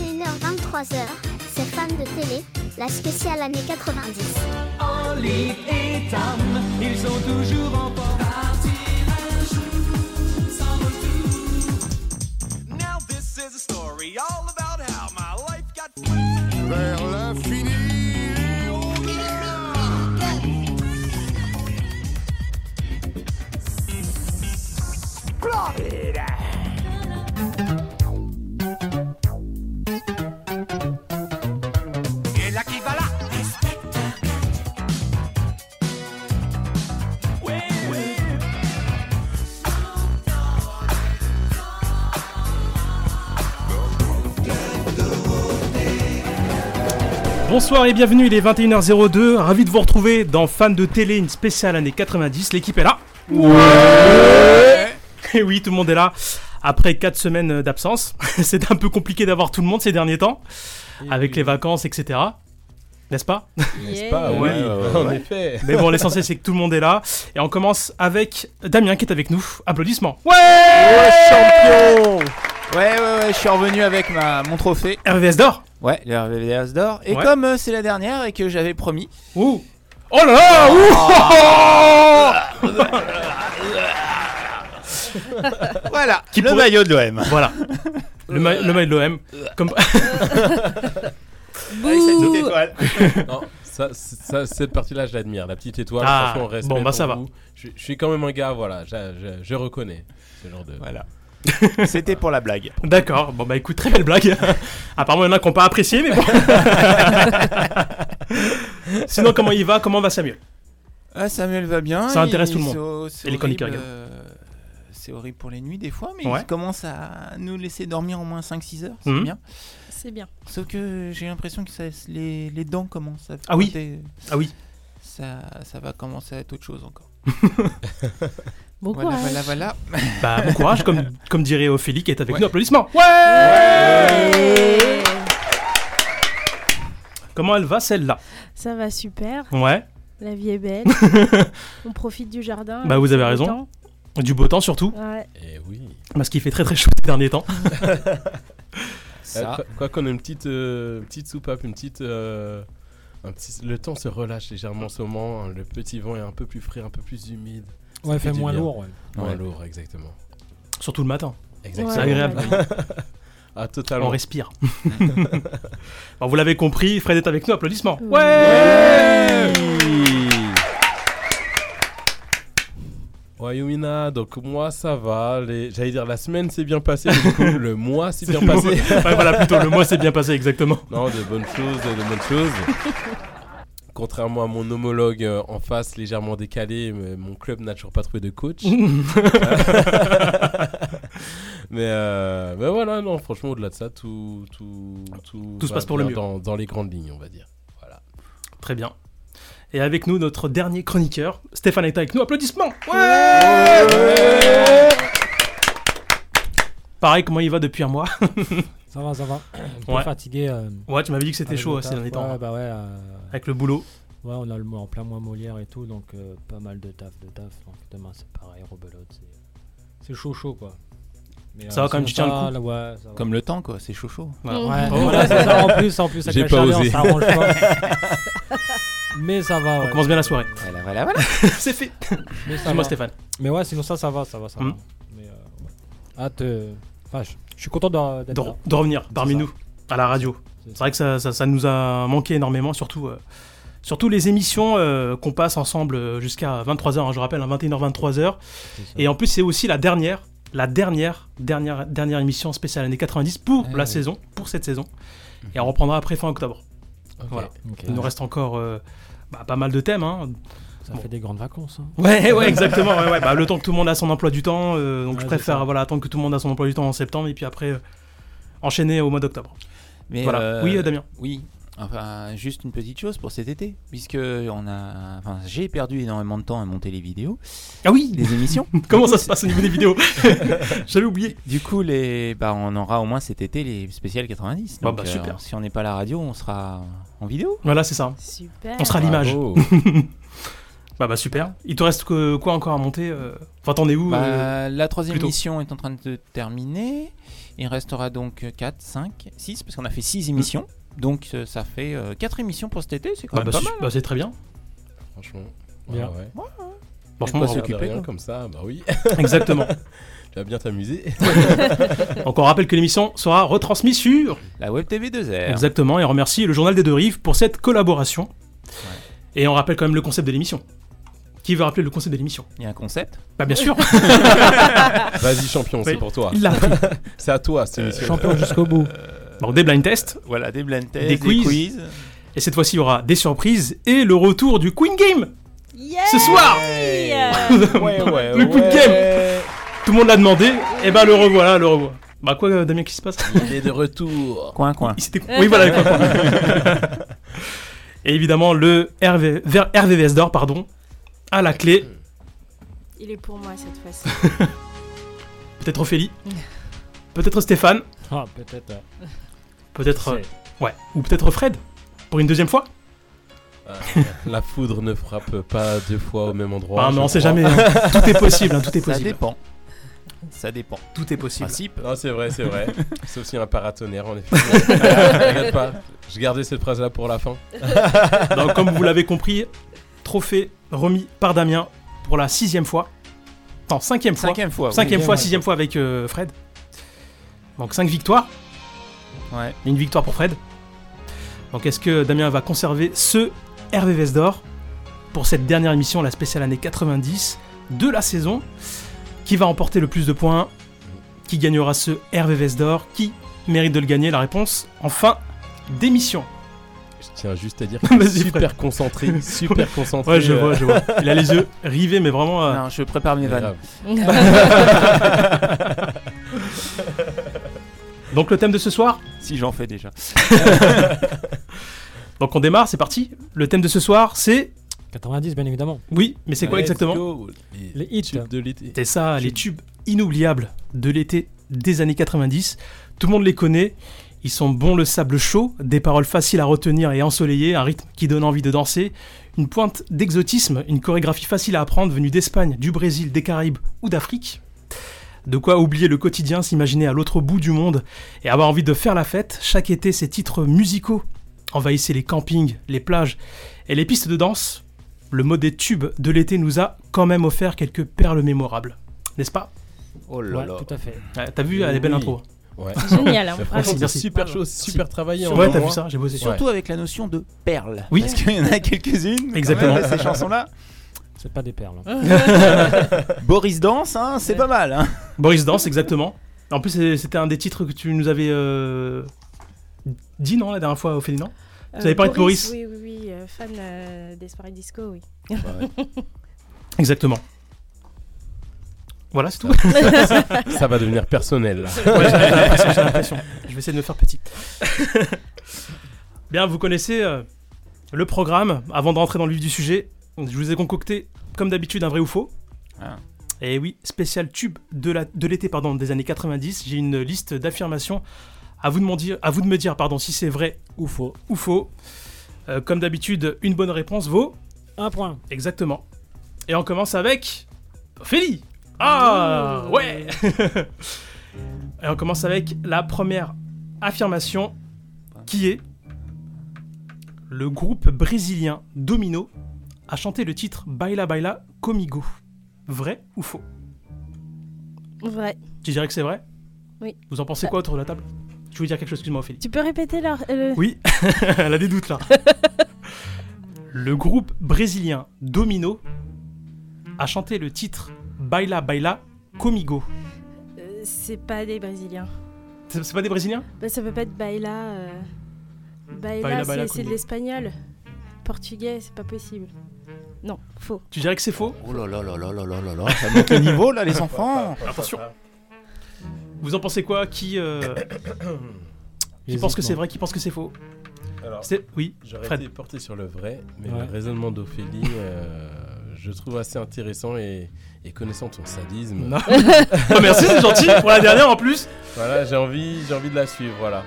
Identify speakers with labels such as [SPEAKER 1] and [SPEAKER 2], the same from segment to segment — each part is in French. [SPEAKER 1] 23h, c'est fan de télé, la spéciale année 90.
[SPEAKER 2] Enlite et Tam, ils sont toujours en pente.
[SPEAKER 3] Now this is a story all about how my life got
[SPEAKER 4] Vers l'infini et au-delà.
[SPEAKER 3] Et là qui va là Oui, oui.
[SPEAKER 5] Bonsoir et bienvenue, il est 21h02, ravi de vous retrouver dans Fan de télé, une spéciale année 90, l'équipe est là Ouais Et oui, tout le monde est là, après 4 semaines d'absence, c'est un peu compliqué d'avoir tout le monde ces derniers temps, avec les vacances, etc. N'est-ce pas
[SPEAKER 6] N'est-ce
[SPEAKER 5] Ah
[SPEAKER 6] pas
[SPEAKER 5] ouais,
[SPEAKER 6] Oui,
[SPEAKER 5] ouais,
[SPEAKER 6] en
[SPEAKER 5] ouais.
[SPEAKER 6] effet.
[SPEAKER 5] Mais bon, l'essentiel c'est que tout le monde est là, et on commence avec Damien qui est avec nous, applaudissements Ouais
[SPEAKER 6] Ouais, champion Ouais, ouais, ouais, je suis revenu avec ma, mon trophée.
[SPEAKER 5] RVS d'or
[SPEAKER 6] Ouais, le RVVS d'or. Et
[SPEAKER 5] Ouais.
[SPEAKER 6] comme euh, c'est la dernière et que j'avais promis.
[SPEAKER 5] Ouh Oh là là ouh
[SPEAKER 6] Voilà
[SPEAKER 5] Qui
[SPEAKER 6] Le
[SPEAKER 5] pourrait-
[SPEAKER 6] maillot de l'OM.
[SPEAKER 5] Voilà. Le ma- le mail de l'OM. Comme...
[SPEAKER 6] Bouh
[SPEAKER 7] Non, ça, ça- cette partie-là, je l'admire. La petite étoile,
[SPEAKER 5] Ah,
[SPEAKER 7] franchement, respect
[SPEAKER 5] bon, bah,
[SPEAKER 7] pour
[SPEAKER 5] ça va.
[SPEAKER 7] vous. Je, je suis quand même un gars, voilà, je, je- je reconnais ce genre de.
[SPEAKER 6] Voilà. C'était pour la blague.
[SPEAKER 5] D'accord, bon bah écoute, très belle blague. Apparemment, il y en a qui n'ont pas apprécié, mais bon. Sinon, comment il va Comment va Samuel
[SPEAKER 6] Ah, Samuel va bien.
[SPEAKER 5] Ça intéresse tout le
[SPEAKER 6] monde.
[SPEAKER 5] Et les chroniqueurs, également.
[SPEAKER 6] euh, C'est horrible pour les nuits des fois, mais
[SPEAKER 5] Ouais.
[SPEAKER 6] il commence à nous laisser dormir au moins 5-6 heures. C'est
[SPEAKER 5] Mhm.
[SPEAKER 6] bien.
[SPEAKER 8] C'est bien.
[SPEAKER 6] Sauf que j'ai l'impression que ça, les, les dents commencent à.
[SPEAKER 5] Ah oui.
[SPEAKER 6] pointer.
[SPEAKER 5] Ah oui.
[SPEAKER 6] Ça, ça va commencer à être autre chose encore.
[SPEAKER 8] Bon
[SPEAKER 6] Voilà,
[SPEAKER 8] courage.
[SPEAKER 6] voilà, voilà.
[SPEAKER 5] Bah bon courage, comme, comme dirait Ophélie qui est avec
[SPEAKER 6] Ouais.
[SPEAKER 5] nous. Applaudissements
[SPEAKER 8] Ouais.
[SPEAKER 5] Comment elle va celle-là
[SPEAKER 8] Ça va super,
[SPEAKER 5] Ouais,
[SPEAKER 8] la vie est belle. On profite du jardin.
[SPEAKER 5] Bah, vous avez
[SPEAKER 8] du
[SPEAKER 5] raison.
[SPEAKER 8] temps.
[SPEAKER 5] du beau temps surtout,
[SPEAKER 8] Ouais.
[SPEAKER 7] Et Eh oui.
[SPEAKER 5] parce qu'il fait très très chaud ces derniers temps.
[SPEAKER 7] Euh, quoi- Quoi qu'on ait une petite, euh, petite soupape, une petite. euh, un petit, le temps se relâche légèrement en ce moment. hein. Le petit vent est un peu plus frais, un peu plus humide.
[SPEAKER 9] Ouais,
[SPEAKER 7] fait
[SPEAKER 9] fait
[SPEAKER 7] du
[SPEAKER 9] moins
[SPEAKER 7] bien.
[SPEAKER 9] lourd. Ouais.
[SPEAKER 7] Moins
[SPEAKER 6] Ouais.
[SPEAKER 7] lourd, exactement.
[SPEAKER 5] Surtout le matin,
[SPEAKER 7] Exactement.
[SPEAKER 5] c'est agréable.
[SPEAKER 8] ouais.
[SPEAKER 7] Ah,
[SPEAKER 5] on
[SPEAKER 7] totalement.
[SPEAKER 5] respire. Alors, vous l'avez compris, Fred est avec nous. Applaudissements
[SPEAKER 8] Oui.
[SPEAKER 7] Ouais, Yumina, donc moi ça va. les- J'allais dire la semaine s'est bien passée, mais du coup, le mois s'est bien passé.
[SPEAKER 5] Ouais, voilà, plutôt, le mois s'est bien passé, exactement.
[SPEAKER 7] Non, de bonnes choses, de bonnes choses. Contrairement à mon homologue euh, en face, légèrement décalé, mais mon club n'a toujours pas trouvé de coach. mais, euh, mais voilà, non, franchement, au-delà de ça, tout, tout, tout,
[SPEAKER 5] Tout se
[SPEAKER 7] va
[SPEAKER 5] passe pour le
[SPEAKER 7] bien
[SPEAKER 5] mieux.
[SPEAKER 7] Dans, dans les grandes lignes, on va dire. Voilà.
[SPEAKER 5] Très bien. Et avec nous, notre dernier chroniqueur, Stéphane est avec nous. Applaudissements Pareil, comment il va depuis un mois
[SPEAKER 9] Ça va, ça va. Un peu
[SPEAKER 5] Ouais.
[SPEAKER 9] fatigué. euh,
[SPEAKER 5] Ouais, tu m'avais dit que c'était
[SPEAKER 9] avec
[SPEAKER 5] chaud
[SPEAKER 9] le
[SPEAKER 5] ces
[SPEAKER 9] taf.
[SPEAKER 5] derniers temps.
[SPEAKER 9] Ouais, bah ouais, euh,
[SPEAKER 5] Avec le boulot.
[SPEAKER 9] ouais, on a le mois en plein mois Molière et tout, donc euh, pas mal de taf, de taf. Donc demain c'est pareil, rebelote. c'est- euh, C'est chaud, chaud quoi. Mais, euh,
[SPEAKER 5] Ça va quand même, tu
[SPEAKER 9] sinon,
[SPEAKER 5] tiens le
[SPEAKER 9] ça va, là, ouais, ça va.
[SPEAKER 6] Comme le temps, quoi, c'est chaud chaud.
[SPEAKER 5] Voilà.
[SPEAKER 8] Mm.
[SPEAKER 9] Ouais,
[SPEAKER 5] Oh,
[SPEAKER 9] voilà, c'est ça, en plus, en plus, avec
[SPEAKER 7] J'ai
[SPEAKER 9] la
[SPEAKER 7] pas
[SPEAKER 9] chaleur,
[SPEAKER 7] osé.
[SPEAKER 9] ça arrange pas. Mais ça va.
[SPEAKER 5] On
[SPEAKER 9] ouais.
[SPEAKER 5] commence bien la soirée.
[SPEAKER 6] Voilà, voilà, voilà.
[SPEAKER 5] C'est fait.
[SPEAKER 9] Mais, ça
[SPEAKER 5] Dis-moi
[SPEAKER 9] va.
[SPEAKER 5] Stéphane.
[SPEAKER 9] Mais Ah, ouais, sinon ça, ça va, ça va, ça
[SPEAKER 5] Mm.
[SPEAKER 9] va. Mais euh, ouais. Hâte. euh, Enfin, je je suis content d'en- d'être
[SPEAKER 5] De,
[SPEAKER 9] là.
[SPEAKER 5] de revenir parmi
[SPEAKER 9] ça.
[SPEAKER 5] nous à la radio.
[SPEAKER 9] C'est
[SPEAKER 5] C'est vrai que ça, ça- ça nous a manqué énormément, surtout, euh, surtout les émissions euh, qu'on passe ensemble euh, jusqu'à 23h, hein, je rappelle, hein, 21h, 23h.
[SPEAKER 9] c'est ça.
[SPEAKER 5] Et en plus, c'est aussi la dernière, la dernière, dernière, dernière émission spéciale année 90 pour
[SPEAKER 6] Ah
[SPEAKER 5] la
[SPEAKER 6] oui.
[SPEAKER 5] saison, pour cette saison. Et on reprendra après fin octobre.
[SPEAKER 7] Ok.
[SPEAKER 5] Voilà.
[SPEAKER 9] Ok.
[SPEAKER 5] Il nous reste encore euh, bah, pas mal de thèmes. hein.
[SPEAKER 9] Ça
[SPEAKER 5] Bon.
[SPEAKER 9] fait des grandes vacances. hein.
[SPEAKER 5] Ouais, ouais, exactement. ouais, ouais. Bah, le temps que tout le monde a son emploi du temps. euh, donc
[SPEAKER 9] Ouais,
[SPEAKER 5] je
[SPEAKER 9] c'est
[SPEAKER 5] préfère
[SPEAKER 9] ça.
[SPEAKER 5] voilà, attendre que tout le monde a son emploi du temps en septembre et puis après euh, enchaîner au mois d'octobre.
[SPEAKER 6] Mais
[SPEAKER 5] Voilà.
[SPEAKER 6] euh,
[SPEAKER 5] Oui, euh, Damien.
[SPEAKER 6] Oui. Enfin, juste une petite chose pour cet été, puisque on a, enfin, j'ai perdu énormément de temps à monter les vidéos,
[SPEAKER 5] Ah oui
[SPEAKER 6] les émissions.
[SPEAKER 5] Comment ça se passe au niveau des vidéos J'avais oublié.
[SPEAKER 6] Du coup, les, bah, on aura au moins cet été les spéciales 90.
[SPEAKER 5] Bah,
[SPEAKER 6] Donc, euh,
[SPEAKER 5] bah, super.
[SPEAKER 6] si on n'est pas à la radio, on sera en vidéo.
[SPEAKER 5] Voilà, c'est ça.
[SPEAKER 8] Super.
[SPEAKER 5] On sera à l'image.
[SPEAKER 7] Bravo.
[SPEAKER 5] Bah, bah super. Il te reste que, quoi encore à monter euh Enfin, t'en es où euh
[SPEAKER 6] Bah, la troisième
[SPEAKER 5] plutôt.
[SPEAKER 6] émission est en train de terminer. Il restera donc 4, 5, 6, parce qu'on a fait
[SPEAKER 5] Mm.
[SPEAKER 6] 6 émissions. Donc euh, ça fait 4 émissions pour cet été, c'est quand
[SPEAKER 5] Bah,
[SPEAKER 6] même
[SPEAKER 5] bah,
[SPEAKER 6] pas
[SPEAKER 5] c'est-
[SPEAKER 6] mal.
[SPEAKER 5] bah, c'est très bien.
[SPEAKER 7] Franchement.
[SPEAKER 9] Bien.
[SPEAKER 7] Ouais, ouais.
[SPEAKER 5] Franchement,
[SPEAKER 6] Pas
[SPEAKER 7] On
[SPEAKER 5] bravo.
[SPEAKER 7] s'occupe
[SPEAKER 6] s'occuper,
[SPEAKER 7] rien
[SPEAKER 6] quoi.
[SPEAKER 7] comme ça, bah oui.
[SPEAKER 5] exactement.
[SPEAKER 7] Tu vas bien t'amuser.
[SPEAKER 5] Donc on rappelle que l'émission sera retransmise sur
[SPEAKER 6] La Web TV 2R.
[SPEAKER 5] Exactement, et on remercie le Journal des Deux Rives pour cette collaboration. Et on rappelle quand même le concept de l'émission. Qui veut rappeler le concept de l'émission
[SPEAKER 6] Il y a un concept.
[SPEAKER 5] Bah bien sûr,
[SPEAKER 7] Vas-y, champion, c'est
[SPEAKER 5] Oui.
[SPEAKER 7] pour toi.
[SPEAKER 5] il Euh, l'a pris.
[SPEAKER 7] C'est à toi, c'est monsieur.
[SPEAKER 9] Champion jusqu'au bout.
[SPEAKER 5] Donc des blind tests,
[SPEAKER 6] Voilà, des blind tests,
[SPEAKER 5] Des
[SPEAKER 6] des
[SPEAKER 5] quiz.
[SPEAKER 6] quiz.
[SPEAKER 5] et cette fois-ci il y aura des surprises et le retour du Queen Game
[SPEAKER 8] Yeah
[SPEAKER 5] ce soir
[SPEAKER 7] Ouais, ouais,
[SPEAKER 5] Le coup de
[SPEAKER 7] ouais.
[SPEAKER 5] Tout le monde l'a demandé, et bah le revoilà, le revoilà. Bah quoi euh, Damien, qu'est-ce qui se passe
[SPEAKER 7] Il est de retour.
[SPEAKER 6] Coin, coin.
[SPEAKER 5] Il s'était- Oui voilà, quoi, quoi. Et évidemment le RV... ver- RVVS d'or, pardon, à la clé,
[SPEAKER 8] Il est pour moi cette fois-ci.
[SPEAKER 5] peut-être Ophélie, peut-être Stéphane,
[SPEAKER 9] Ah, peut-être. ouais.
[SPEAKER 5] peut-être... euh,
[SPEAKER 9] C'est-
[SPEAKER 5] Ouais, ou peut-être Fred, pour une deuxième fois
[SPEAKER 7] La foudre ne frappe pas deux fois au même endroit.
[SPEAKER 5] Ah, mais
[SPEAKER 7] je
[SPEAKER 5] on sait
[SPEAKER 7] crois.
[SPEAKER 5] jamais. hein. Tout est possible, hein, tout est
[SPEAKER 6] Ça
[SPEAKER 5] possible.
[SPEAKER 6] dépend. Ça dépend.
[SPEAKER 5] Tout est possible.
[SPEAKER 6] Principe.
[SPEAKER 7] Non, Ah, c'est vrai, c'est vrai. C'est aussi un paratonnerre, en effet. Regarde pas. Je gardais cette phrase-là pour la fin.
[SPEAKER 5] Donc, comme vous l'avez compris, trophée remis par Damien pour la sixième fois. Non, cinquième fois.
[SPEAKER 6] Cinquième fois. oui.
[SPEAKER 5] Cinquième fois,
[SPEAKER 9] Ouais.
[SPEAKER 5] sixième fois avec euh, Fred. Donc cinq victoires,
[SPEAKER 6] Ouais.
[SPEAKER 5] et une victoire pour Fred. Donc est-ce que Damien va conserver ce RVVS d'or pour cette dernière émission, la spéciale année 90 de la saison Qui va emporter le plus de points Qui gagnera ce RVVS d'or Qui mérite de le gagner La réponse en fin d'émission.
[SPEAKER 7] Je tiens juste à dire qu'il est
[SPEAKER 5] Vas-y,
[SPEAKER 7] super
[SPEAKER 5] Fred.
[SPEAKER 7] concentré. Super concentré.
[SPEAKER 5] Ouais, je
[SPEAKER 7] euh,
[SPEAKER 5] vois, je vois. Il a les yeux rivés, mais vraiment. euh,
[SPEAKER 6] Non, je prépare mes
[SPEAKER 7] c'est
[SPEAKER 6] vannes.
[SPEAKER 7] grave.
[SPEAKER 5] Bah, Donc le thème de ce soir,
[SPEAKER 6] Si j'en fais déjà.
[SPEAKER 5] donc on démarre, c'est parti. Le thème de ce soir, c'est
[SPEAKER 9] 90, bien évidemment.
[SPEAKER 5] oui, mais c'est quoi
[SPEAKER 7] Let's
[SPEAKER 5] exactement
[SPEAKER 7] go.
[SPEAKER 9] Les hits.
[SPEAKER 7] tubes de l'été.
[SPEAKER 5] C'est ça, les tubes inoubliables de l'été des années 90. Tout le monde les connaît. Ils sont bons le sable chaud, des paroles faciles à retenir et ensoleillées, un rythme qui donne envie de danser, une pointe d'exotisme, une chorégraphie facile à apprendre venue d'Espagne, du Brésil, des Caraïbes ou d'Afrique. De quoi oublier le quotidien, s'imaginer à l'autre bout du monde et avoir envie de faire la fête. Chaque été, ces titres musicaux envahissaient les campings, les plages et les pistes de danse. Le mot des tubes de l'été nous a quand même offert quelques perles mémorables. N'est-ce pas
[SPEAKER 6] Oh là
[SPEAKER 9] Ouais,
[SPEAKER 6] là.
[SPEAKER 9] tout à fait.
[SPEAKER 5] Ouais, T'as vu, elle est belle
[SPEAKER 7] Oui.
[SPEAKER 5] intro.
[SPEAKER 7] Ouais.
[SPEAKER 8] Génial, hein,
[SPEAKER 7] Mais
[SPEAKER 8] bravo.
[SPEAKER 7] Franchement, c'est
[SPEAKER 5] Merci.
[SPEAKER 7] super chaud, super travaillé. hein, en
[SPEAKER 5] Ouais,
[SPEAKER 7] un
[SPEAKER 5] t'as vu
[SPEAKER 7] mois.
[SPEAKER 5] ça, j'ai bossé.
[SPEAKER 6] Surtout avec la notion de perle.
[SPEAKER 5] Oui.
[SPEAKER 6] Parce qu'il y en a quelques-unes. quand
[SPEAKER 5] Exactement.
[SPEAKER 6] même, Ces chansons-là.
[SPEAKER 9] C'est pas des perles. hein.
[SPEAKER 6] Boris Danse, hein, c'est pas mal. Hein.
[SPEAKER 5] Boris Dance, exactement. En plus, c'est- c'était un des titres que tu nous avais euh, dit, non, la dernière fois, Ophélie, non
[SPEAKER 8] Euh,
[SPEAKER 5] avez parlé de Boris
[SPEAKER 8] Oui, oui, oui, euh, fan euh, des soirées disco, oui.
[SPEAKER 5] Exactement. Voilà, c'est tout.
[SPEAKER 7] Ça va devenir personnel. là.
[SPEAKER 5] Ouais, j'ai l'impression, j'ai l'impression. Je vais essayer de me faire petit. Bien, vous connaissez euh, le programme. Avant de rentrer dans le vif du sujet, je vous ai concocté, comme d'habitude, un vrai ou faux.
[SPEAKER 6] Ah.
[SPEAKER 5] Et oui, spécial tube de la- de l'été pardon, des années 90. J'ai une liste d'affirmations. À vous de, m'en dire, à vous de me dire pardon, si c'est vrai
[SPEAKER 9] Ou faux.
[SPEAKER 5] ou faux. Euh, comme d'habitude, une bonne réponse vaut
[SPEAKER 9] Un point.
[SPEAKER 5] exactement. Et on commence avec Ophélie. Ah ouais. Et on commence avec la première affirmation qui est le groupe brésilien Domino a chanté le titre Baila Baila Comigo. Vrai ou faux
[SPEAKER 8] Vrai.
[SPEAKER 5] Tu dirais que c'est vrai
[SPEAKER 8] Oui.
[SPEAKER 5] Vous en pensez quoi autour de la table Je voulais dire quelque chose, excuse-moi Ophélie.
[SPEAKER 8] Tu peux répéter leur, euh, le-
[SPEAKER 5] Oui, elle a des doutes là. Le groupe brésilien Domino a chanté le titre Baila Baila Comigo.
[SPEAKER 8] Euh, C'est pas des Brésiliens.
[SPEAKER 5] C'est c'est pas des Brésiliens
[SPEAKER 8] Bah, ça peut pas être baila. euh, Baila,
[SPEAKER 5] Baila, baila,
[SPEAKER 8] c'est- c'est de
[SPEAKER 5] congo.
[SPEAKER 8] l'espagnol. Portugais, c'est pas possible. Non, faux.
[SPEAKER 5] Tu dirais que c'est faux
[SPEAKER 6] Oh là là là là là là là là. Ça monte le niveau là, les enfants.
[SPEAKER 5] Attention. Vous en pensez quoi Qui, euh, qui
[SPEAKER 9] J'hésite,
[SPEAKER 5] pense que c'est
[SPEAKER 9] moi.
[SPEAKER 5] vrai Qui pense que c'est faux
[SPEAKER 7] Alors,
[SPEAKER 5] C'est- Oui,
[SPEAKER 7] J'aurais
[SPEAKER 5] Fred.
[SPEAKER 7] été porté sur le vrai, mais
[SPEAKER 9] Ouais.
[SPEAKER 7] le raisonnement d'Ophélie, euh, je trouve assez intéressant et, et connaissant ton sadisme.
[SPEAKER 5] Non. Oh, merci, c'est gentil pour la dernière en plus.
[SPEAKER 7] Voilà, j'ai envie, j'ai envie de la suivre, voilà.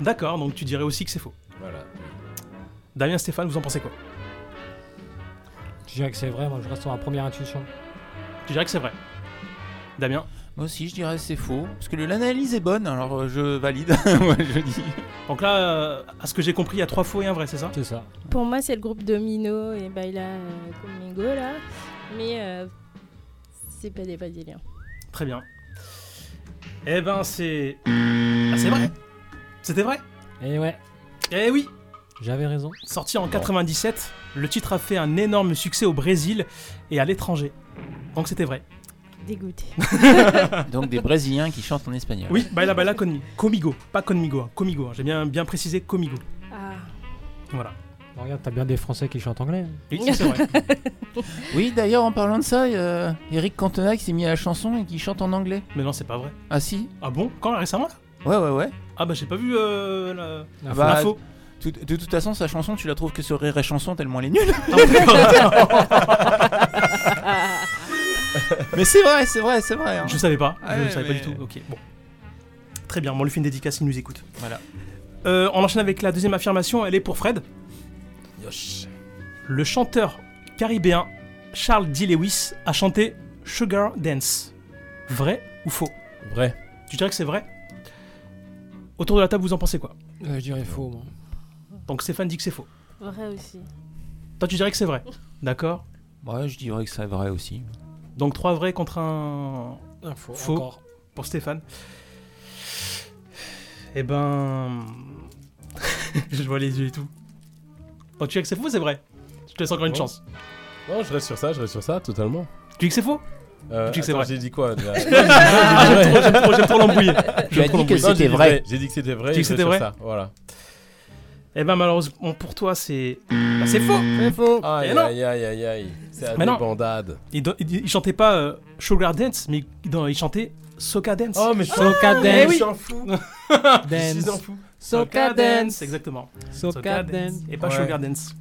[SPEAKER 5] D'accord, donc tu dirais aussi que c'est faux.
[SPEAKER 7] Voilà.
[SPEAKER 5] Damien, Stéphane, vous en pensez quoi
[SPEAKER 9] Je dirais que c'est vrai, moi je reste sur ma première intuition.
[SPEAKER 5] Tu dirais que c'est vrai Damien
[SPEAKER 6] Moi aussi, je dirais c'est faux. Parce que le- l'analyse est bonne, alors euh, je valide. Ouais, je dis.
[SPEAKER 5] Donc là, euh, à ce que j'ai compris, il y a trois faux et un vrai, c'est ça
[SPEAKER 9] C'est ça.
[SPEAKER 8] Pour moi, c'est le groupe Domino et Baila euh, Conmigo, là. Mais euh, c'est pas des brésiliens.
[SPEAKER 5] Très bien. Eh ben, c'est. Ah, c'est vrai C'était vrai
[SPEAKER 9] Et ouais,
[SPEAKER 5] Eh oui
[SPEAKER 9] j'avais raison.
[SPEAKER 5] Sorti en 97, le titre a fait un énorme succès au Brésil et à l'étranger. Donc c'était vrai.
[SPEAKER 8] Dégoûté.
[SPEAKER 6] Donc des Brésiliens qui chantent en espagnol.
[SPEAKER 5] Oui, Baila Baila con- Comigo. Pas Conmigo, hein, Comigo. hein. J'ai bien, bien précisé Comigo.
[SPEAKER 8] Ah.
[SPEAKER 5] Voilà.
[SPEAKER 9] Bon, regarde, t'as bien des Français qui chantent anglais. hein.
[SPEAKER 5] Oui, ça, c'est vrai.
[SPEAKER 6] Oui, d'ailleurs, en parlant de ça, euh, Eric Cantona qui s'est mis à la chanson et qui chante en anglais.
[SPEAKER 5] Mais non, c'est pas vrai.
[SPEAKER 6] Ah si
[SPEAKER 5] Ah bon Quand là, Récemment là
[SPEAKER 6] Ouais, ouais, ouais.
[SPEAKER 5] Ah bah j'ai pas vu euh, la-
[SPEAKER 9] Ah
[SPEAKER 6] bah,
[SPEAKER 5] l'info.
[SPEAKER 6] tout- de toute façon, sa chanson, tu la trouves que sur Rire et Chanson tellement elle est nulle.
[SPEAKER 5] Ah, d'accord.
[SPEAKER 6] Mais c'est vrai, c'est vrai, c'est vrai. hein.
[SPEAKER 5] je savais pas.
[SPEAKER 6] Ah
[SPEAKER 5] je
[SPEAKER 6] ouais,
[SPEAKER 5] savais
[SPEAKER 6] mais-
[SPEAKER 5] pas du tout. Ok, bon. Très bien, bon, on lui fait une dédicace, il nous écoute.
[SPEAKER 6] Voilà.
[SPEAKER 5] Euh, on enchaîne avec la deuxième affirmation, elle est pour Fred. Le chanteur caribéen Charles D. Lewis a chanté Sugar Dance. Vrai ou faux
[SPEAKER 7] Vrai.
[SPEAKER 5] Tu dirais que c'est vrai Autour de la table, vous en pensez quoi
[SPEAKER 9] je dirais faux, moi.
[SPEAKER 5] Donc Stéphane dit que c'est faux.
[SPEAKER 8] Vrai aussi.
[SPEAKER 5] Toi, tu dirais que c'est vrai. D'accord
[SPEAKER 6] Ouais, je dirais que c'est vrai aussi.
[SPEAKER 5] Donc trois vrais contre un
[SPEAKER 9] Ah, faux.
[SPEAKER 5] Faux.
[SPEAKER 9] encore.
[SPEAKER 5] pour Stéphane. Eh ben. Je vois les yeux et tout. Donc tu dirais que c'est faux ou c'est vrai Je te laisse encore une
[SPEAKER 7] Ouais.
[SPEAKER 5] chance.
[SPEAKER 7] Non, je reste sur ça, je reste sur ça, totalement.
[SPEAKER 5] Tu dis que c'est faux
[SPEAKER 7] Euh,
[SPEAKER 5] Tu dis que c'est
[SPEAKER 7] attends,
[SPEAKER 5] vrai.
[SPEAKER 7] J'ai dit quoi déjà
[SPEAKER 5] Ah, j'aime trop, j'aime trop, j'aime trop l'embrouiller.
[SPEAKER 6] Tu as
[SPEAKER 5] trop
[SPEAKER 6] Ah, dit que
[SPEAKER 7] Non,
[SPEAKER 5] l'embrouiller.
[SPEAKER 7] j'ai
[SPEAKER 6] c'était
[SPEAKER 7] dit
[SPEAKER 6] vrai.
[SPEAKER 7] J'ai dit que c'était vrai.
[SPEAKER 5] Tu dis
[SPEAKER 7] et
[SPEAKER 5] que
[SPEAKER 7] je
[SPEAKER 5] c'était
[SPEAKER 7] reste
[SPEAKER 5] vrai
[SPEAKER 7] sur ça, Voilà.
[SPEAKER 5] Eh ben malheureusement pour toi c'est bah, c'est faux.
[SPEAKER 7] C'est faux.
[SPEAKER 5] Eh
[SPEAKER 7] Aïe,
[SPEAKER 5] non.
[SPEAKER 7] aïe, aïe, aïe, aïe. C'est à
[SPEAKER 5] Mais
[SPEAKER 7] des
[SPEAKER 5] non.
[SPEAKER 7] bandades.
[SPEAKER 5] Il, don- il- il chantait pas euh, Sugar Dance mais il- dans- il chantait Soca Dance.
[SPEAKER 7] Oh, mais je suis un-
[SPEAKER 9] Soca
[SPEAKER 7] mais je
[SPEAKER 9] dance,
[SPEAKER 7] suis un fou. Je suis un
[SPEAKER 9] dance,
[SPEAKER 7] fou.
[SPEAKER 9] soca dance,
[SPEAKER 5] exactement.
[SPEAKER 9] soca dance.
[SPEAKER 5] et pas
[SPEAKER 7] Ouais.
[SPEAKER 5] Sugar Dance.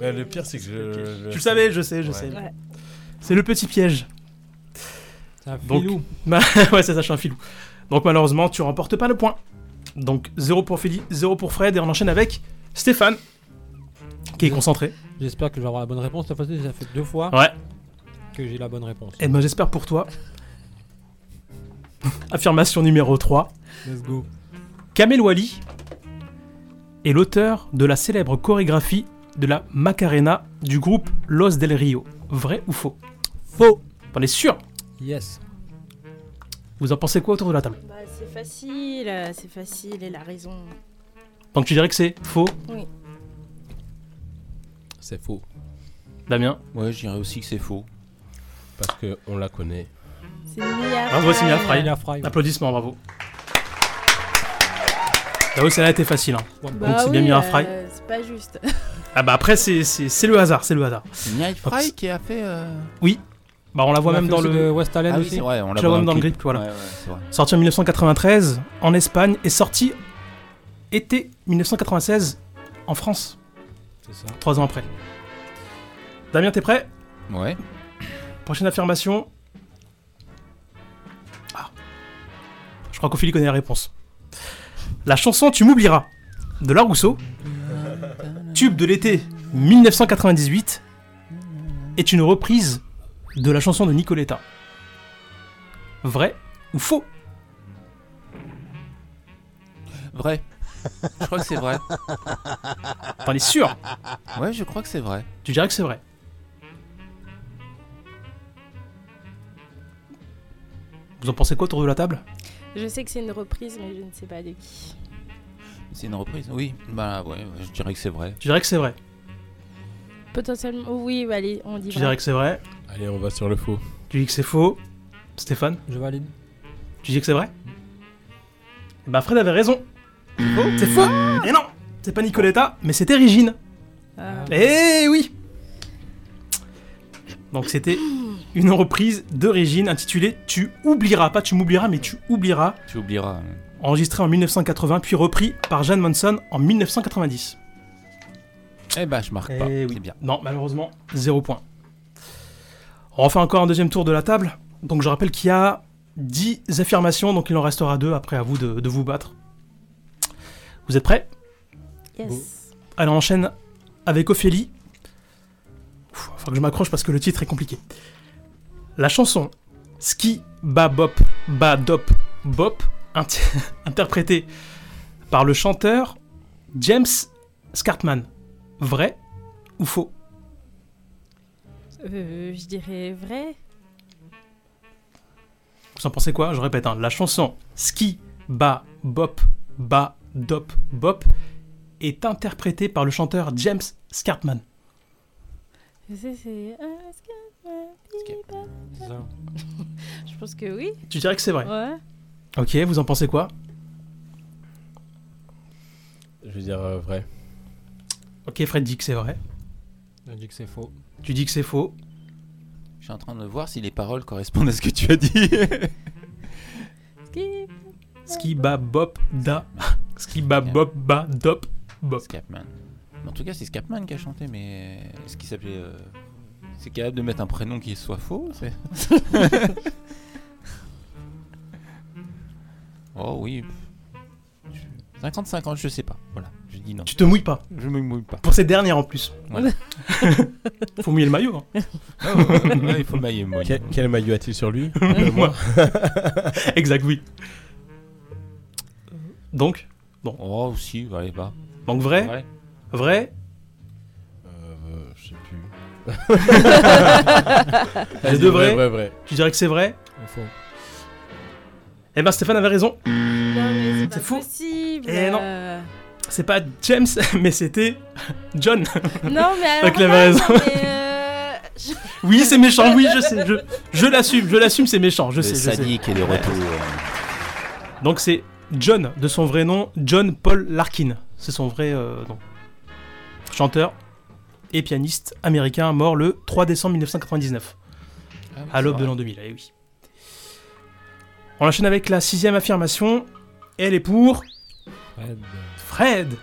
[SPEAKER 7] Mais le pire, c'est que je.
[SPEAKER 5] Tu le savais, je sais, je
[SPEAKER 7] Ouais.
[SPEAKER 5] sais.
[SPEAKER 8] Ouais.
[SPEAKER 5] C'est le petit piège.
[SPEAKER 9] C'est un
[SPEAKER 5] Donc-
[SPEAKER 9] filou.
[SPEAKER 5] ouais, c'est ça, je suis un filou. Donc malheureusement, tu remportes pas le point. Donc 0 pour Philly, 0 pour Fred, et on enchaîne avec Stéphane, qui est concentré.
[SPEAKER 9] J'espère que je vais avoir la bonne réponse. Cette fois-ci, ça fait deux fois
[SPEAKER 5] Ouais.
[SPEAKER 9] que j'ai la bonne réponse.
[SPEAKER 5] Ah. Et ben j'espère pour toi. Affirmation numéro 3.
[SPEAKER 9] Let's go.
[SPEAKER 5] Kamel Wally est l'auteur de la célèbre chorégraphie de la Macarena du groupe Los del Rio. Vrai ou faux Faux T'en es sûr
[SPEAKER 9] Yes.
[SPEAKER 5] Vous en pensez quoi autour de la table
[SPEAKER 8] Bah, c'est facile, euh, c'est facile et la raison.
[SPEAKER 5] Donc tu dirais que c'est faux,
[SPEAKER 7] C'est faux.
[SPEAKER 5] Damien
[SPEAKER 6] Ouais, je dirais aussi que c'est faux.
[SPEAKER 7] Parce qu'on la connaît.
[SPEAKER 8] C'est Mia.
[SPEAKER 5] Bravo, c'est Mia Fry.
[SPEAKER 9] la fry. ouais.
[SPEAKER 5] Applaudissements, bravo. Bah oui, celle-là était facile. hein.
[SPEAKER 9] One
[SPEAKER 8] Bah
[SPEAKER 5] Donc, c'est
[SPEAKER 8] oui,
[SPEAKER 5] bien Mia
[SPEAKER 8] euh,
[SPEAKER 5] Fry.
[SPEAKER 8] C'est pas juste.
[SPEAKER 5] Ah bah après, c'est- c'est c'est le hasard, c'est le hasard.
[SPEAKER 6] C'est Mia Fry qui a fait. euh,
[SPEAKER 5] Bah on la
[SPEAKER 9] On
[SPEAKER 5] voit
[SPEAKER 9] a
[SPEAKER 5] même
[SPEAKER 9] fait
[SPEAKER 5] dans
[SPEAKER 9] aussi
[SPEAKER 5] le...
[SPEAKER 9] de West Allen
[SPEAKER 6] Ah oui,
[SPEAKER 9] aussi.
[SPEAKER 6] c'est vrai, on l'a
[SPEAKER 5] Je la vois même dans le grip, voilà.
[SPEAKER 6] Ouais, ouais, c'est vrai.
[SPEAKER 5] Sorti en 1993 en Espagne et sorti été 1996 en France,
[SPEAKER 9] C'est ça.
[SPEAKER 5] trois ans après. Damien, t'es prêt
[SPEAKER 6] Ouais.
[SPEAKER 5] Prochaine affirmation. Ah. Je crois qu'Ophélie connaît la réponse. La chanson Tu m'oublieras de La Rousseau, tube de l'été 1998, est une reprise de la chanson de Nicoletta. Vrai ou faux
[SPEAKER 6] Vrai. Je crois que c'est vrai.
[SPEAKER 5] T'en es sûr
[SPEAKER 6] Ouais, je crois que c'est vrai.
[SPEAKER 5] Tu dirais que c'est vrai. Vous en pensez quoi autour de la table
[SPEAKER 8] Je sais que c'est une reprise, mais je ne sais pas de qui.
[SPEAKER 6] C'est une reprise Oui, bah ouais, ouais, je dirais que c'est vrai.
[SPEAKER 5] Tu dirais que c'est vrai.
[SPEAKER 8] Potentiellement. Oui, bah, allez, on dit
[SPEAKER 5] Tu
[SPEAKER 8] vrai.
[SPEAKER 5] dirais que c'est vrai.
[SPEAKER 7] Allez, on va sur le faux.
[SPEAKER 5] Tu dis que c'est faux. Stéphane
[SPEAKER 9] Je valide.
[SPEAKER 5] Tu dis que c'est vrai Bah Fred avait raison. C'est faux Et non C'est pas Nicoletta, mais c'était Régine.
[SPEAKER 8] Ah.
[SPEAKER 5] Eh oui Donc c'était une reprise de Régine intitulée Tu oublieras, pas tu m'oublieras, mais tu oublieras,
[SPEAKER 6] Tu oublieras. hein.
[SPEAKER 5] enregistrée en 1980 puis repris par Jeanne Monson en 1990.
[SPEAKER 6] Eh bah, je marque pas.
[SPEAKER 5] Eh oui.
[SPEAKER 6] C'est bien.
[SPEAKER 5] Non, malheureusement, zéro point. On refait encore un deuxième tour de la table. Donc je rappelle qu'il y a 10 affirmations, donc il en restera deux après à vous de, de vous battre. Vous êtes prêts
[SPEAKER 8] Yes.
[SPEAKER 5] Allez, on enchaîne avec Ophélie. Ouf, faut que je m'accroche parce que le titre est compliqué. La chanson Ski Babop Badop Bop, int- interprété par le chanteur James Scartman. Vrai ou faux
[SPEAKER 8] Euh, je dirais vrai.
[SPEAKER 5] Vous en pensez quoi Je répète, hein, la chanson Ski, Ba, Bop, Ba, Dop, Bop est interprétée par le chanteur James Scartman.
[SPEAKER 8] Je sais, c'est. Ah, ce que ma vie
[SPEAKER 6] que-
[SPEAKER 8] passe.
[SPEAKER 9] C'est ça.
[SPEAKER 8] Je pense que oui.
[SPEAKER 5] Tu dirais que c'est vrai
[SPEAKER 8] Ouais.
[SPEAKER 5] Ok, vous en pensez quoi
[SPEAKER 7] Je veux dire euh, vrai.
[SPEAKER 5] Ok, Fred dit que c'est vrai.
[SPEAKER 9] Je dis que c'est faux.
[SPEAKER 5] Tu dis que c'est faux.
[SPEAKER 6] Je suis en train de voir si les paroles correspondent à ce que tu as dit.
[SPEAKER 8] Skip.
[SPEAKER 5] Ski, Ba, Bop, Da. Ski, Ba, Bop, Ba, Dop, Bop.
[SPEAKER 6] Scapman. Mais En tout cas, c'est Scapman qui a chanté, mais est-ce qu'il s'appelait. euh, C'est capable de mettre un prénom qui soit faux c'est- Oh oui. Je- 50-50, je sais pas. Voilà, je dis non.
[SPEAKER 5] Tu te mouilles pas.
[SPEAKER 6] Je me mouille pas.
[SPEAKER 5] Pour cette dernière en plus.
[SPEAKER 6] Voilà.
[SPEAKER 5] Faut mouiller le maillot. hein.
[SPEAKER 6] Ouais, il faut mailler, moi.
[SPEAKER 7] Quel, quel maillot a-t-il sur lui
[SPEAKER 5] Exact, oui. Donc,
[SPEAKER 6] Oh, aussi, allez, va.
[SPEAKER 5] donc vrai,
[SPEAKER 6] Ouais.
[SPEAKER 5] vrai.
[SPEAKER 7] euh, Je sais plus.
[SPEAKER 5] Les
[SPEAKER 7] Vas-y,
[SPEAKER 5] deux vrais.
[SPEAKER 7] Vrai, vrai,
[SPEAKER 5] Tu dirais que c'est vrai
[SPEAKER 9] Faux.
[SPEAKER 5] Eh ben Stéphane avait raison.
[SPEAKER 8] Non, mais c'est pas
[SPEAKER 5] faux.
[SPEAKER 8] possible.
[SPEAKER 5] Eh non.
[SPEAKER 8] euh.
[SPEAKER 5] C'est pas James, mais c'était John.
[SPEAKER 8] Non, mais alors.
[SPEAKER 5] Avec la
[SPEAKER 8] là,
[SPEAKER 5] raison.
[SPEAKER 8] non, mais, euh, je-
[SPEAKER 5] Oui, c'est méchant. Oui, je sais. Je, je l'assume. Je l'assume. C'est méchant. Je
[SPEAKER 6] Le
[SPEAKER 5] sais. Je sais.
[SPEAKER 6] sadique et les retours.
[SPEAKER 5] Donc c'est John de son vrai nom, John Paul Larkin. C'est son vrai euh, nom. Chanteur et pianiste américain mort le 3 décembre 1999. à l'aube
[SPEAKER 6] Ah
[SPEAKER 5] de l'an 2000, eh oui. On enchaîne avec la sixième affirmation. Elle est pour
[SPEAKER 9] Fred. euh,
[SPEAKER 5] Fred,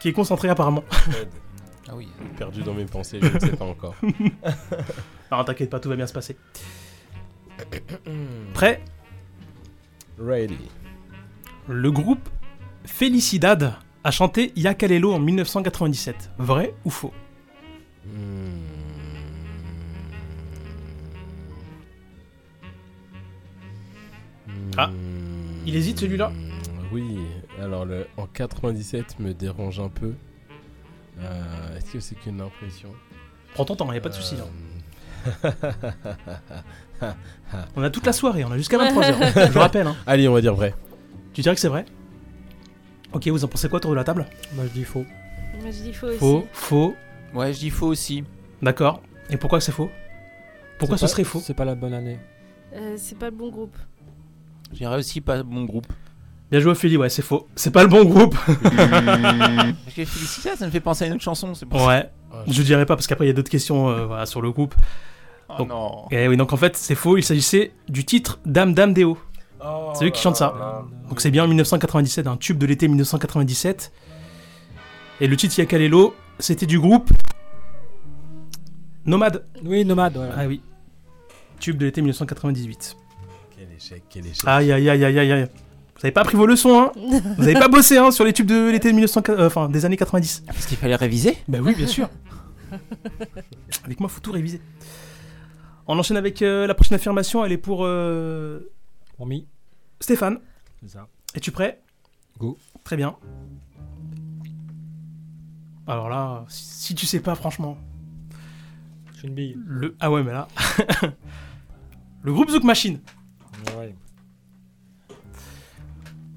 [SPEAKER 5] qui est concentré apparemment.
[SPEAKER 7] vrai.
[SPEAKER 6] Ah oui.
[SPEAKER 7] Perdu dans mes pensées, je ne sais pas encore.
[SPEAKER 5] Non, t'inquiète pas, tout va bien se passer. Prêt
[SPEAKER 7] Ready.
[SPEAKER 5] Le groupe Felicidad a chanté Yakalelo en 1997. Vrai ou faux
[SPEAKER 7] Hmm.
[SPEAKER 5] Ah, il hésite, celui-là
[SPEAKER 7] Hmm, Oui, alors le en 97 me dérange un peu. Euh, Est-ce que c'est qu'une impression
[SPEAKER 5] Prends ton temps, y a pas de souci. hein.
[SPEAKER 7] Euh,
[SPEAKER 5] On a toute la soirée, on a jusqu'à 23h. je rappelle, hein.
[SPEAKER 7] Allez, on va dire vrai.
[SPEAKER 5] tu dirais que c'est vrai Ok, vous en pensez quoi autour de la table
[SPEAKER 9] Moi je dis faux.
[SPEAKER 8] Moi, je dis faux aussi.
[SPEAKER 5] Faux, faux,
[SPEAKER 6] Ouais, je dis faux aussi.
[SPEAKER 5] d'accord. Et pourquoi c'est faux Pourquoi
[SPEAKER 9] C'est
[SPEAKER 5] ce
[SPEAKER 9] pas-
[SPEAKER 5] serait faux
[SPEAKER 9] C'est pas la bonne année.
[SPEAKER 8] Euh, c'est pas le bon groupe.
[SPEAKER 6] Je dirais aussi pas mon groupe.
[SPEAKER 5] Bien joué Ophélie, ouais c'est faux. C'est pas le bon groupe.
[SPEAKER 6] Parce que Félicia, ça me fait penser à une autre chanson, c'est pour ça.
[SPEAKER 5] Ouais, je dirais pas parce qu'après il y a d'autres questions euh, voilà, sur le groupe.
[SPEAKER 6] Oh
[SPEAKER 5] Donc-
[SPEAKER 6] non.
[SPEAKER 5] Et Eh oui donc en fait c'est faux, il s'agissait du titre Dame Dame Déo. C'est lui qui chante ça. Donc c'est bien en 1997, un tube de l'été 1997. Et le titre Yakalelo, c'était du groupe Nomade.
[SPEAKER 9] Oui, nomade, ouais.
[SPEAKER 5] Ah oui. Tube de l'été 1998.
[SPEAKER 7] Quel échec, quel échec.
[SPEAKER 5] Aïe aïe aïe aïe aïe aïe. Vous avez pas pris vos leçons hein Vous avez pas bossé hein sur les tubes de l'été 1990 euh, enfin des années 90.
[SPEAKER 6] Ah, Parce qu'il fallait réviser
[SPEAKER 5] Bah oui, bien sûr. avec moi, faut tout réviser. On enchaîne avec euh, la prochaine affirmation. Elle est pour euh,
[SPEAKER 9] Hormis.
[SPEAKER 5] Stéphane.
[SPEAKER 9] C'est ça.
[SPEAKER 5] Es-tu prêt
[SPEAKER 9] Go.
[SPEAKER 5] Très bien. Alors là, si, si tu sais pas, franchement,
[SPEAKER 9] Je suis une bille.
[SPEAKER 5] le ah ouais, mais là, le groupe Zouk Machine,
[SPEAKER 9] Ouais.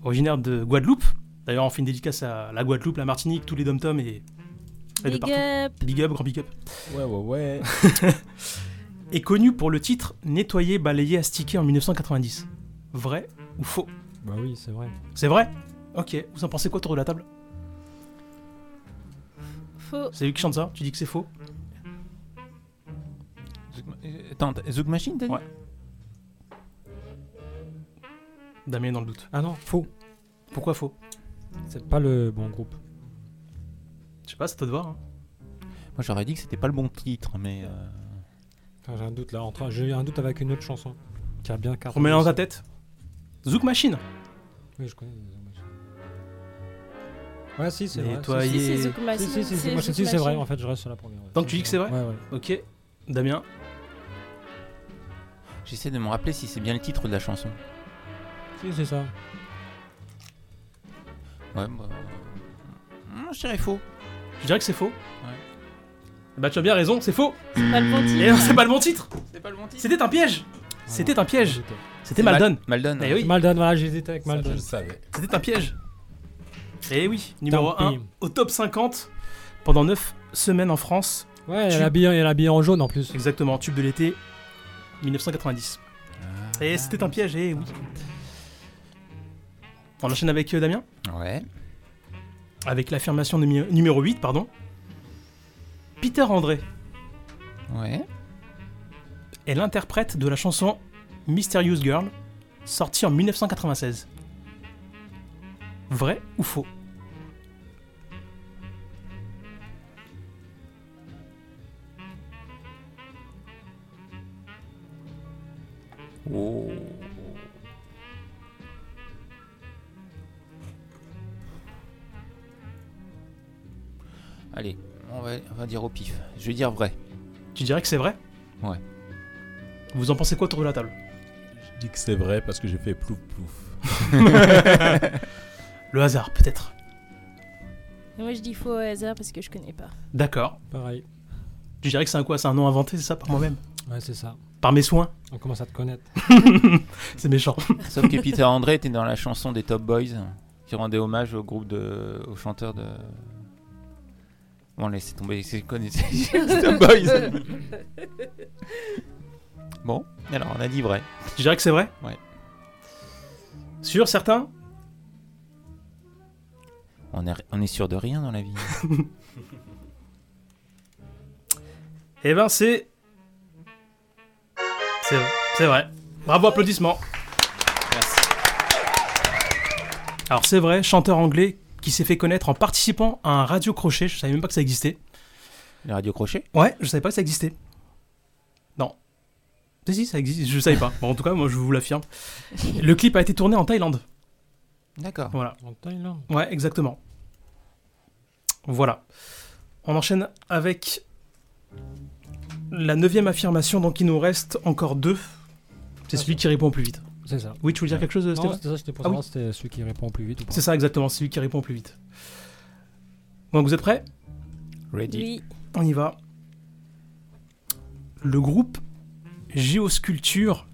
[SPEAKER 5] originaire de Guadeloupe. D'ailleurs, on fait une dédicace à la Guadeloupe, la Martinique, tous les dom-toms et, et de
[SPEAKER 8] Big
[SPEAKER 5] partout.
[SPEAKER 8] up.
[SPEAKER 5] Big up, grand big up.
[SPEAKER 7] Ouais, ouais, ouais.
[SPEAKER 5] est connu pour le titre Nettoyer, balayer, astiquer en 1990. Vrai ou faux
[SPEAKER 9] Bah oui, c'est vrai.
[SPEAKER 5] C'est vrai Ok, vous en pensez quoi autour de la table
[SPEAKER 8] Faux.
[SPEAKER 5] C'est lui qui chante ça Tu dis que c'est faux
[SPEAKER 6] Zouk- euh, Attends, t'as- Zouk Machine, t'as dit
[SPEAKER 5] Ouais. Damien est dans le doute.
[SPEAKER 9] Ah non, faux.
[SPEAKER 5] Pourquoi faux
[SPEAKER 9] C'est pas le bon groupe.
[SPEAKER 5] Je sais pas, c'est toi de voir. hein.
[SPEAKER 6] Moi j'aurais dit que c'était pas le bon titre, mais. euh,
[SPEAKER 9] Enfin, j'ai un doute là. Entre... J'ai eu un doute avec une autre chanson. Qui a bien cartonné.
[SPEAKER 5] Remets-la dans
[SPEAKER 9] ça.
[SPEAKER 5] ta tête. Zouk Machine
[SPEAKER 9] Oui, je connais. les hommages. Ouais, si, c'est vrai.
[SPEAKER 5] Nettoyer.
[SPEAKER 8] Si, c'est
[SPEAKER 5] Voyez.
[SPEAKER 8] Zouk
[SPEAKER 9] Si,
[SPEAKER 8] Machine,
[SPEAKER 9] si, si, si, si, moi, si,
[SPEAKER 8] Zouk
[SPEAKER 9] si, c'est vrai.
[SPEAKER 8] Machine.
[SPEAKER 9] En fait, je reste sur la première. ouais.
[SPEAKER 5] Donc, tu dis que c'est vrai
[SPEAKER 9] Ouais, ouais.
[SPEAKER 5] Ok. Damien
[SPEAKER 6] Je J'essaie de me rappeler si c'est bien le titre de la chanson.
[SPEAKER 9] Si, c'est ça.
[SPEAKER 6] Ouais, bah... hmm, je dirais faux.
[SPEAKER 5] Je dirais que c'est faux. Bah tu as bien raison, c'est faux.
[SPEAKER 8] C'est pas le bon titre.
[SPEAKER 5] Et non, c'est pas le bon titre.
[SPEAKER 6] C'est pas le bon titre.
[SPEAKER 5] C'était un piège. C'était un piège.
[SPEAKER 9] J'hésitais.
[SPEAKER 5] C'était Maldon.
[SPEAKER 6] Maldon.
[SPEAKER 5] Eh
[SPEAKER 6] ouais.
[SPEAKER 5] oui.
[SPEAKER 9] Maldon, voilà, j'hésitais avec
[SPEAKER 7] Ça, je
[SPEAKER 9] Maldon.
[SPEAKER 7] le savais.
[SPEAKER 5] C'était un piège. Et oui, numéro
[SPEAKER 9] Tant
[SPEAKER 5] 1
[SPEAKER 9] pis.
[SPEAKER 5] au top 50 pendant 9 semaines en France.
[SPEAKER 9] Ouais, elle
[SPEAKER 5] Tu-
[SPEAKER 9] est habillée- elle est habillée en jaune en plus.
[SPEAKER 5] Exactement, tube de l'été 1990. Et Eh, c'était un piège, et oui. On enchaîne avec euh, Damien
[SPEAKER 6] Ouais.
[SPEAKER 5] Avec l'affirmation numé- numéro 8, pardon. Peter André
[SPEAKER 6] Ouais.
[SPEAKER 5] est l'interprète de la chanson Mysterious Girl, sortie en 1996. Vrai ou faux
[SPEAKER 6] Oh. Allez, on va, on va dire au pif. Je vais dire vrai.
[SPEAKER 5] Tu dirais que c'est vrai
[SPEAKER 6] Ouais.
[SPEAKER 5] Vous en pensez quoi autour de la table
[SPEAKER 7] Je dis que c'est vrai parce que j'ai fait plouf plouf.
[SPEAKER 5] Le hasard, peut-être.
[SPEAKER 8] Et Moi je dis faux au hasard parce que je connais pas.
[SPEAKER 5] D'accord.
[SPEAKER 9] Pareil.
[SPEAKER 5] Tu dirais que c'est un quoi C'est un nom inventé, c'est ça, par moi-même
[SPEAKER 9] Ouais, c'est ça.
[SPEAKER 5] Par mes soins
[SPEAKER 9] On commence à te connaître.
[SPEAKER 5] C'est méchant.
[SPEAKER 6] Sauf que Peter André était dans la chanson des Top Boys qui rendait hommage au groupe de. au chanteur de. Bon, laissez tomber, c'est connu. c'est les Top Boys. bon, alors on a dit vrai.
[SPEAKER 5] Tu dirais que c'est vrai
[SPEAKER 6] Ouais.
[SPEAKER 5] Sûr, certain
[SPEAKER 6] On est, on est sûr de rien dans la vie.
[SPEAKER 5] Eh ben, c'est. C'est vrai. C'est vrai. Bravo, applaudissements.
[SPEAKER 6] Merci.
[SPEAKER 5] Alors, c'est vrai, chanteur anglais qui s'est fait connaître en participant à un radio crochet. Je savais même pas que ça existait.
[SPEAKER 6] Le radio crochet
[SPEAKER 5] Ouais, je savais pas que ça existait. Non. Si, si, ça existe, je savais pas. Bon, en tout cas, moi, je vous l'affirme. Le clip a été tourné en Thaïlande.
[SPEAKER 6] D'accord.
[SPEAKER 5] Voilà.
[SPEAKER 9] En Thaïlande.
[SPEAKER 5] Ouais, exactement. Voilà. On enchaîne avec la neuvième affirmation, donc il nous reste encore deux. C'est celui qui répond plus vite.
[SPEAKER 9] C'est ça.
[SPEAKER 5] Oui, tu veux dire quelque chose,
[SPEAKER 9] Non,
[SPEAKER 5] Stéphane
[SPEAKER 9] c'était ça, c'était pour
[SPEAKER 5] Ah oui.
[SPEAKER 9] savoir si c'était celui qui répond plus vite ou pas.
[SPEAKER 5] C'est ça, exactement, c'est celui qui répond plus vite. Donc vous êtes prêts
[SPEAKER 6] Ready.
[SPEAKER 8] Oui.
[SPEAKER 5] On y va. Le groupe Géosculture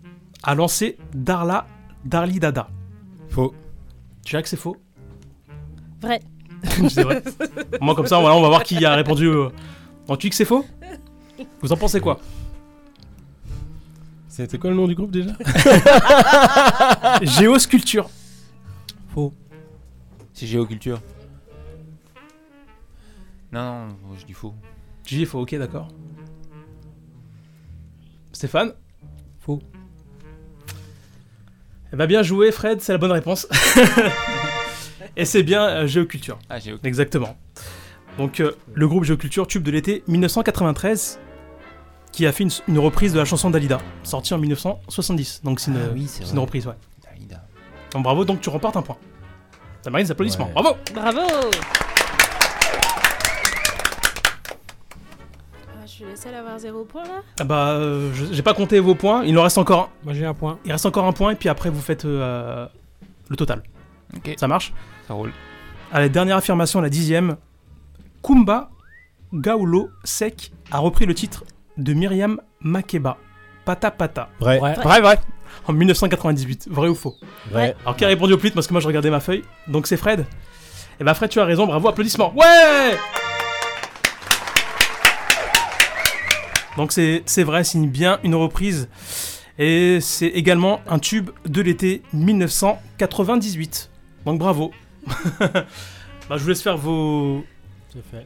[SPEAKER 5] a lancé Darla Darli Dada.
[SPEAKER 6] Faux.
[SPEAKER 5] Tu dirais que c'est faux
[SPEAKER 8] Vrai.
[SPEAKER 5] C'est vrai. Moi, comme ça, voilà, on va voir qui a répondu. euh, Non, tu dis que c'est faux Vous en pensez quoi
[SPEAKER 7] C'était quoi le nom du groupe déjà
[SPEAKER 5] Géosculture.
[SPEAKER 6] C'est géoculture. Non, non, je dis faux.
[SPEAKER 5] Tu dis faux, ok, d'accord. Stéphane
[SPEAKER 9] Faux.
[SPEAKER 5] Eh ben, bien joué, Fred, c'est la bonne réponse. Et c'est bien euh, Géoculture.
[SPEAKER 6] Ah, géoculture.
[SPEAKER 5] Exactement. Donc euh, le groupe Géoculture tube de l'été 1993 qui a fait une, une reprise de la chanson d'Alida, sortie en 1970. Donc c'est une,
[SPEAKER 6] Ah oui,
[SPEAKER 5] c'est
[SPEAKER 6] c'est vrai. Ah,
[SPEAKER 5] une reprise, ouais.
[SPEAKER 6] Dalida.
[SPEAKER 5] Donc bravo, donc tu remportes un point. Ça mérite des applaudissements.
[SPEAKER 7] Ouais.
[SPEAKER 5] Bravo
[SPEAKER 8] Bravo Ah, Je suis la seule à avoir zéro point là
[SPEAKER 5] Ah Bah euh, je- j'ai pas compté vos points, il en reste encore un.
[SPEAKER 9] Moi j'ai un point.
[SPEAKER 5] Il reste encore un point et puis après vous faites euh, le total.
[SPEAKER 6] Ok,
[SPEAKER 5] Ça marche
[SPEAKER 6] ça roule.
[SPEAKER 5] Allez, dernière affirmation, la dixième. Kumba Gaulo Sek a repris le titre de Myriam Makeba, Pata Pata,
[SPEAKER 7] Vrai.
[SPEAKER 9] Vrai.
[SPEAKER 6] Vrai, vrai.
[SPEAKER 5] en 1998. Vrai ou faux
[SPEAKER 7] Vrai.
[SPEAKER 5] Alors qui a répondu au plus vite parce que moi je regardais ma feuille, donc c'est Fred. Et bah Fred tu as raison, bravo, applaudissements. Ouais Donc c'est c'est vrai, signe bien une reprise. Et c'est également un tube de l'été 1998. Donc bravo. bah, je vous laisse faire vos,
[SPEAKER 9] C'est fait.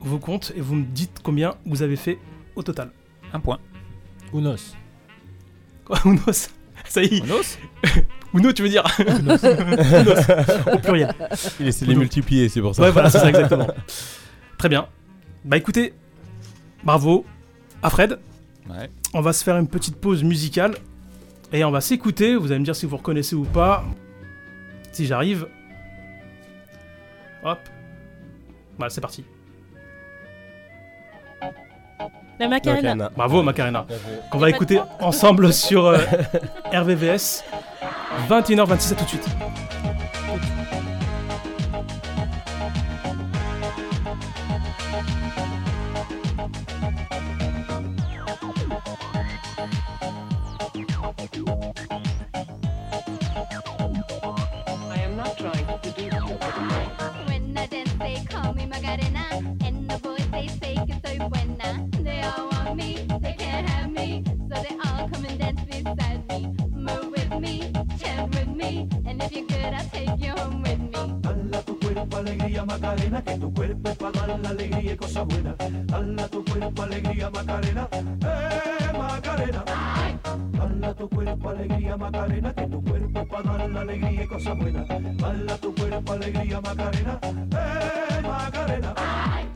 [SPEAKER 5] vos comptes et vous me dites combien vous avez fait au total.
[SPEAKER 6] Un point.
[SPEAKER 9] Ounos.
[SPEAKER 5] Quoi, Unos Ça y est,
[SPEAKER 6] Onos
[SPEAKER 5] Uno tu veux dire Unos. Au pluriel.
[SPEAKER 7] Il essaie de les
[SPEAKER 5] Ouh.
[SPEAKER 7] multiplier, c'est pour ça.
[SPEAKER 5] Ouais, voilà, c'est ça, exactement. Très bien. Bah écoutez, bravo à Fred.
[SPEAKER 6] Ouais.
[SPEAKER 5] On va se faire une petite pause musicale et on va s'écouter. Vous allez me dire si vous reconnaissez ou pas. Si j'arrive. Bah, Hop. Voilà, c'est parti.
[SPEAKER 8] La Macarena.
[SPEAKER 7] Macarena.
[SPEAKER 5] Bravo Macarena.
[SPEAKER 7] Bien joué.
[SPEAKER 5] Qu'on va écouter ensemble sur euh, RVVS. 21h26 à tout de suite.
[SPEAKER 10] I am not trying to do
[SPEAKER 1] When I dance, they call me Macarena. And the boys, they say que soy buena. They all want me, they can't have me. So they all come and dance beside me. Move with me, chant with me. And if you're good, I'll take you home with me.
[SPEAKER 2] Dala tu cuerpo alegría Macarena, que tu cuerpo es para dar la alegría y cosa buena. Dala tu cuerpo alegría Macarena, eh Macarena. Dala tu cuerpo alegría Macarena, que tu cuerpo es para dar la alegría y cosa buena. Dala tu cuerpo alegría Macarena, eh Macarena.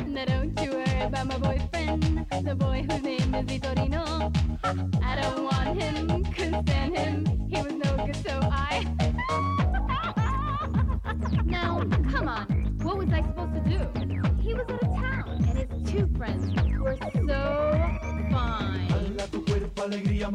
[SPEAKER 1] Now don't you worry about my boyfriend, the boy whose name is Vitorino. I don't want him, couldn't stand him. He was no good, so I. now, come on, what was I supposed to do? He was out of town, and his two friends were so fine.
[SPEAKER 2] Dala tu cuerpo alegría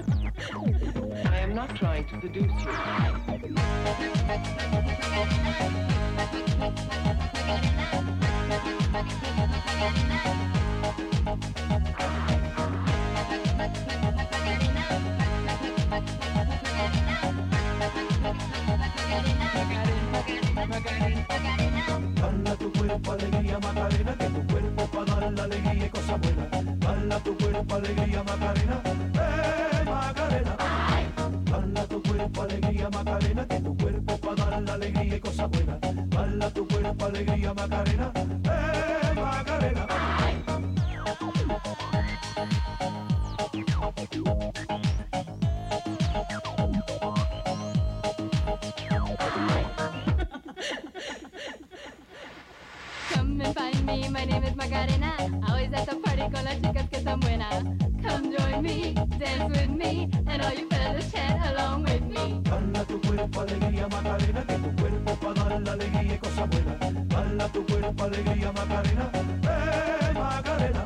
[SPEAKER 10] I am not trying to seduce you.
[SPEAKER 2] Dala tu cuerpo alegría Macarena, que tu cuerpo es para dar la alegría y cosa buena. Dala tu cuerpo alegría Macarena, eh Macarena. Dala tu cuerpo alegría Macarena, que tu cuerpo es para dar la alegría y cosa buena. Dala tu cuerpo alegría Macarena, eh Macarena.
[SPEAKER 1] Come and find me, my name is Macarena. Always at the party con las chicas que son buenas. Come join me, dance with me, and all you fellas chat along with me.
[SPEAKER 2] Dala tu cuerpo alegría Macarena, que tu cuerpo es para dar la alegría y cosa buena. Dala tu cuerpo alegría Macarena, eh Macarena.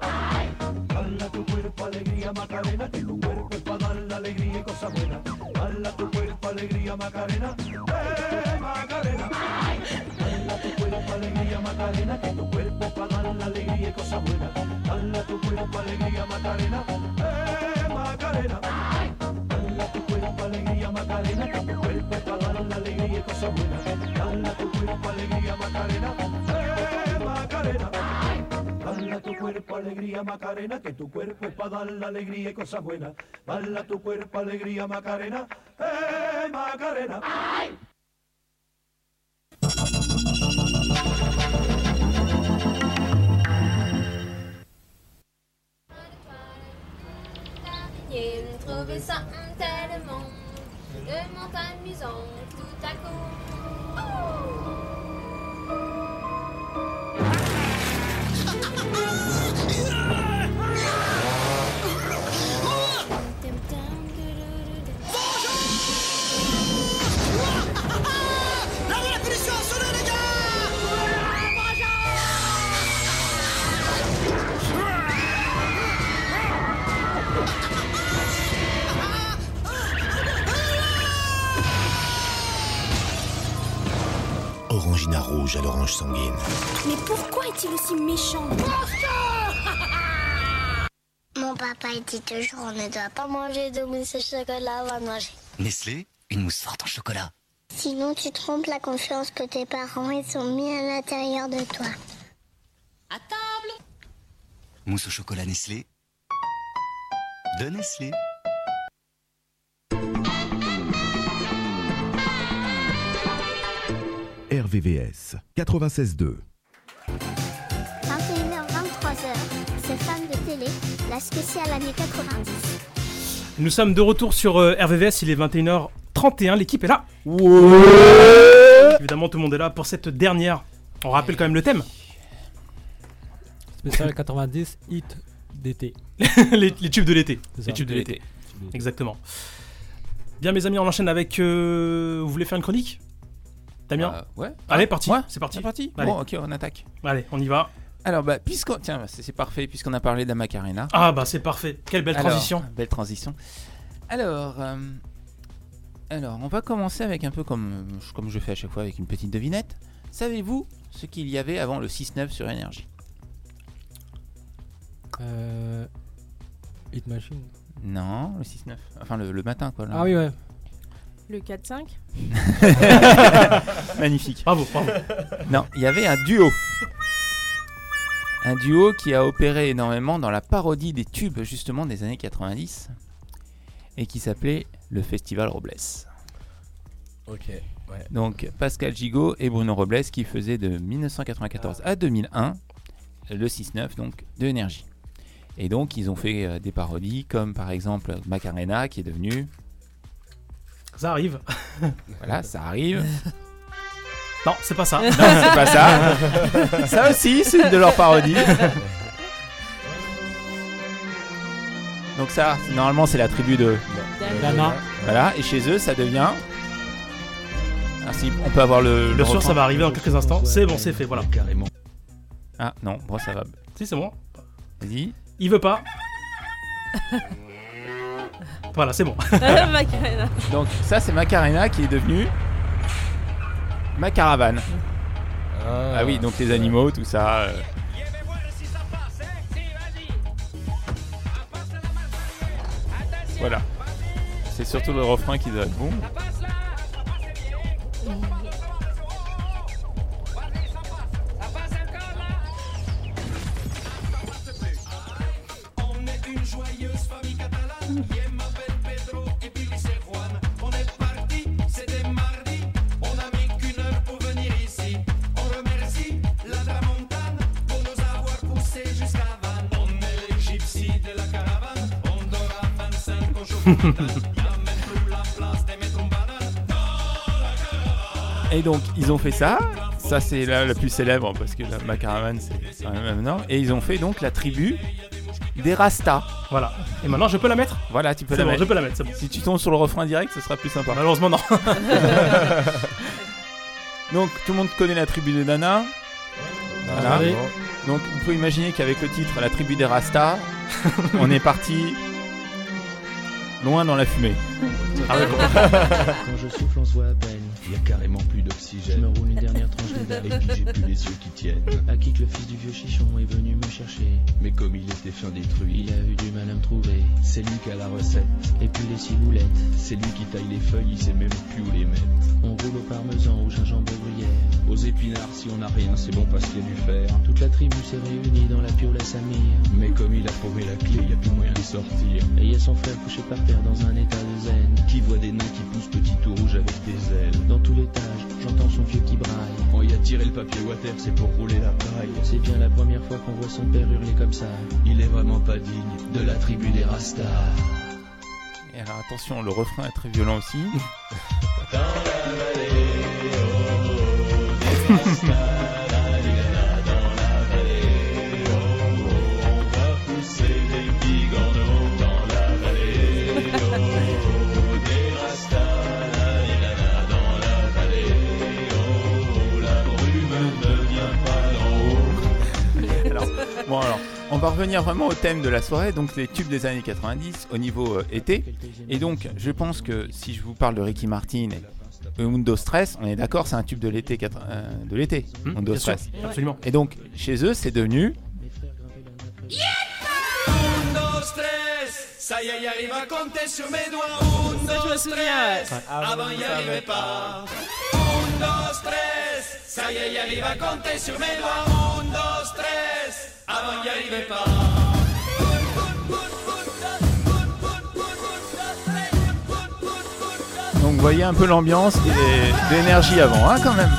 [SPEAKER 2] Dala tu cuerpo alegría Macarena, que tu cuerpo es para dar la alegría y cosa buena. Dala tu cuerpo alegría Macarena, eh Macarena. Dala tu cuerpo alegría Macarena, que tu cuerpo es para dar la alegría y cosa buena. Dala tu cuerpo alegría Macarena, eh Macarena. Dala tu cuerpo alegría Macarena, que tu cuerpo es para dar la alegría y cosa buena. Dala tu cuerpo alegría Macarena, eh Macarena. Bala tu cuerpo alegría Macarena, que tu cuerpo es para dar la alegría y cosas buenas. Bala tu cuerpo alegría Macarena, eh Macarena.
[SPEAKER 11] J'ai trouvé ça hum, tellement tellement amusant tout à coup.
[SPEAKER 12] Orangina rouge à l'orange sanguine.
[SPEAKER 1] Mais pourquoi est-il aussi méchant Mon papa il dit toujours on ne doit pas manger de mousse au chocolat avant de manger.
[SPEAKER 13] Nestlé, une mousse forte en chocolat.
[SPEAKER 1] Sinon tu trompes la confiance que tes parents ils ont mis à l'intérieur de toi.
[SPEAKER 13] Mousse au chocolat Nestlé. De Nestlé.
[SPEAKER 14] RVVS 96.2.
[SPEAKER 1] 21h23h,
[SPEAKER 14] des femmes de télé, la spéciale année 90.
[SPEAKER 5] Nous sommes de retour sur euh, RVVS, il est 21h31, l'équipe est là. Évidemment, tout le monde est là pour cette dernière. On rappelle quand même le thème.
[SPEAKER 9] Spécial 90, hit d'été.
[SPEAKER 5] les, les tubes de l'été.
[SPEAKER 9] C'est ça,
[SPEAKER 5] Les tubes de
[SPEAKER 9] de
[SPEAKER 5] l'été.
[SPEAKER 9] l'été. Tubes
[SPEAKER 6] Mm.
[SPEAKER 9] de l'été.
[SPEAKER 5] Exactement. Bien, mes amis, on enchaîne avec. euh, vous voulez faire une chronique Damien
[SPEAKER 6] Euh, ouais.
[SPEAKER 5] Allez, parti.
[SPEAKER 6] Ouais,
[SPEAKER 5] c'est parti.
[SPEAKER 6] C'est parti.
[SPEAKER 5] Allez.
[SPEAKER 6] Bon, ok, on attaque.
[SPEAKER 5] Allez, on y va.
[SPEAKER 6] Alors, bah, puisqu'on. Tiens, c'est c'est parfait, puisqu'on a parlé de la Macarena.
[SPEAKER 5] Ah, bah, c'est parfait. Quelle belle
[SPEAKER 6] Alors, ah,
[SPEAKER 5] transition.
[SPEAKER 6] Belle transition. Alors, euh, alors, on va commencer avec un peu comme, euh, comme je fais à chaque fois avec une petite devinette. Savez-vous ce qu'il y avait avant le 6-9 sur énergie
[SPEAKER 9] Euh, hit Machine.
[SPEAKER 6] Non, le 6-9. Enfin, le, le matin, quoi. là.
[SPEAKER 9] Ah oui, ouais.
[SPEAKER 8] Le 4-5
[SPEAKER 6] Magnifique.
[SPEAKER 5] Bravo, bravo.
[SPEAKER 6] Non, il y avait un duo. Un duo qui a opéré énormément dans la parodie des tubes, justement, des années 90. Et qui s'appelait le Festival Robles.
[SPEAKER 7] Ok, ouais.
[SPEAKER 6] Donc Pascal Gigot et Bruno Robles qui faisaient de 1994 à 2001 le 6-9 donc de énergie. Et donc ils ont fait euh, des parodies comme par exemple Macarena qui est devenue
[SPEAKER 5] Ça arrive.
[SPEAKER 6] voilà ça arrive.
[SPEAKER 5] Non, c'est pas ça.
[SPEAKER 6] Non, c'est pas ça. ça aussi c'est une de leurs parodies. Donc ça c'est- normalement c'est la tribu de
[SPEAKER 9] Dana.
[SPEAKER 6] Voilà et chez eux ça devient. Ah, si, on peut avoir le.
[SPEAKER 5] Bien sûr, ça
[SPEAKER 6] refrain.
[SPEAKER 5] va arriver dans quelques instants. C'est bon, c'est fait, voilà. Carrément.
[SPEAKER 6] Ah non, bon ça va.
[SPEAKER 5] Si, c'est bon.
[SPEAKER 6] Vas-y.
[SPEAKER 5] Il veut pas. voilà, c'est bon.
[SPEAKER 8] Macarena.
[SPEAKER 6] Donc ça c'est Macarena qui est devenue ma caravane. Ah, oui, donc les animaux, tout ça. euh. Voilà. C'est surtout le refrain qui doit être bon. Et donc ils ont fait ça. Ça c'est la, la plus célèbre parce que la, ma caravane c'est quand même énorme. Et ils ont fait donc la tribu des Rastas.
[SPEAKER 5] Voilà. Et maintenant je peux la mettre
[SPEAKER 6] Voilà, tu peux
[SPEAKER 5] C'est
[SPEAKER 6] la
[SPEAKER 5] bon,
[SPEAKER 6] mettre.
[SPEAKER 5] je peux la mettre, c'est bon.
[SPEAKER 6] Si tu tombes sur le refrain direct, ce sera plus sympa.
[SPEAKER 5] Malheureusement non.
[SPEAKER 6] Donc tout le monde connaît la tribu de Dana. Voilà.
[SPEAKER 5] oui.
[SPEAKER 6] Donc on peut imaginer qu'avec le titre La tribu des Rastas, on est parti loin dans la fumée.
[SPEAKER 15] Ah ouais, Quand je souffle, on se voit à peine. Il y a carrément plus d'oxygène. Je me roule une dernière tranche de verre et puis j'ai plus les yeux qui tiennent. À qui que le fils du vieux chichon est venu me chercher. Mais comme il était fin détruit, il a eu du mal à me trouver. C'est lui qui a la recette. Et puis les ciboulettes. C'est lui qui taille les feuilles, il sait même plus où les mettre. On roule au parmesan, au gingembre gruyère. Aux épinards, si on n'a rien, c'est bon parce qu'il y a du fer. Toute la tribu s'est réunie dans la piole à Samir. Mais comme il a paumé la clé, il n'y a plus moyen de sortir. Et il y a son frère couché par terre dans un état de zen. Qui voit des nains qui poussent petit tout rouge avec des ailes. Dans tout l'étage, j'entends son vieux qui braille. Quand il a tiré le papier water, c'est pour rouler la paille. C'est bien la première fois qu'on voit son père hurler comme ça. Il est vraiment pas digne de la tribu des Rastas.
[SPEAKER 6] Et alors attention, le refrain est très violent aussi. Alors, bon alors, on va revenir vraiment au thème de la soirée, donc les tubes des années 90 au niveau euh, été. Et donc, je pense que si je vous parle de Ricky Martin et Mundo Stress, on est d'accord, c'est un tube de l'été, quatre- euh, de l'été,
[SPEAKER 5] Hmm,
[SPEAKER 6] Mundo
[SPEAKER 5] bien sûr,
[SPEAKER 6] Stress.
[SPEAKER 5] absolument.
[SPEAKER 6] Et donc, chez eux, c'est devenu
[SPEAKER 3] Un, dos, tres, ça y est, y arrive à compter sur mes doigts. Un, dos, tres, Ah, avant y arrivait pas. Un, dos, tres, ça y est, y arrive à compter sur mes doigts. Un, dos, tres, avant y arrivait pas.
[SPEAKER 6] Donc vous voyez un peu l'ambiance et l'énergie avant, hein, quand même.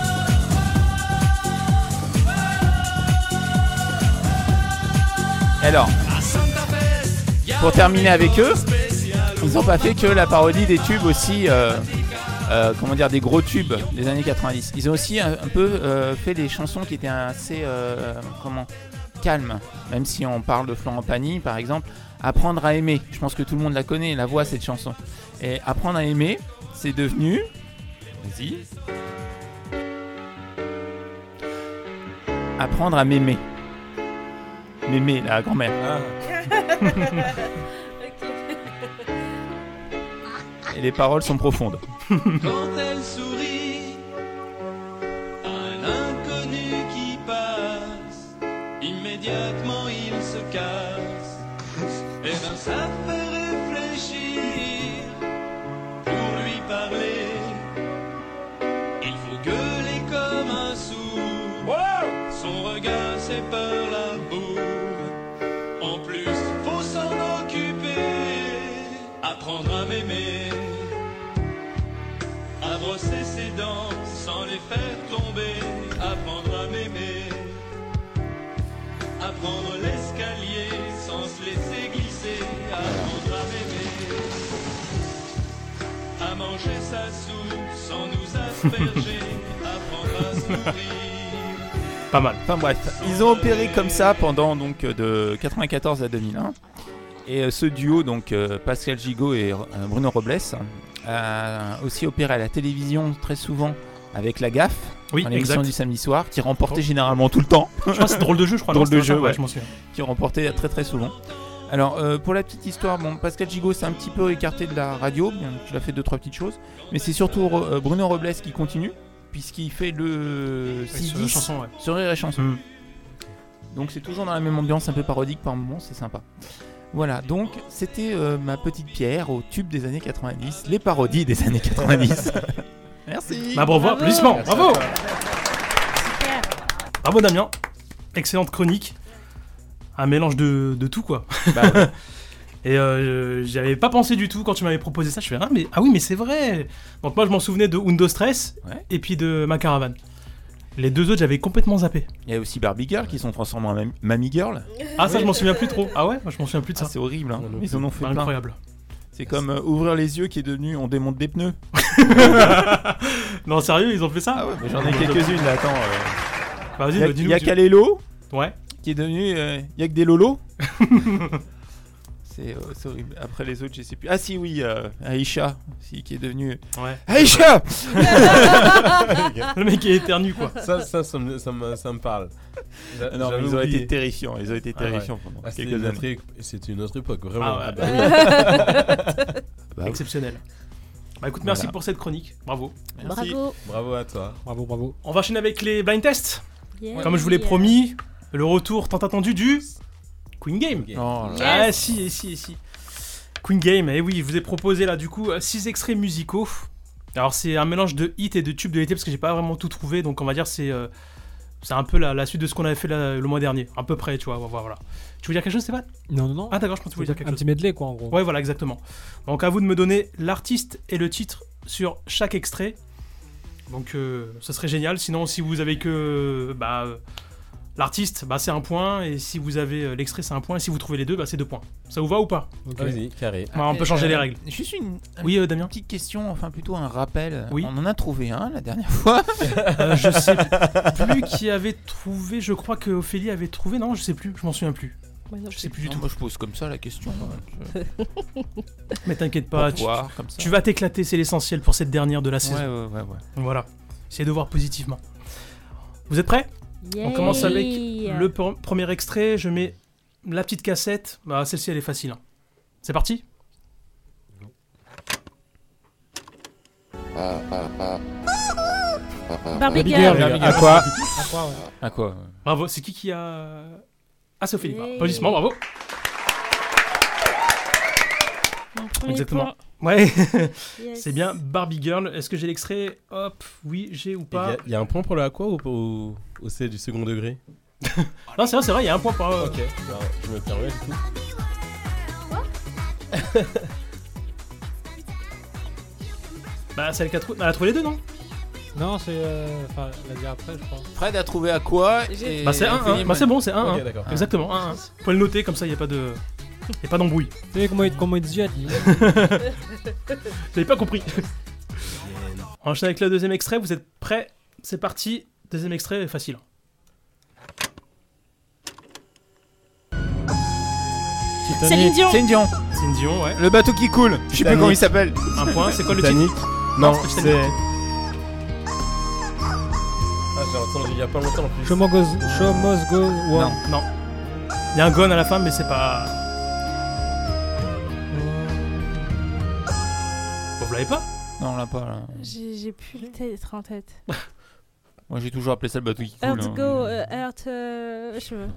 [SPEAKER 6] Et Alors, pour terminer avec eux, ils n'ont pas fait que la parodie des tubes aussi, euh, euh, comment dire, des gros tubes des années 90. Ils ont aussi un, un peu euh, fait des chansons qui étaient assez, euh, comment, calmes. Même si on parle de Florent Pagny, par exemple, Apprendre à aimer. Je pense que tout le monde la connaît, la voix cette chanson. Et Apprendre à aimer, c'est devenu, vas-y, Apprendre à m'aimer. M'aimer, la grand-mère. Et les paroles sont profondes.
[SPEAKER 3] Quand elle sourit à l'inconnu qui passe, immédiatement il se casse. Et ben ça fait réfléchir pour lui parler. Il faut gueuler comme un sourd. Son regard c'est par la bourre. En plus, faut s'en occuper, apprendre à m'aimer à brosser ses dents sans les faire tomber, apprendre à m'aimer, apprendre l'escalier sans se laisser glisser, apprendre à m'aimer, à manger sa soupe sans nous asperger, apprendre à sourire.
[SPEAKER 6] Pas mal. Enfin bref, ils ont opéré comme ça pendant donc euh, de 94 à 2001. Et euh, ce duo, donc euh, Pascal Gigot et euh, Bruno Robles, a aussi opéré à la télévision très souvent avec La Gaffe,
[SPEAKER 5] Oui,
[SPEAKER 6] dans l'émission
[SPEAKER 5] exact. Oh.
[SPEAKER 6] du samedi soir, qui remportait généralement tout le temps.
[SPEAKER 5] Je crois que c'est Drôle de Jeu, je crois,
[SPEAKER 6] Drôle
[SPEAKER 5] non,
[SPEAKER 6] de
[SPEAKER 5] c'était
[SPEAKER 6] jeu,
[SPEAKER 5] ça, ouais,
[SPEAKER 6] ouais,
[SPEAKER 5] je m'en souviens.
[SPEAKER 6] Qui remportait très très souvent. Alors, euh, pour la petite histoire, bon, Pascal Gigot s'est un petit peu écarté de la radio, bien qu'il a fait deux trois petites choses, mais c'est surtout euh, Bruno Robles qui continue, puisqu'il fait le 6
[SPEAKER 5] sur la chanson, ouais.
[SPEAKER 6] sur Rire et Chanson.
[SPEAKER 5] Hmm.
[SPEAKER 6] Donc c'est toujours dans la même ambiance, un peu parodique par moment, c'est sympa. Voilà, donc c'était euh, ma petite pierre au tube des années 90, les parodies des années 90. Merci.
[SPEAKER 5] Bah, bravo,
[SPEAKER 6] Bravo.
[SPEAKER 5] applaudissements,
[SPEAKER 6] Merci
[SPEAKER 5] bravo
[SPEAKER 6] à toi.
[SPEAKER 5] Bravo Damien, excellente chronique, un mélange de, de tout quoi.
[SPEAKER 6] Bah
[SPEAKER 5] Et euh, j'y avais pas pensé du tout quand tu m'avais proposé ça, je fais ah, mais ah oui mais c'est vrai. Donc moi je m'en souvenais de Undo Stress et puis de Ma Caravane. Les deux autres j'avais complètement zappé.
[SPEAKER 6] Il y a aussi Barbie Girl qui sont transformés en Mam- Mamie Girl.
[SPEAKER 5] Ah ça je m'en souviens plus trop. Ah ouais, moi je m'en souviens plus de ça.
[SPEAKER 6] c'est horrible, hein.
[SPEAKER 5] Non, non,
[SPEAKER 6] ils en ont fait plein.
[SPEAKER 5] incroyable.
[SPEAKER 6] C'est comme euh, ouvrir les yeux qui est devenu on démonte des pneus.
[SPEAKER 5] non sérieux ils ont fait ça
[SPEAKER 6] Ah ouais, mais j'en ai quelques-unes là, attends. euh.
[SPEAKER 5] Vas-y,
[SPEAKER 6] Il y
[SPEAKER 5] bah,
[SPEAKER 6] a- il
[SPEAKER 5] dis-nous,
[SPEAKER 6] y a,
[SPEAKER 5] tu-
[SPEAKER 6] Calélo.
[SPEAKER 5] Ouais.
[SPEAKER 6] Qui est devenu euh, il y a que des lolos. c'est euh, c'est horrible. Après les autres, je sais plus. Ah si oui, euh, Aïcha si qui est devenu
[SPEAKER 5] Ouais.
[SPEAKER 6] Ah, Aïcha.
[SPEAKER 5] Le mec est éternu, quoi.
[SPEAKER 6] Bah
[SPEAKER 7] Ça, ça, ça, me, ça, me, ça me parle. J'a-
[SPEAKER 6] Euh, Non, mais
[SPEAKER 7] j'avais
[SPEAKER 6] ils ont été
[SPEAKER 7] oublié.
[SPEAKER 6] terrifiants, ils ont été terrifiants pendant
[SPEAKER 7] c'était
[SPEAKER 6] quelques
[SPEAKER 7] une autre
[SPEAKER 6] années.
[SPEAKER 7] é- C'était une autre époque, vraiment.
[SPEAKER 5] Ah ouais.
[SPEAKER 7] Bah oui.
[SPEAKER 5] Exceptionnel. Bah écoute, merci
[SPEAKER 7] Voilà.
[SPEAKER 5] pour cette chronique. Bravo.
[SPEAKER 7] Merci. Bravo. Bravo à toi.
[SPEAKER 9] Bravo, bravo.
[SPEAKER 5] On va enchaîner avec les blind tests.
[SPEAKER 8] Eh
[SPEAKER 9] Yeah.
[SPEAKER 5] Comme je
[SPEAKER 8] euh.
[SPEAKER 5] vous l'ai
[SPEAKER 9] Yeah.
[SPEAKER 5] promis, le retour tant attendu du Queen Game.
[SPEAKER 6] Oh
[SPEAKER 9] là là.
[SPEAKER 5] Ah si, et si, et si. Queen Game, et oui, je vous ai proposé là du coup 6 extraits musicaux. Alors c'est un mélange de hits et de tubes de l'été parce que j'ai pas vraiment tout trouvé, donc on va dire c'est euh, c'est un peu la, la suite de ce qu'on avait fait la- le mois dernier, à peu près, tu vois, voilà. voilà. Tu veux dire quelque chose Stéphane
[SPEAKER 9] Non, non, non.
[SPEAKER 5] Ah d'accord, je pense que tu voulais dire quelque
[SPEAKER 9] Un
[SPEAKER 5] chose.
[SPEAKER 9] petit medley, quoi, en gros.
[SPEAKER 5] Ouais, voilà, exactement. Donc à vous de me donner l'artiste et le titre sur chaque extrait. Donc euh, ce serait génial. Sinon, si vous avez que bah, euh, l'artiste, bah, c'est un point. Et si vous avez euh, l'extrait, c'est un point. Et si vous trouvez les deux, bah, c'est deux points. Ça vous va ou pas
[SPEAKER 9] Ok.
[SPEAKER 7] Vas-y, carré.
[SPEAKER 5] Bah, on peut
[SPEAKER 6] euh,
[SPEAKER 5] changer les règles.
[SPEAKER 6] Juste une
[SPEAKER 5] Oui, euh, Damien
[SPEAKER 6] petite question, enfin plutôt un rappel.
[SPEAKER 5] Oui.
[SPEAKER 6] On en a trouvé un la dernière fois.
[SPEAKER 5] Euh, je sais plus qui avait trouvé. Je crois que Ophélie avait trouvé. Non, je sais plus. Je m'en souviens plus.
[SPEAKER 9] Ouais, non, je
[SPEAKER 5] je sais
[SPEAKER 9] sais
[SPEAKER 5] plus du
[SPEAKER 6] Non,
[SPEAKER 5] tout.
[SPEAKER 6] Moi je pose comme ça la question. hein, Je-
[SPEAKER 5] Mais t'inquiète pas,
[SPEAKER 6] Pour
[SPEAKER 5] tu,
[SPEAKER 6] voir, comme ça.
[SPEAKER 5] tu vas t'éclater, c'est l'essentiel pour cette dernière de la saison.
[SPEAKER 6] ouais, ouais, ouais.
[SPEAKER 5] Voilà, essayez de voir positivement. Vous êtes prêts On
[SPEAKER 6] Yeah.
[SPEAKER 5] commence avec
[SPEAKER 6] Oui.
[SPEAKER 5] le pr- premier extrait, je mets la petite cassette. Bah, celle-ci elle est facile. hein. C'est parti
[SPEAKER 6] Barbie Girl. Barbie Girl. À quoi À quoi, ouais. À quoi, ouais.
[SPEAKER 5] Bravo, c'est qui qui a... Ah, Sophie,
[SPEAKER 9] Yeah.
[SPEAKER 5] applaudissements, bravo
[SPEAKER 9] premier
[SPEAKER 5] Exactement.
[SPEAKER 7] point.
[SPEAKER 5] Ouais,
[SPEAKER 7] Yes.
[SPEAKER 5] c'est bien Barbie Girl. Est-ce que j'ai l'extrait Hop, oui, j'ai ou
[SPEAKER 7] Il y,
[SPEAKER 5] pas
[SPEAKER 7] a- il y a un point pour le aqua ou au, au C du second degré
[SPEAKER 5] Non, c'est vrai, c'est vrai, il y a un point pour. euh, Ok,
[SPEAKER 7] Alors, je me permets du coup.
[SPEAKER 5] Bah, celle qui a trouvé. Elle a trouvé les bah, deux, non
[SPEAKER 9] Non, c'est. euh, Enfin, la dire après, je pense.
[SPEAKER 6] Fred a trouvé à quoi et
[SPEAKER 5] Bah c'est 1
[SPEAKER 6] Infiniment.
[SPEAKER 5] Bah c'est bon,
[SPEAKER 7] Ah,
[SPEAKER 5] c'est 1
[SPEAKER 7] hein.
[SPEAKER 6] Ok, d'accord.
[SPEAKER 5] Exactement, 1 Faut le noter, comme ça, il a pas de. Y a pas d'embrouille.
[SPEAKER 9] Tu sais comment il, comment il dit
[SPEAKER 5] J'avais pas compris. On enchaîne avec le deuxième extrait, vous êtes prêts C'est parti. Deuxième extrait est facile.
[SPEAKER 6] Céline Dion. Céline Dion.
[SPEAKER 5] Céline Dion, ouais.
[SPEAKER 6] Le bateau qui coule. Je sais plus
[SPEAKER 5] Titanic.
[SPEAKER 6] comment il s'appelle.
[SPEAKER 5] Un point, c'est quoi le
[SPEAKER 7] Titanic
[SPEAKER 5] titre
[SPEAKER 7] Non,
[SPEAKER 5] pas Titanic.
[SPEAKER 7] c'est. Ah, j'ai entendu il y a pas longtemps en plus.
[SPEAKER 9] Chomogos. Chomosgo.
[SPEAKER 5] Non, non. Il y a un gun à la fin, mais c'est pas. Vous l'avez pas
[SPEAKER 6] Non, on l'a pas là.
[SPEAKER 8] J'ai j'ai plus le titre en tête.
[SPEAKER 6] Moi j'ai toujours appelé ça le bateau qui coule.
[SPEAKER 8] Earth
[SPEAKER 6] hein.
[SPEAKER 8] Go, euh, Earth. euh, je veux.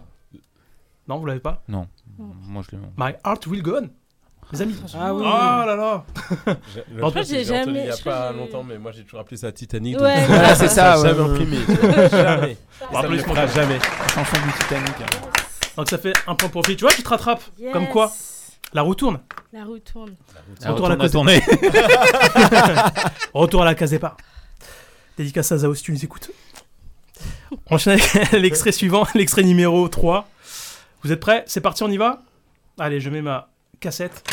[SPEAKER 5] Non, vous l'avez pas
[SPEAKER 6] Non.
[SPEAKER 8] Non.
[SPEAKER 6] Moi je l'ai. non.
[SPEAKER 5] My heart will go on. Les amis.
[SPEAKER 9] Ah oui.
[SPEAKER 5] Oh là là.
[SPEAKER 7] Je- le
[SPEAKER 5] En
[SPEAKER 7] truc,
[SPEAKER 5] tout-
[SPEAKER 7] c'est que
[SPEAKER 8] j'ai
[SPEAKER 7] j'ai entendu
[SPEAKER 8] jamais-
[SPEAKER 7] Il y a
[SPEAKER 8] je crois
[SPEAKER 7] pas
[SPEAKER 8] que j'ai-
[SPEAKER 7] longtemps, mais moi j'ai toujours appelé ça Titanic.
[SPEAKER 8] Ouais,
[SPEAKER 7] donc- euh,
[SPEAKER 8] voilà,
[SPEAKER 6] c'est ça, ouais.
[SPEAKER 7] Jamais imprimé. Jamais.
[SPEAKER 5] Bon, en
[SPEAKER 7] Ça me
[SPEAKER 5] plus,
[SPEAKER 7] le
[SPEAKER 5] pour-
[SPEAKER 7] fera jamais.
[SPEAKER 6] La chanson du Titanic. hein.
[SPEAKER 5] Donc ça fait un point pour Phil. Tu vois, tu te rattrapes.
[SPEAKER 8] Yes.
[SPEAKER 5] Comme quoi La roue tourne.
[SPEAKER 8] La roue tourne.
[SPEAKER 6] Ah,
[SPEAKER 5] Retour à la
[SPEAKER 6] retourne
[SPEAKER 5] case
[SPEAKER 6] tournée.
[SPEAKER 5] Retour à la case départ. Dédicace à Zao si tu nous écoutes. On enchaîne avec l'extrait suivant, l'extrait numéro 3. Vous êtes prêts C'est parti, on y va Allez, je mets ma cassette.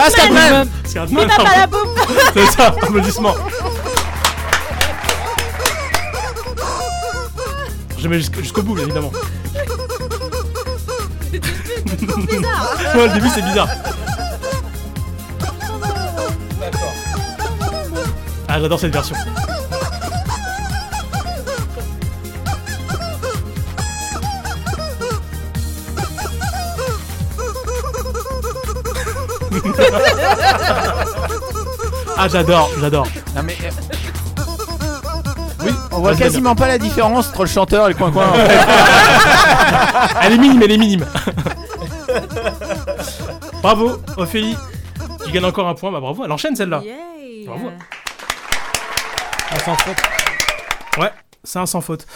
[SPEAKER 6] Ah, Scatman
[SPEAKER 5] C'est
[SPEAKER 8] Mais t'as pas la boum
[SPEAKER 5] C'est ça, applaudissement. Je mets jusqu'au jusqu'au bout, bien évidemment. Ouais, le début, c'est bizarre.
[SPEAKER 7] D'accord.
[SPEAKER 5] Ah, j'adore cette version. Ah, j'adore, j'adore.
[SPEAKER 6] Non mais. euh,
[SPEAKER 5] Oui,
[SPEAKER 6] On voit quasiment pas la différence entre le chanteur et le coin-coin. en fait.
[SPEAKER 5] Elle est minime, elle est minime. bravo, Ophélie. Tu gagnes encore un point, bah bravo, elle enchaîne celle-là.
[SPEAKER 8] Yay.
[SPEAKER 5] Bravo.
[SPEAKER 9] Ah, sans faute.
[SPEAKER 5] Ouais, c'est un sans faute.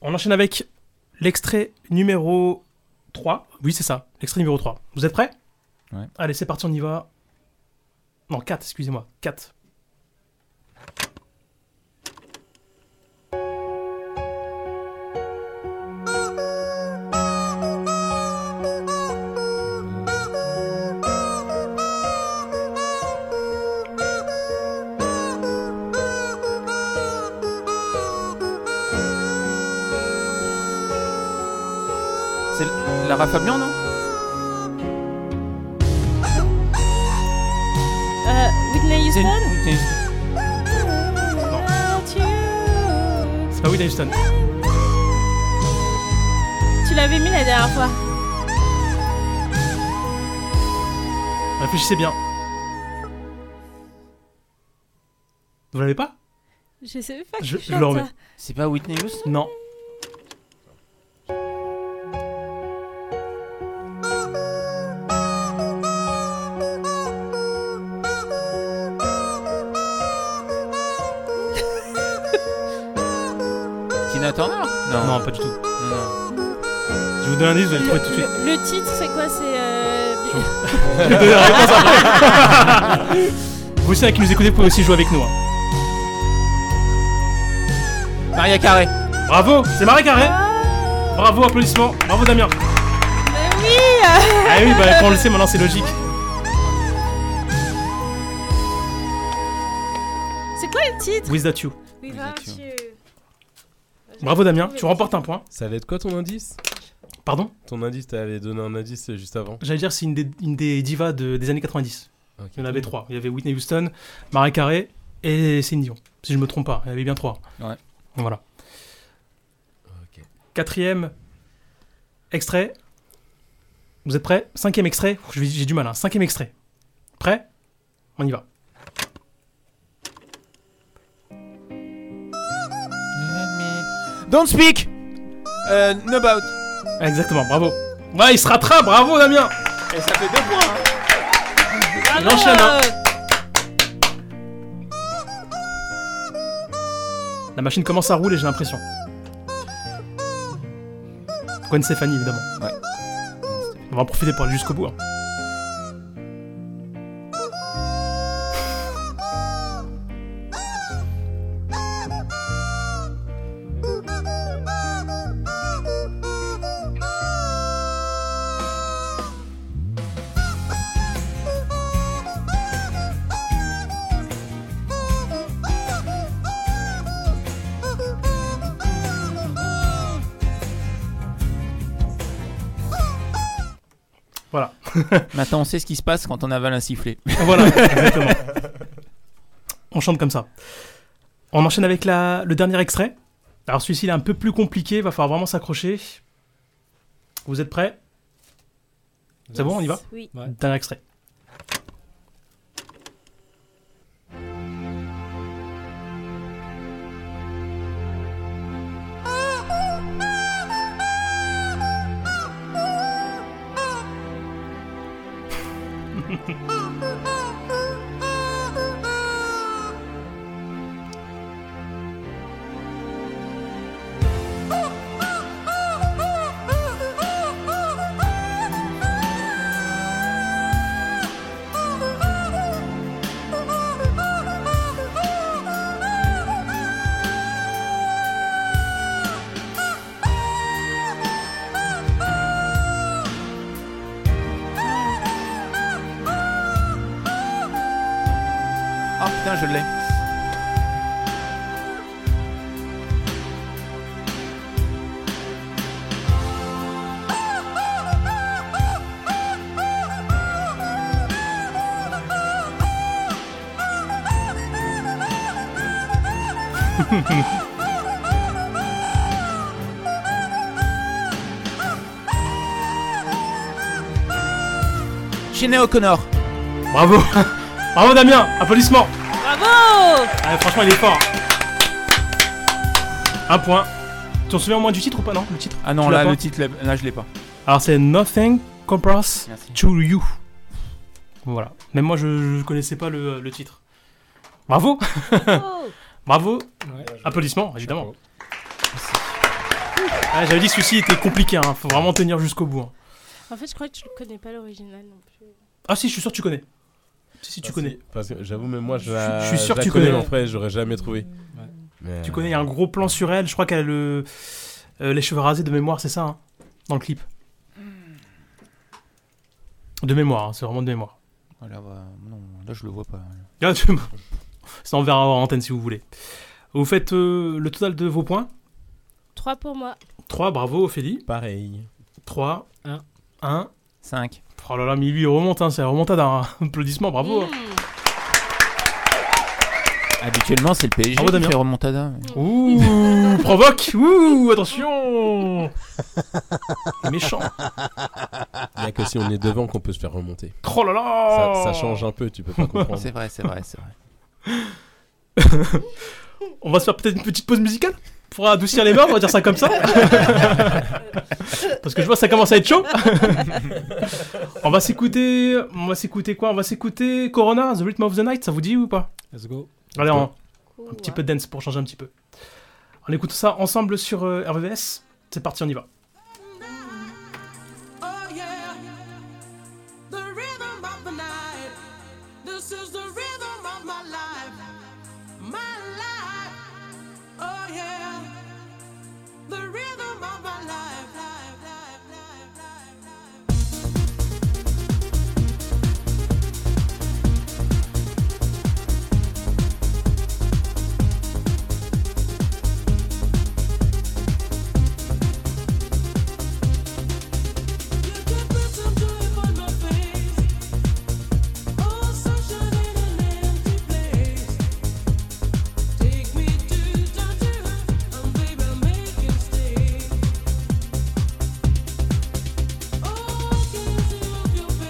[SPEAKER 5] On enchaîne avec l'extrait numéro 3. Oui, c'est ça, l'extrait numéro 3. Vous êtes prêts
[SPEAKER 6] Ouais.
[SPEAKER 5] Allez, c'est parti, on y va. Non, 4, excusez-moi, 4.
[SPEAKER 6] C'est Lara Fabian, non
[SPEAKER 8] Euh, Whitney
[SPEAKER 6] C'est
[SPEAKER 8] Houston
[SPEAKER 6] une-
[SPEAKER 8] Without you.
[SPEAKER 5] C'est pas Whitney Houston.
[SPEAKER 8] Tu l'avais mis la dernière fois.
[SPEAKER 5] Réfléchissez bien. Vous l'avez pas
[SPEAKER 8] Je sais pas.
[SPEAKER 5] Je-
[SPEAKER 8] qui
[SPEAKER 5] je
[SPEAKER 8] chante
[SPEAKER 5] le remets.
[SPEAKER 8] ça.
[SPEAKER 6] C'est pas Whitney Houston
[SPEAKER 5] Non.
[SPEAKER 6] Tina Turner Non.
[SPEAKER 5] Non, pas du tout.
[SPEAKER 6] Non.
[SPEAKER 5] Je vous donne un indice, vous allez le trouver tout de suite.
[SPEAKER 8] Le, le titre, c'est quoi C'est. Euh...
[SPEAKER 5] Je vais vous donner la réponse après. vous aussi, là, qui nous écoutez, vous pouvez aussi jouer avec nous. hein.
[SPEAKER 6] Maria Carré.
[SPEAKER 5] Bravo, c'est Marie Carré. Bravo, applaudissements. Bravo, Damien.
[SPEAKER 8] Mais oui
[SPEAKER 5] Ah oui, bah, quand on le sait, maintenant, c'est logique.
[SPEAKER 8] C'est quoi le titre
[SPEAKER 5] Without you.
[SPEAKER 8] Without
[SPEAKER 6] you.
[SPEAKER 8] you.
[SPEAKER 5] Bravo, Damien. Tu remportes un point.
[SPEAKER 7] Ça allait être quoi ton indice
[SPEAKER 5] Pardon
[SPEAKER 7] Ton indice, t'allais donner un indice euh, juste avant.
[SPEAKER 5] J'allais dire, c'est une des, une des divas de- des années 90.
[SPEAKER 7] Ok.
[SPEAKER 5] Il y en avait trois. Il y avait Whitney Houston, Marie Carré et Céline Dion. Si je me trompe pas, il y en avait bien trois.
[SPEAKER 6] Ouais.
[SPEAKER 5] Voilà. Quatrième extrait. Vous êtes prêts Cinquième extrait. Ouh, je vais- J'ai du mal. Hein. Cinquième extrait. Prêt On y va.
[SPEAKER 6] Don't speak euh, no About.
[SPEAKER 5] Ah, Exactement. Bravo. Ouais, il se rattrape. Bravo, Damien.
[SPEAKER 6] Et ça fait deux points. hein.
[SPEAKER 5] Il enchaîne. hein. La machine commence à rouler, j'ai l'impression. Gwen Stefani, évidemment.
[SPEAKER 6] Ouais.
[SPEAKER 5] On va en profiter pour aller jusqu'au bout. hein. Voilà.
[SPEAKER 6] Maintenant, on sait ce qui se passe quand on avale un sifflet.
[SPEAKER 5] Voilà, exactement. On chante comme ça. On enchaîne avec la, le dernier extrait. Alors celui-ci il est un peu plus compliqué, va falloir vraiment s'accrocher. Vous êtes prêts C'est
[SPEAKER 9] Yes.
[SPEAKER 5] bon, on y va
[SPEAKER 9] Oui. Ouais.
[SPEAKER 5] Dernier extrait.
[SPEAKER 6] Ah putain, je l'ai. Sinead O'Connor.
[SPEAKER 5] Bravo Bravo Damien Applaudissements
[SPEAKER 16] Bravo
[SPEAKER 5] Ah, Franchement, il est fort. Un point. Tu en souviens au moins du titre ou pas, non Le titre
[SPEAKER 6] Ah non,
[SPEAKER 5] Tu l'as
[SPEAKER 6] là,
[SPEAKER 5] pas
[SPEAKER 6] le titre, là, là, je l'ai pas.
[SPEAKER 5] Alors c'est Nothing Compares to You. Voilà. Même moi, je ne connaissais pas le, le titre. Bravo
[SPEAKER 8] Oh.
[SPEAKER 5] Bravo Applaudissements, évidemment. Ah, J'avais dit que celui-ci était compliqué, hein. faut vraiment tenir jusqu'au bout. hein.
[SPEAKER 8] En fait, je crois que tu ne connais pas l'original non plus.
[SPEAKER 5] Ah si, je suis sûr que tu connais. Si, si, tu
[SPEAKER 7] Parce-
[SPEAKER 5] connais.
[SPEAKER 7] Parce que j'avoue, même moi, je, la,
[SPEAKER 5] Je suis sûr
[SPEAKER 7] je la
[SPEAKER 5] que tu connais.
[SPEAKER 7] En vrai, j'aurais jamais trouvé. Mais,
[SPEAKER 5] Tu
[SPEAKER 7] euh,
[SPEAKER 5] connais, il y a un gros plan sur elle, je crois qu'elle a le, euh, les cheveux rasés de mémoire, c'est ça, hein, dans le clip. De mémoire, hein, c'est vraiment de mémoire.
[SPEAKER 6] Ah, là, bah, non, là, je le vois pas.
[SPEAKER 5] Ah, tu- Ça, on verra en antenne si vous voulez. Vous faites euh, le total de vos points
[SPEAKER 8] 3 pour moi.
[SPEAKER 5] 3, bravo Ophélie.
[SPEAKER 7] Pareil.
[SPEAKER 5] 3,
[SPEAKER 9] Un.
[SPEAKER 5] 1,
[SPEAKER 6] 5.
[SPEAKER 5] Oh là là, mais lui il remonte, hein, c'est la remontade. Hein. Applaudissements, bravo. hein.
[SPEAKER 8] Hmm.
[SPEAKER 6] Habituellement, c'est le PSG
[SPEAKER 5] Bravo, Damien.
[SPEAKER 6] qui fait remontada.
[SPEAKER 5] Ouh, provoque Ouh, attention Méchant
[SPEAKER 7] Bien que si on est devant, qu'on peut se faire remonter.
[SPEAKER 5] Oh là là
[SPEAKER 7] ça, ça change un peu, tu peux pas comprendre.
[SPEAKER 6] C'est vrai, c'est vrai, c'est vrai.
[SPEAKER 5] On va se faire peut-être une petite pause musicale pour adoucir les mœurs, on va dire ça comme ça. Parce que je vois ça commence à être chaud. on va s'écouter, on va s'écouter quoi On va s'écouter Corona, The Rhythm of the Night, ça vous dit ou pas
[SPEAKER 9] Let's go.
[SPEAKER 5] Allez, on- un petit peu de dance pour changer un petit peu. On écoute ça ensemble sur euh, RVVS. C'est parti, on y va.
[SPEAKER 17] Oh yeah, the rhythm of the night. This is the rhythm of my life, my life. Oh yeah, the rhythm of my life. life, life, life, life, life. Take me to touch you, and baby, make you stay.
[SPEAKER 3] Oh, Oh, Oh,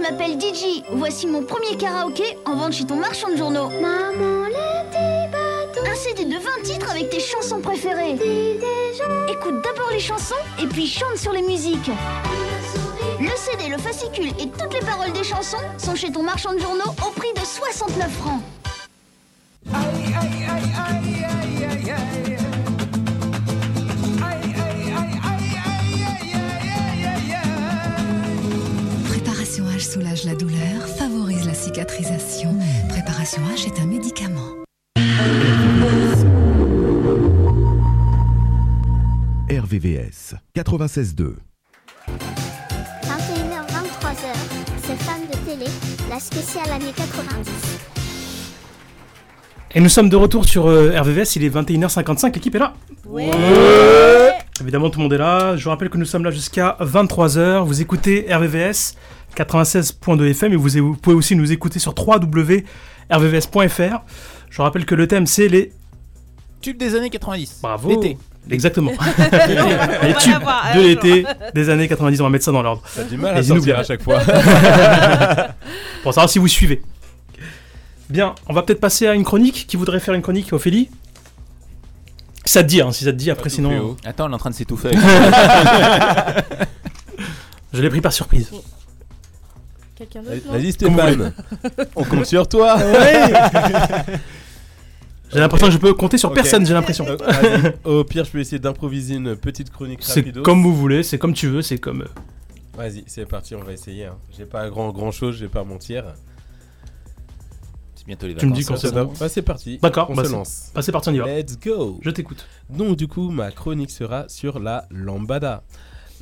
[SPEAKER 16] m'appelle Gigi. Voici mon premier karaoké en vente chez ton marchand de journaux. Maman, les petits Un CD de 20 titres avec tes chansons préférées. Écoute d'abord les chansons et puis chante sur les musiques. Le CD, le fascicule et toutes les paroles des chansons sont chez ton marchand de journaux au prix de 69 francs.
[SPEAKER 18] Préparation H soulage la douleur, favorise la cicatrisation. Préparation H est un médicament.
[SPEAKER 19] RVVS 96.2
[SPEAKER 14] 21h-23h, c'est Femmes de télé, la spéciale années 90.
[SPEAKER 5] Et nous sommes de retour sur euh, RVVS, il est 21h55, l'équipe est là
[SPEAKER 14] Ouais.
[SPEAKER 5] Évidemment, tout le monde est là. Je vous rappelle que nous sommes là jusqu'à 23h. Vous écoutez RVVS 96.2 FM et vous, vous pouvez aussi nous écouter sur www.rvvs.fr. Je vous rappelle que le thème, c'est les...
[SPEAKER 6] Tube des années 90.
[SPEAKER 5] Bravo
[SPEAKER 6] L'été.
[SPEAKER 5] Exactement.
[SPEAKER 6] On
[SPEAKER 5] les
[SPEAKER 6] va
[SPEAKER 5] tubes
[SPEAKER 6] l'avoir, Ah, un
[SPEAKER 5] de
[SPEAKER 6] jour.
[SPEAKER 5] l'été des années 90, on va mettre ça dans l'ordre.
[SPEAKER 7] T'as du mal à
[SPEAKER 5] Les
[SPEAKER 7] sortir
[SPEAKER 5] inoubliables.
[SPEAKER 7] à chaque fois.
[SPEAKER 5] Pour savoir si vous suivez. Bien, on va peut-être passer à une chronique. Qui voudrait faire une chronique, Ophélie Ça te dit, hein, si ça te dit, après sinon...
[SPEAKER 6] Attends, on est en train de s'étouffer.
[SPEAKER 5] Je l'ai pris par surprise.
[SPEAKER 8] Quelqu'un
[SPEAKER 7] Vas-
[SPEAKER 8] d'autre non
[SPEAKER 7] Vas-y Stéphane, on compte sur toi.
[SPEAKER 5] Ouais. J'ai l'impression que je peux compter sur
[SPEAKER 7] Ok.
[SPEAKER 5] personne, j'ai l'impression.
[SPEAKER 7] Euh, vas-y. Au pire, je peux essayer d'improviser une petite chronique
[SPEAKER 5] C'est
[SPEAKER 7] rapido.
[SPEAKER 5] comme vous voulez, c'est comme tu veux, c'est comme... euh,
[SPEAKER 7] Vas-y, c'est parti, on va essayer. hein. J'ai pas grand grand chose, j'ai pas mentir.
[SPEAKER 6] C'est bientôt les
[SPEAKER 5] Tu me dis quand c'est bon.
[SPEAKER 7] Bah, c'est parti.
[SPEAKER 5] D'accord,
[SPEAKER 7] on
[SPEAKER 5] bah,
[SPEAKER 7] se
[SPEAKER 5] c'est-
[SPEAKER 7] lance.
[SPEAKER 5] bah, c'est parti, on y va.
[SPEAKER 7] Let's go.
[SPEAKER 5] Je t'écoute.
[SPEAKER 7] Donc du coup, ma chronique sera sur la lambada.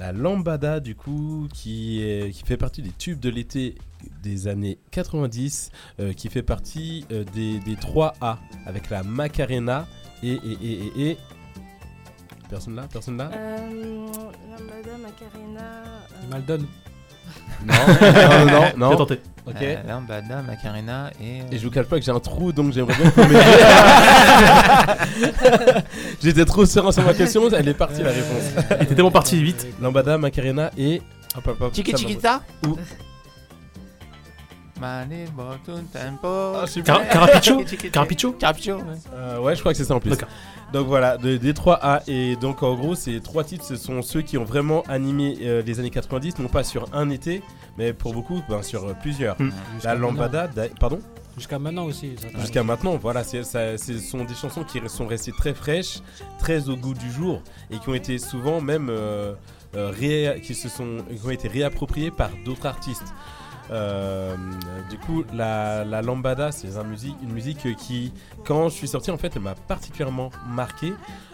[SPEAKER 7] La lambada du coup qui est- qui fait partie des tubes de l'été des années 90 euh, qui fait partie euh, des, des 3A avec la Macarena et et et et, et... personne là, personne là.
[SPEAKER 8] Euh, la Madame Macarena. euh,
[SPEAKER 9] Maldon.
[SPEAKER 7] Non, non, non, non, non. Ok.
[SPEAKER 6] Ok. Euh, Lambada, Macarena et. euh,
[SPEAKER 7] Et je vous cache pas que j'ai un trou donc j'aimerais bien qu'on m'aidiez. J'étais trop serein sur ma question, elle est partie la réponse.
[SPEAKER 5] Elle Euh, était tellement partie vite.
[SPEAKER 7] Lambada, Macarena et. Hop, hop, hop,
[SPEAKER 6] Tiki
[SPEAKER 7] ça
[SPEAKER 6] Chiquita
[SPEAKER 7] m'en- Ou-
[SPEAKER 6] Mane, botun, tempo.
[SPEAKER 7] Cara-
[SPEAKER 5] Carapicho Carapicho
[SPEAKER 6] Carapicho.
[SPEAKER 7] Euh, ouais, je crois que c'est ça en plus. Donc voilà, de, des 3A. Et donc en gros, ces trois titres, ce sont ceux qui ont vraiment animé euh, les années 90, non pas sur un été, mais pour beaucoup, ben, sur euh, plusieurs.
[SPEAKER 9] Mm.
[SPEAKER 7] La
[SPEAKER 9] Jusqu'à
[SPEAKER 7] Lambada, d'a- pardon
[SPEAKER 9] Jusqu'à maintenant aussi. ça
[SPEAKER 7] Jusqu'à maintenant, voilà, c'est- ça- ce sont des chansons qui sont restées très fraîches, très au goût du jour, et qui ont été souvent même euh, euh, réa- qui se sont, qui ont été réappropriées par d'autres artistes. Euh, du coup, la, la lambada, c'est un musique- une musique qui, quand je suis sorti, en fait, elle m'a particulièrement marqué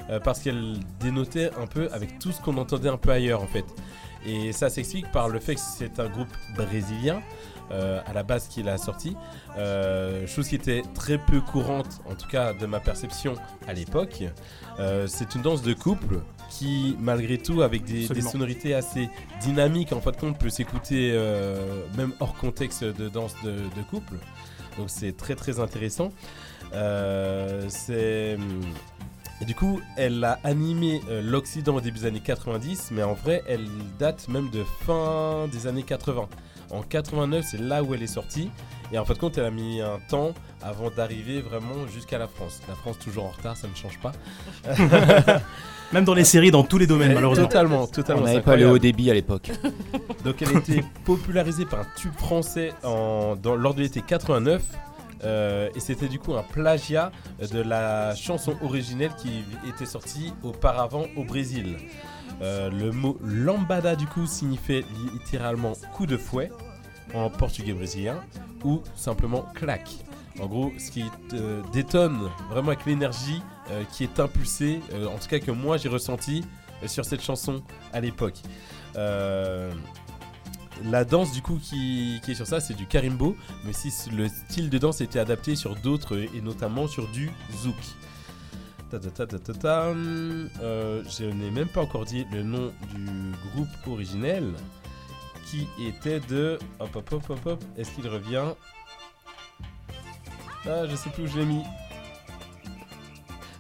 [SPEAKER 7] euh, parce qu'elle dénotait un peu avec tout ce qu'on entendait un peu ailleurs, en fait. Et ça s'explique par le fait que c'est un groupe brésilien euh, à la base qu'il a sorti. Euh, chose qui était très peu courante, en tout cas de ma perception à l'époque. Euh, c'est une danse de couple qui, malgré tout, avec des, des
[SPEAKER 5] Absolument.
[SPEAKER 7] sonorités assez dynamiques, en fin de compte, peut s'écouter euh, même hors contexte de danse de, de couple. Donc c'est très très intéressant. Euh, c'est. Et du coup, elle a animé euh, l'Occident au début des années 90, mais en vrai, elle date même de fin des années 80. En 89, c'est là où elle est sortie. Et en fin de compte, elle a mis un temps avant d'arriver vraiment jusqu'à la France. La France toujours en retard, ça ne change pas.
[SPEAKER 5] Même dans les séries, dans tous les domaines,
[SPEAKER 7] Mais
[SPEAKER 5] malheureusement.
[SPEAKER 7] Totalement, totalement.
[SPEAKER 6] On
[SPEAKER 7] c'est
[SPEAKER 6] n'avait pas le
[SPEAKER 7] incroyable.
[SPEAKER 6] haut débit à l'époque.
[SPEAKER 7] Donc elle a été popularisée par un tube français en, dans, lors de l'été 89. euh, et c'était du coup un plagiat de la chanson originelle qui était sortie auparavant au Brésil. Euh, le mot lambada du coup signifiait littéralement coup de fouet en portugais brésilien ou simplement claque. En gros, ce qui euh, détonne vraiment avec l'énergie euh, qui est impulsée, euh, en tout cas que moi j'ai ressenti euh, sur cette chanson à l'époque. Euh, la danse du coup qui, qui est sur ça, c'est du karimbo, mais si c- le style de danse était adapté sur d'autres et notamment sur du zouk. Ta ta ta ta ta ta. Euh, je n'ai même pas encore dit le nom du groupe originel qui était de. Hop hop hop hop hop. Est-ce qu'il revient Ah, je sais plus où je l'ai mis.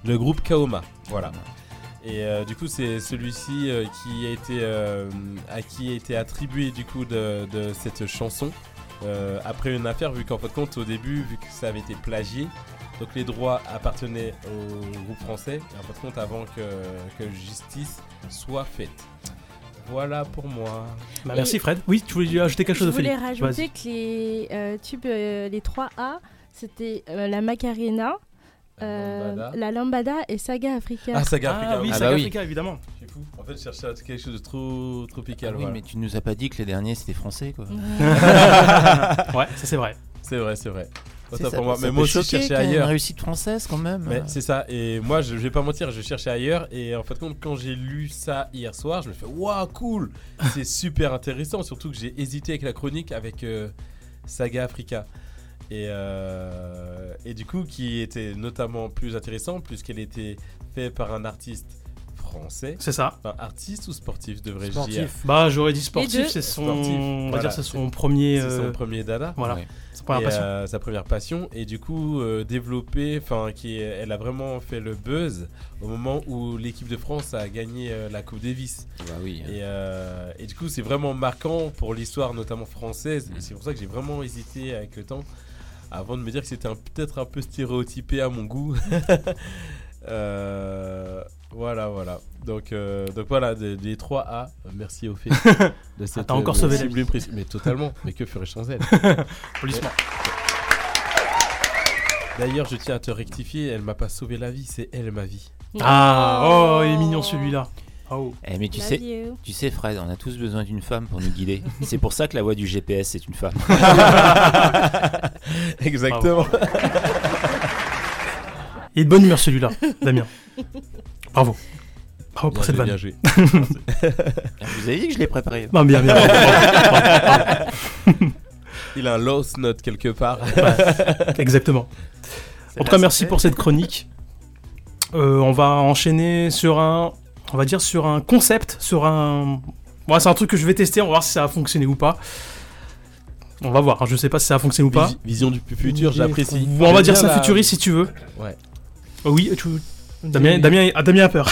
[SPEAKER 7] Le groupe Kaoma, voilà. Et euh, du coup, c'est celui-ci euh, qui a été euh, à qui a été attribué du coup de, de cette chanson. euh, après une affaire, vu qu'en fin de compte, au début, vu que ça avait été plagié, donc les droits appartenaient au groupe français, et en fin de compte, avant que, que justice soit faite. Voilà pour moi.
[SPEAKER 5] Bah, merci Fred. Oui, tu voulais ajouter quelque chose
[SPEAKER 8] Je voulais
[SPEAKER 5] Ophélie
[SPEAKER 8] rajouter
[SPEAKER 5] Vas-y.
[SPEAKER 8] que les euh, tubes, euh, les 3A, c'était euh, la Macarena, euh,
[SPEAKER 7] Lambada.
[SPEAKER 8] la Lambada et Saga Africa.
[SPEAKER 7] Ah, Saga Africa.
[SPEAKER 5] oui,
[SPEAKER 7] Ah
[SPEAKER 5] Saga
[SPEAKER 7] bah oui.
[SPEAKER 5] Africa, évidemment.
[SPEAKER 7] C'est fou. En fait, je cherchais à- quelque chose de trop tropical.
[SPEAKER 6] Ah oui,
[SPEAKER 7] voilà.
[SPEAKER 6] mais tu nous as pas dit que les derniers c'était français quoi.
[SPEAKER 5] ouais, ça c'est vrai.
[SPEAKER 7] C'est vrai, c'est vrai.
[SPEAKER 6] C'est
[SPEAKER 7] Autant
[SPEAKER 6] ça,
[SPEAKER 7] pour moi.
[SPEAKER 6] ça
[SPEAKER 7] Mais
[SPEAKER 6] peut
[SPEAKER 7] moi aussi, je
[SPEAKER 6] choquer
[SPEAKER 7] cherchais
[SPEAKER 6] quand même,
[SPEAKER 7] ailleurs.
[SPEAKER 6] une réussite française, quand même.
[SPEAKER 7] Mais
[SPEAKER 6] Euh.
[SPEAKER 7] c'est ça. Et moi, je, je vais pas mentir, je cherchais ailleurs. Et en fait, compte, quand j'ai lu ça hier soir, je me fais waouh, cool C'est super intéressant. Surtout que j'ai hésité avec la chronique avec euh, Saga Africa. Et, euh, et du coup, qui était notamment plus intéressant puisqu'elle était faite par un artiste français.
[SPEAKER 5] C'est ça.
[SPEAKER 7] Enfin, artiste ou sportif, devrais-je
[SPEAKER 5] Sportif.
[SPEAKER 7] dire
[SPEAKER 5] Bah, j'aurais dit sportif, Les deux. c'est son- on va dire c'est son premier,
[SPEAKER 7] C'est
[SPEAKER 5] euh,
[SPEAKER 7] son premier dada.
[SPEAKER 5] voilà, Ouais. sa première
[SPEAKER 7] Et,
[SPEAKER 5] passion.
[SPEAKER 7] euh, sa première passion et du coup euh, développée, enfin qui est- elle a vraiment fait le buzz au moment où l'équipe de France a gagné euh, la Coupe Davis.
[SPEAKER 6] Ah bah oui. hein.
[SPEAKER 7] Et, euh, et du coup c'est vraiment marquant pour l'histoire notamment française. Et C'est pour ça que j'ai vraiment hésité avec le temps avant de me dire que c'était un- peut-être un peu stéréotypé à mon goût. Euh, voilà, voilà. Donc, euh, donc voilà, des, des 3A. Merci au fait de cette euh,
[SPEAKER 5] t'as encore sauvé la
[SPEAKER 7] sublime prise. Mais totalement. Mais que ferais-je sans elle euh,
[SPEAKER 5] Applaudissements.
[SPEAKER 7] D'ailleurs, je tiens à te rectifier. Elle m'a pas sauvé la vie, c'est elle ma vie.
[SPEAKER 5] Ah, oh, il est mignon celui-là. Oh.
[SPEAKER 6] Eh, mais tu
[SPEAKER 5] Love
[SPEAKER 6] sais,
[SPEAKER 5] you.
[SPEAKER 6] tu sais, Fred, on a tous besoin d'une femme pour nous guider. c'est pour ça que la voix du GPS c'est une femme.
[SPEAKER 7] Exactement.
[SPEAKER 5] Il est de bonne humeur celui-là, Damien. Bravo. Bravo
[SPEAKER 7] Bien
[SPEAKER 5] pour cette
[SPEAKER 7] joué, bien
[SPEAKER 5] vanne.
[SPEAKER 7] joué.
[SPEAKER 6] Vous avez dit que je l'ai préparé.
[SPEAKER 5] Non, bien, bien.
[SPEAKER 7] Il a un lost note quelque part.
[SPEAKER 5] Exactement. En tout cas, merci pour cette chronique. Euh, on va enchaîner sur un, on va dire sur un concept, sur un. Bon, c'est un truc que je vais tester. On va voir si ça a fonctionné ou pas. On va voir. hein, Je sais pas si ça a fonctionné ou pas.
[SPEAKER 7] Visi- vision du pu- futur, j'apprécie.
[SPEAKER 5] Ou On va
[SPEAKER 7] J'aime
[SPEAKER 5] dire
[SPEAKER 7] bien
[SPEAKER 5] ça
[SPEAKER 7] la-
[SPEAKER 5] futuriste si tu veux.
[SPEAKER 7] Ouais.
[SPEAKER 5] Euh, Oui. tu- Damien, Damien, ah, Damien a peur.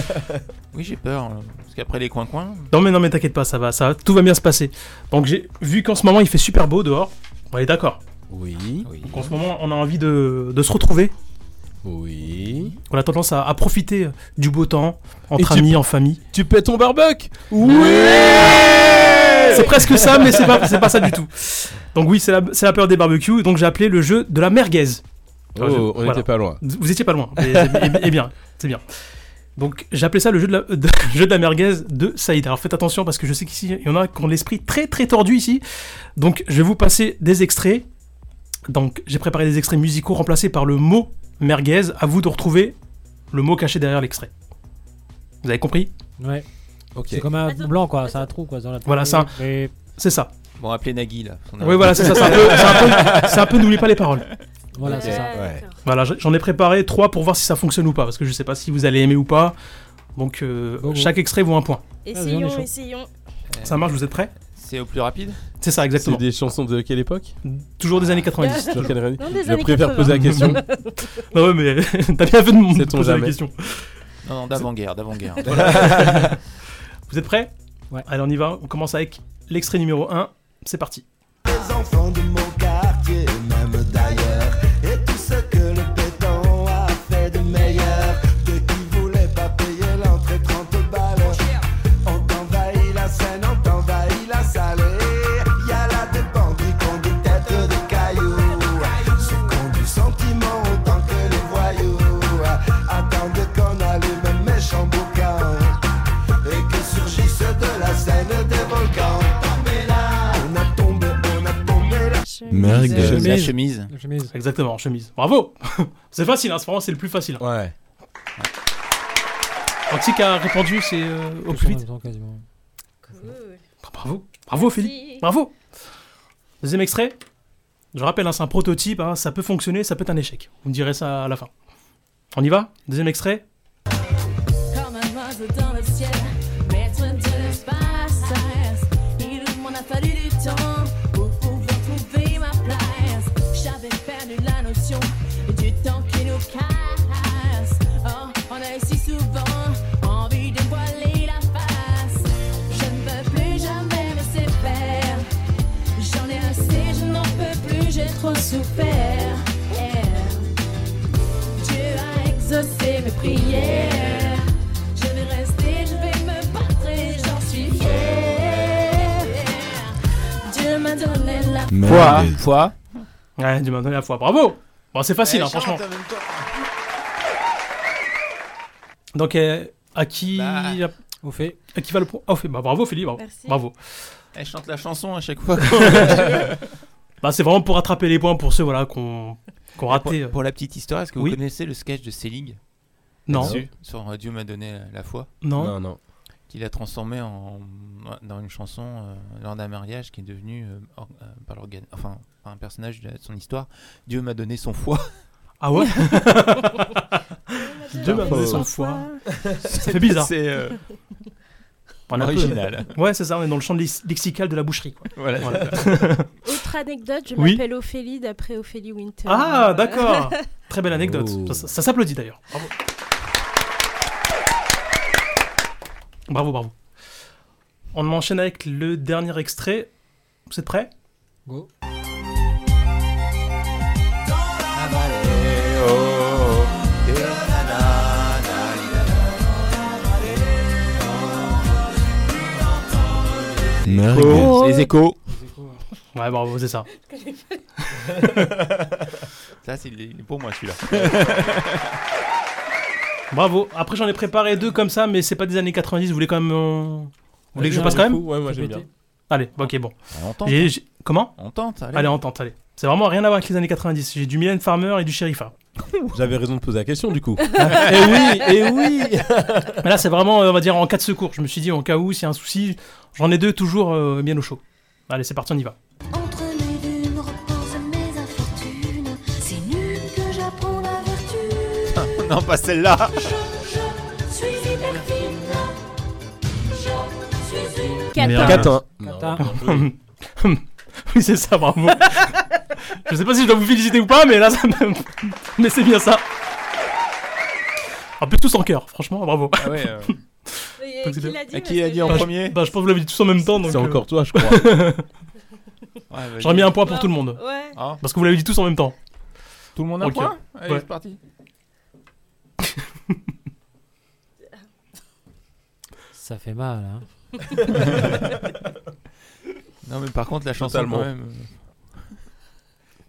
[SPEAKER 6] oui, j'ai peur. hein, Parce qu'après les coins-coins.
[SPEAKER 5] Non mais non mais t'inquiète pas, ça va, ça va, tout va bien se passer. Donc j'ai vu qu'en ce moment il fait super beau dehors. On est d'accord.
[SPEAKER 7] Oui.
[SPEAKER 5] Donc en ce moment on a envie de, de se retrouver.
[SPEAKER 7] Oui.
[SPEAKER 5] On a tendance à, à profiter du beau temps entre
[SPEAKER 7] Et tu-
[SPEAKER 5] amis, en famille.
[SPEAKER 7] Tu pètes ton barbecue Oui.
[SPEAKER 5] C'est presque ça, mais c'est pas c'est pas ça du tout. Donc oui, c'est la, c'est la peur des barbecues. Donc j'ai appelé le jeu de la merguez.
[SPEAKER 7] Oh, on était pas loin.
[SPEAKER 5] Vous étiez pas loin. Et, et- et bien, c'est bien. Donc j'ai appelé ça le jeu de la, de- jeu de la merguez de Saïd. Alors faites attention parce que je sais qu'ici il y en a qui ont l'esprit très très tordu ici. Donc je vais vous passer des extraits. Donc j'ai préparé des extraits musicaux remplacés par le mot merguez. À vous de retrouver le mot caché derrière l'extrait. Vous avez compris
[SPEAKER 9] Ouais.
[SPEAKER 7] Ok.
[SPEAKER 9] C'est comme un blanc, quoi. C'est un trou, quoi. Dans la
[SPEAKER 5] Voilà ça.
[SPEAKER 9] Et-
[SPEAKER 5] C'est ça.
[SPEAKER 6] Bon, appelez Nagui là. parce qu'on a-
[SPEAKER 5] Oui, voilà, c'est ça. C'est un peu, c'est un peu- c'est un peu n'oublie pas les paroles.
[SPEAKER 9] Voilà,
[SPEAKER 8] Euh,
[SPEAKER 9] c'est ça.
[SPEAKER 5] Voilà, j- j'en ai préparé trois pour voir si ça fonctionne ou pas, parce que je sais pas si vous allez aimer ou pas. Donc euh,
[SPEAKER 9] Go, go.
[SPEAKER 5] chaque extrait vaut un point.
[SPEAKER 8] Essayons, essayons.
[SPEAKER 5] Ça marche, vous êtes prêts
[SPEAKER 6] C'est au plus rapide
[SPEAKER 5] C'est ça, exactement.
[SPEAKER 7] C'est des chansons de quelle époque
[SPEAKER 5] Toujours des années 90.
[SPEAKER 7] Toujours quelle année
[SPEAKER 8] Non, des
[SPEAKER 7] Je
[SPEAKER 8] années
[SPEAKER 7] préfère
[SPEAKER 8] 80.
[SPEAKER 7] poser la question.
[SPEAKER 5] non, Bah ouais, mais t'as bien fait de me
[SPEAKER 7] Sait-on
[SPEAKER 5] poser
[SPEAKER 7] jamais.
[SPEAKER 5] la question.
[SPEAKER 6] Non, non, d'avant-guerre, d'avant-guerre.
[SPEAKER 5] Voilà. vous êtes prêts Ouais. Allez, on y va. On commence avec l'extrait numéro 1. C'est parti.
[SPEAKER 20] Les enfants de mon quartier, même d'ailleurs, et tout ce que le pétan a fait de meilleur, ceux qui voulaient pas payer l'entrée 30 balles, on t'envahit la scène, on t'envahit la salle, et y a la dépendance qu'on des têtes de cailloux, ceux qui ont du sentiment autant que les voyous, attendent qu'on allume un méchant bouquin et que surgissent de la scène des volcans. On a tombé, on a tombé la
[SPEAKER 6] Merguez. Chemise. Euh, La chemise. La
[SPEAKER 5] Exactement, chemise. Bravo C'est facile, hein, c'est vraiment c'est le plus facile.
[SPEAKER 7] Ouais.
[SPEAKER 5] Antique a répondu, c'est euh, au plus vite. Bravo, bravo Philippe, bravo. Deuxième extrait. Je rappelle, hein, c'est un prototype, hein, ça peut fonctionner, ça peut être un échec. Vous me direz ça à la fin. On y va Deuxième extrait.
[SPEAKER 21] Comme un oiseau dans le ciel, maître de l'espace. Il m'en a fallu du temps pour pouvoir trouver ma place. J'avais perdu la notion du temps qui nous casse. Oh, on a si souvent envie de voiler la face. Je ne veux plus jamais me faire. J'en ai assez mes prières. Je vais rester, je vais me battre et j'en suis fière. Dieu m'a donné la
[SPEAKER 6] Foi, foi.
[SPEAKER 5] Ouais, du maintenant la fois. Bravo Bon, c'est facile,
[SPEAKER 6] Eh,
[SPEAKER 5] hein,
[SPEAKER 6] chante
[SPEAKER 5] franchement.
[SPEAKER 6] en même temps.
[SPEAKER 5] Donc, euh, à qui.
[SPEAKER 6] Bah.
[SPEAKER 9] Au fait.
[SPEAKER 5] À qui va le point Ah, au fait. Bah, bravo, Philippe. Bravo.
[SPEAKER 9] Merci.
[SPEAKER 5] Bravo.
[SPEAKER 6] Elle chante la chanson à chaque fois.
[SPEAKER 5] Bah, c'est vraiment pour rattraper les points pour ceux voilà, qu'on qu'on
[SPEAKER 6] pour,
[SPEAKER 5] raté.
[SPEAKER 6] pour la petite histoire, est-ce que vous
[SPEAKER 5] euh. Oui.
[SPEAKER 6] connaissez le sketch de Selig
[SPEAKER 5] Non.
[SPEAKER 6] Là-dessus, Sur euh, Dieu m'a donné la- la foi
[SPEAKER 5] Non.
[SPEAKER 7] Non, non.
[SPEAKER 6] Qu'il a transformé en, dans une chanson euh, lors d'un mariage qui est devenu, euh, or- euh, par, l'organe- enfin, par un personnage de son histoire, Dieu m'a donné son foie.
[SPEAKER 5] Ah ouais
[SPEAKER 6] Putain,
[SPEAKER 5] Dieu m'a donné
[SPEAKER 6] faut-
[SPEAKER 5] son foie. Ça
[SPEAKER 6] C'est-
[SPEAKER 5] fait bizarre.
[SPEAKER 6] C'est euh,
[SPEAKER 5] On est un peu-
[SPEAKER 6] original.
[SPEAKER 5] Ouais, c'est ça, on est dans le champ de lex- lexical de la boucherie. Quoi.
[SPEAKER 6] Voilà, c'est
[SPEAKER 8] Autre anecdote, je
[SPEAKER 5] Oui.
[SPEAKER 8] m'appelle Ophélie d'après Ophélie Winter.
[SPEAKER 5] Ah,
[SPEAKER 8] Euh,
[SPEAKER 5] d'accord. Très belle anecdote.
[SPEAKER 7] Oh.
[SPEAKER 5] Ça, ça- ça s'applaudit d'ailleurs. Bravo. Bravo, bravo. On enchaîne avec le dernier extrait. Vous êtes prêts
[SPEAKER 9] Go.
[SPEAKER 5] Oh.
[SPEAKER 6] Les échos.
[SPEAKER 5] Ouais, bravo, c'est ça.
[SPEAKER 6] Ça, c'est il est pour moi celui-là.
[SPEAKER 5] bravo. Après, j'en ai préparé deux comme ça, mais c'est pas des années 90. Vous voulez quand même. euh, Vous voulez que je
[SPEAKER 7] Vas-y,
[SPEAKER 5] passe
[SPEAKER 7] un
[SPEAKER 5] quand même
[SPEAKER 7] coup. Oh, Ouais, moi, j'aime bien.
[SPEAKER 5] Allez, ok, bon.
[SPEAKER 6] Ah, on tente,
[SPEAKER 5] J'ai-
[SPEAKER 6] hein.
[SPEAKER 5] j'ai- Comment
[SPEAKER 6] On tente, allez.
[SPEAKER 5] Allez, on tente, allez. C'est vraiment rien à voir avec les années 90. J'ai du Mylène Farmer et du hein. Sherifa.
[SPEAKER 7] J'avais raison de poser la question du coup. Eh
[SPEAKER 5] et oui, et oui. Mais là, c'est vraiment, euh, on va dire, en cas de secours. Je me suis dit, en cas où, s'il y a un souci, j'en ai deux toujours euh, bien au chaud. Allez, c'est parti, on y va.
[SPEAKER 4] Entre les dunes reposent mes infortunes. C'est nul que j'apprends la vertu.
[SPEAKER 6] non, pas celle-là.
[SPEAKER 4] Je suis hyper fine. Je suis une
[SPEAKER 5] Merde.
[SPEAKER 7] Catin.
[SPEAKER 9] Catin.
[SPEAKER 5] Ah oui, c'est ça, bravo. je sais pas si je dois vous féliciter ou pas, mais là, ça me... Mais c'est bien ça. En plus, tous en cœur, franchement, bravo.
[SPEAKER 6] Ah ouais, euh.
[SPEAKER 8] Et, euh, qui l'a dit,
[SPEAKER 6] Ah, qui l'a
[SPEAKER 8] parce
[SPEAKER 6] dit en
[SPEAKER 8] que-
[SPEAKER 6] premier
[SPEAKER 5] Bah, je pense que vous l'avez dit tous en même temps. donc,
[SPEAKER 7] C'est
[SPEAKER 5] euh,
[SPEAKER 7] encore toi, je crois.
[SPEAKER 6] vas-y.
[SPEAKER 5] J'aurais mis un point pour
[SPEAKER 8] Non,
[SPEAKER 5] tout le monde.
[SPEAKER 8] ouais.
[SPEAKER 6] Ah.
[SPEAKER 5] Parce que vous l'avez dit tous en même temps.
[SPEAKER 6] Tout le monde a
[SPEAKER 5] Ok.
[SPEAKER 6] un point hein Allez,
[SPEAKER 5] Ouais.
[SPEAKER 6] c'est parti.
[SPEAKER 9] Ça fait mal, hein.
[SPEAKER 6] Non, mais par contre, la chanson,
[SPEAKER 7] Totalement.
[SPEAKER 6] quand même. euh,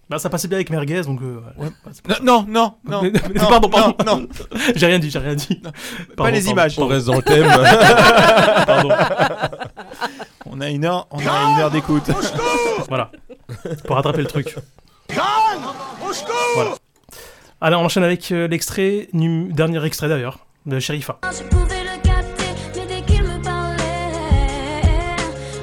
[SPEAKER 5] Bah, ça passait bien avec Merguez, donc. euh, voilà. C'est pour ça.
[SPEAKER 6] Non, non, non,
[SPEAKER 5] Mais-
[SPEAKER 6] non,
[SPEAKER 5] mais- pardon, pardon.
[SPEAKER 6] non, non.
[SPEAKER 5] j'ai rien dit, j'ai rien dit.
[SPEAKER 6] pas les images.
[SPEAKER 7] On reste dans le thème.
[SPEAKER 5] Pardon.
[SPEAKER 6] On a une heure, on a une heure d'écoute.
[SPEAKER 5] Voilà. Pour rattraper le truc. Voilà. Allez, on enchaîne avec euh, l'extrait, num- dernier extrait d'ailleurs, de Sherifa.
[SPEAKER 4] Je pouvais le capter, mais dès qu'il me parlait,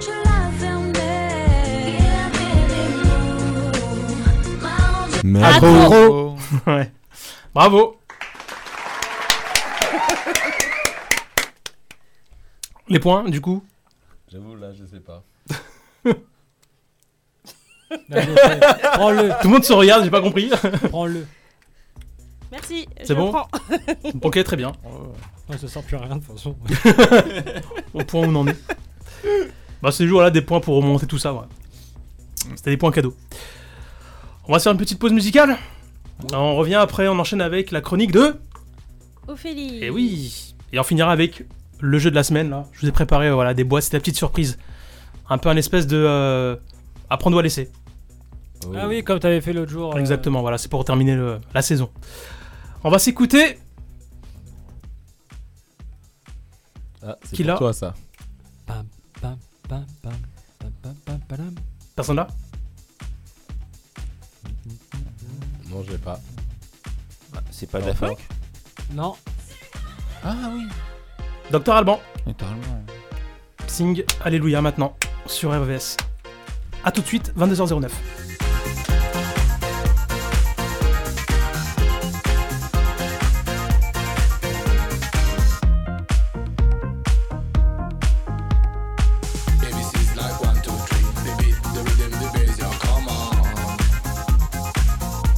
[SPEAKER 4] je la fermais. Il avait des mots m'arrangeaient.
[SPEAKER 5] Ah Agro. Ouais. Bravo. Les points, du coup
[SPEAKER 7] J'avoue, là, je sais pas.
[SPEAKER 9] Prends-le.
[SPEAKER 5] Tout le monde se regarde, j'ai pas compris.
[SPEAKER 9] Prends-le.
[SPEAKER 8] Merci. je
[SPEAKER 5] C'est bon
[SPEAKER 8] prends.
[SPEAKER 5] Ok, très bien.
[SPEAKER 9] On se sent plus rien de toute façon.
[SPEAKER 5] Au point où on en est. Bah, c'est toujours là des points pour remonter tout ça, ouais. C'était des points cadeaux. On va se faire une petite pause musicale. On revient après, on enchaîne avec la chronique de.
[SPEAKER 8] Ophélie.
[SPEAKER 5] Et Eh oui Et on finira avec le jeu de la semaine, là. Je vous ai préparé euh, voilà, des boîtes, c'est la petite surprise. Un peu un espèce de... euh, apprendre ou à laisser.
[SPEAKER 9] Ah oui, comme t'avais fait l'autre jour. euh,
[SPEAKER 5] Exactement, voilà, c'est pour terminer le- la saison. On va s'écouter...
[SPEAKER 7] Ah, c'est
[SPEAKER 5] Qui
[SPEAKER 7] pour
[SPEAKER 5] l'a
[SPEAKER 7] toi ça.
[SPEAKER 9] pam, pam, pam, pam, pam, pam, pam, pam.
[SPEAKER 5] Personne là
[SPEAKER 7] Non, je l'ai pas.
[SPEAKER 6] Ah, C'est pas
[SPEAKER 7] Daft
[SPEAKER 6] d'accord.
[SPEAKER 7] Punk
[SPEAKER 9] Non,
[SPEAKER 6] Ah oui.
[SPEAKER 5] Docteur Alban,
[SPEAKER 6] Totalement.
[SPEAKER 5] sing Alléluia maintenant sur RVS. A tout de suite, 22h09.
[SPEAKER 22] ABC's like one, two, three. The beat, the rhythm, the bass, yo, come on.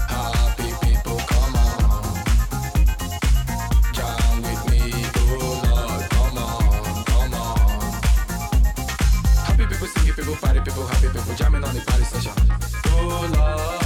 [SPEAKER 22] Happy people, come on. Jam with me, oh Lord, come on, come on. Happy people, singing people, party people, happy people, jamming on the party session.
[SPEAKER 3] Oh,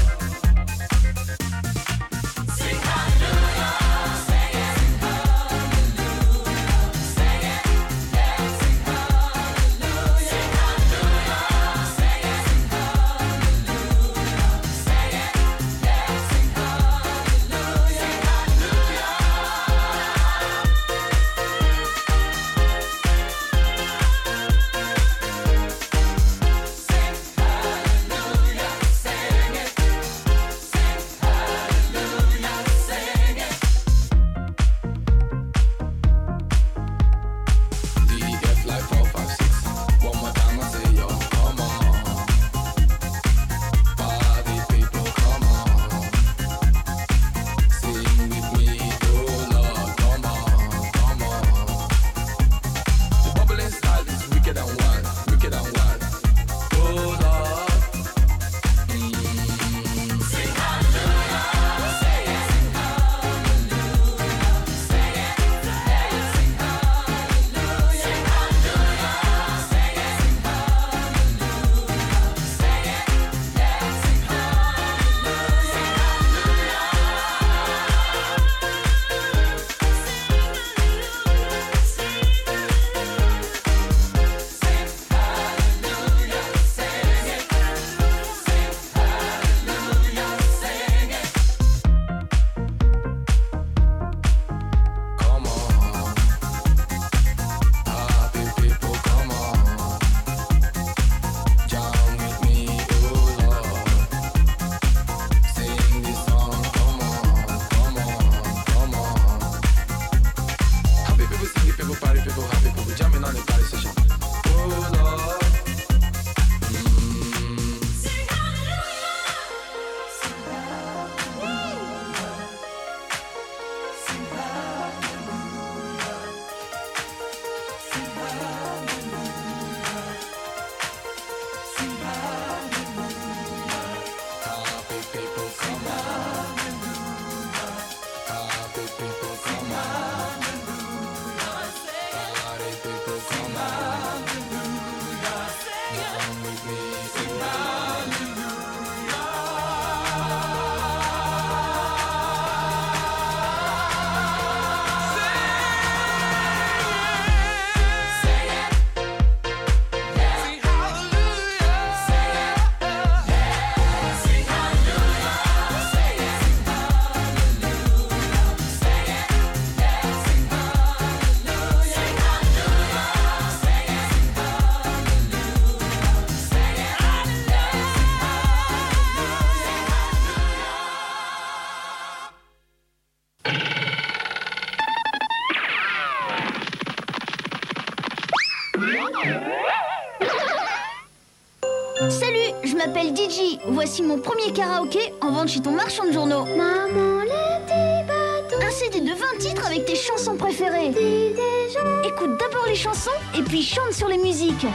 [SPEAKER 16] Salut, je m'appelle Digi. Voici mon premier karaoké en vente chez ton marchand de journaux. Maman, le petit bateau. Un CD de 20 titres avec tes chansons préférées. Écoute d'abord les chansons et puis chante sur les musiques.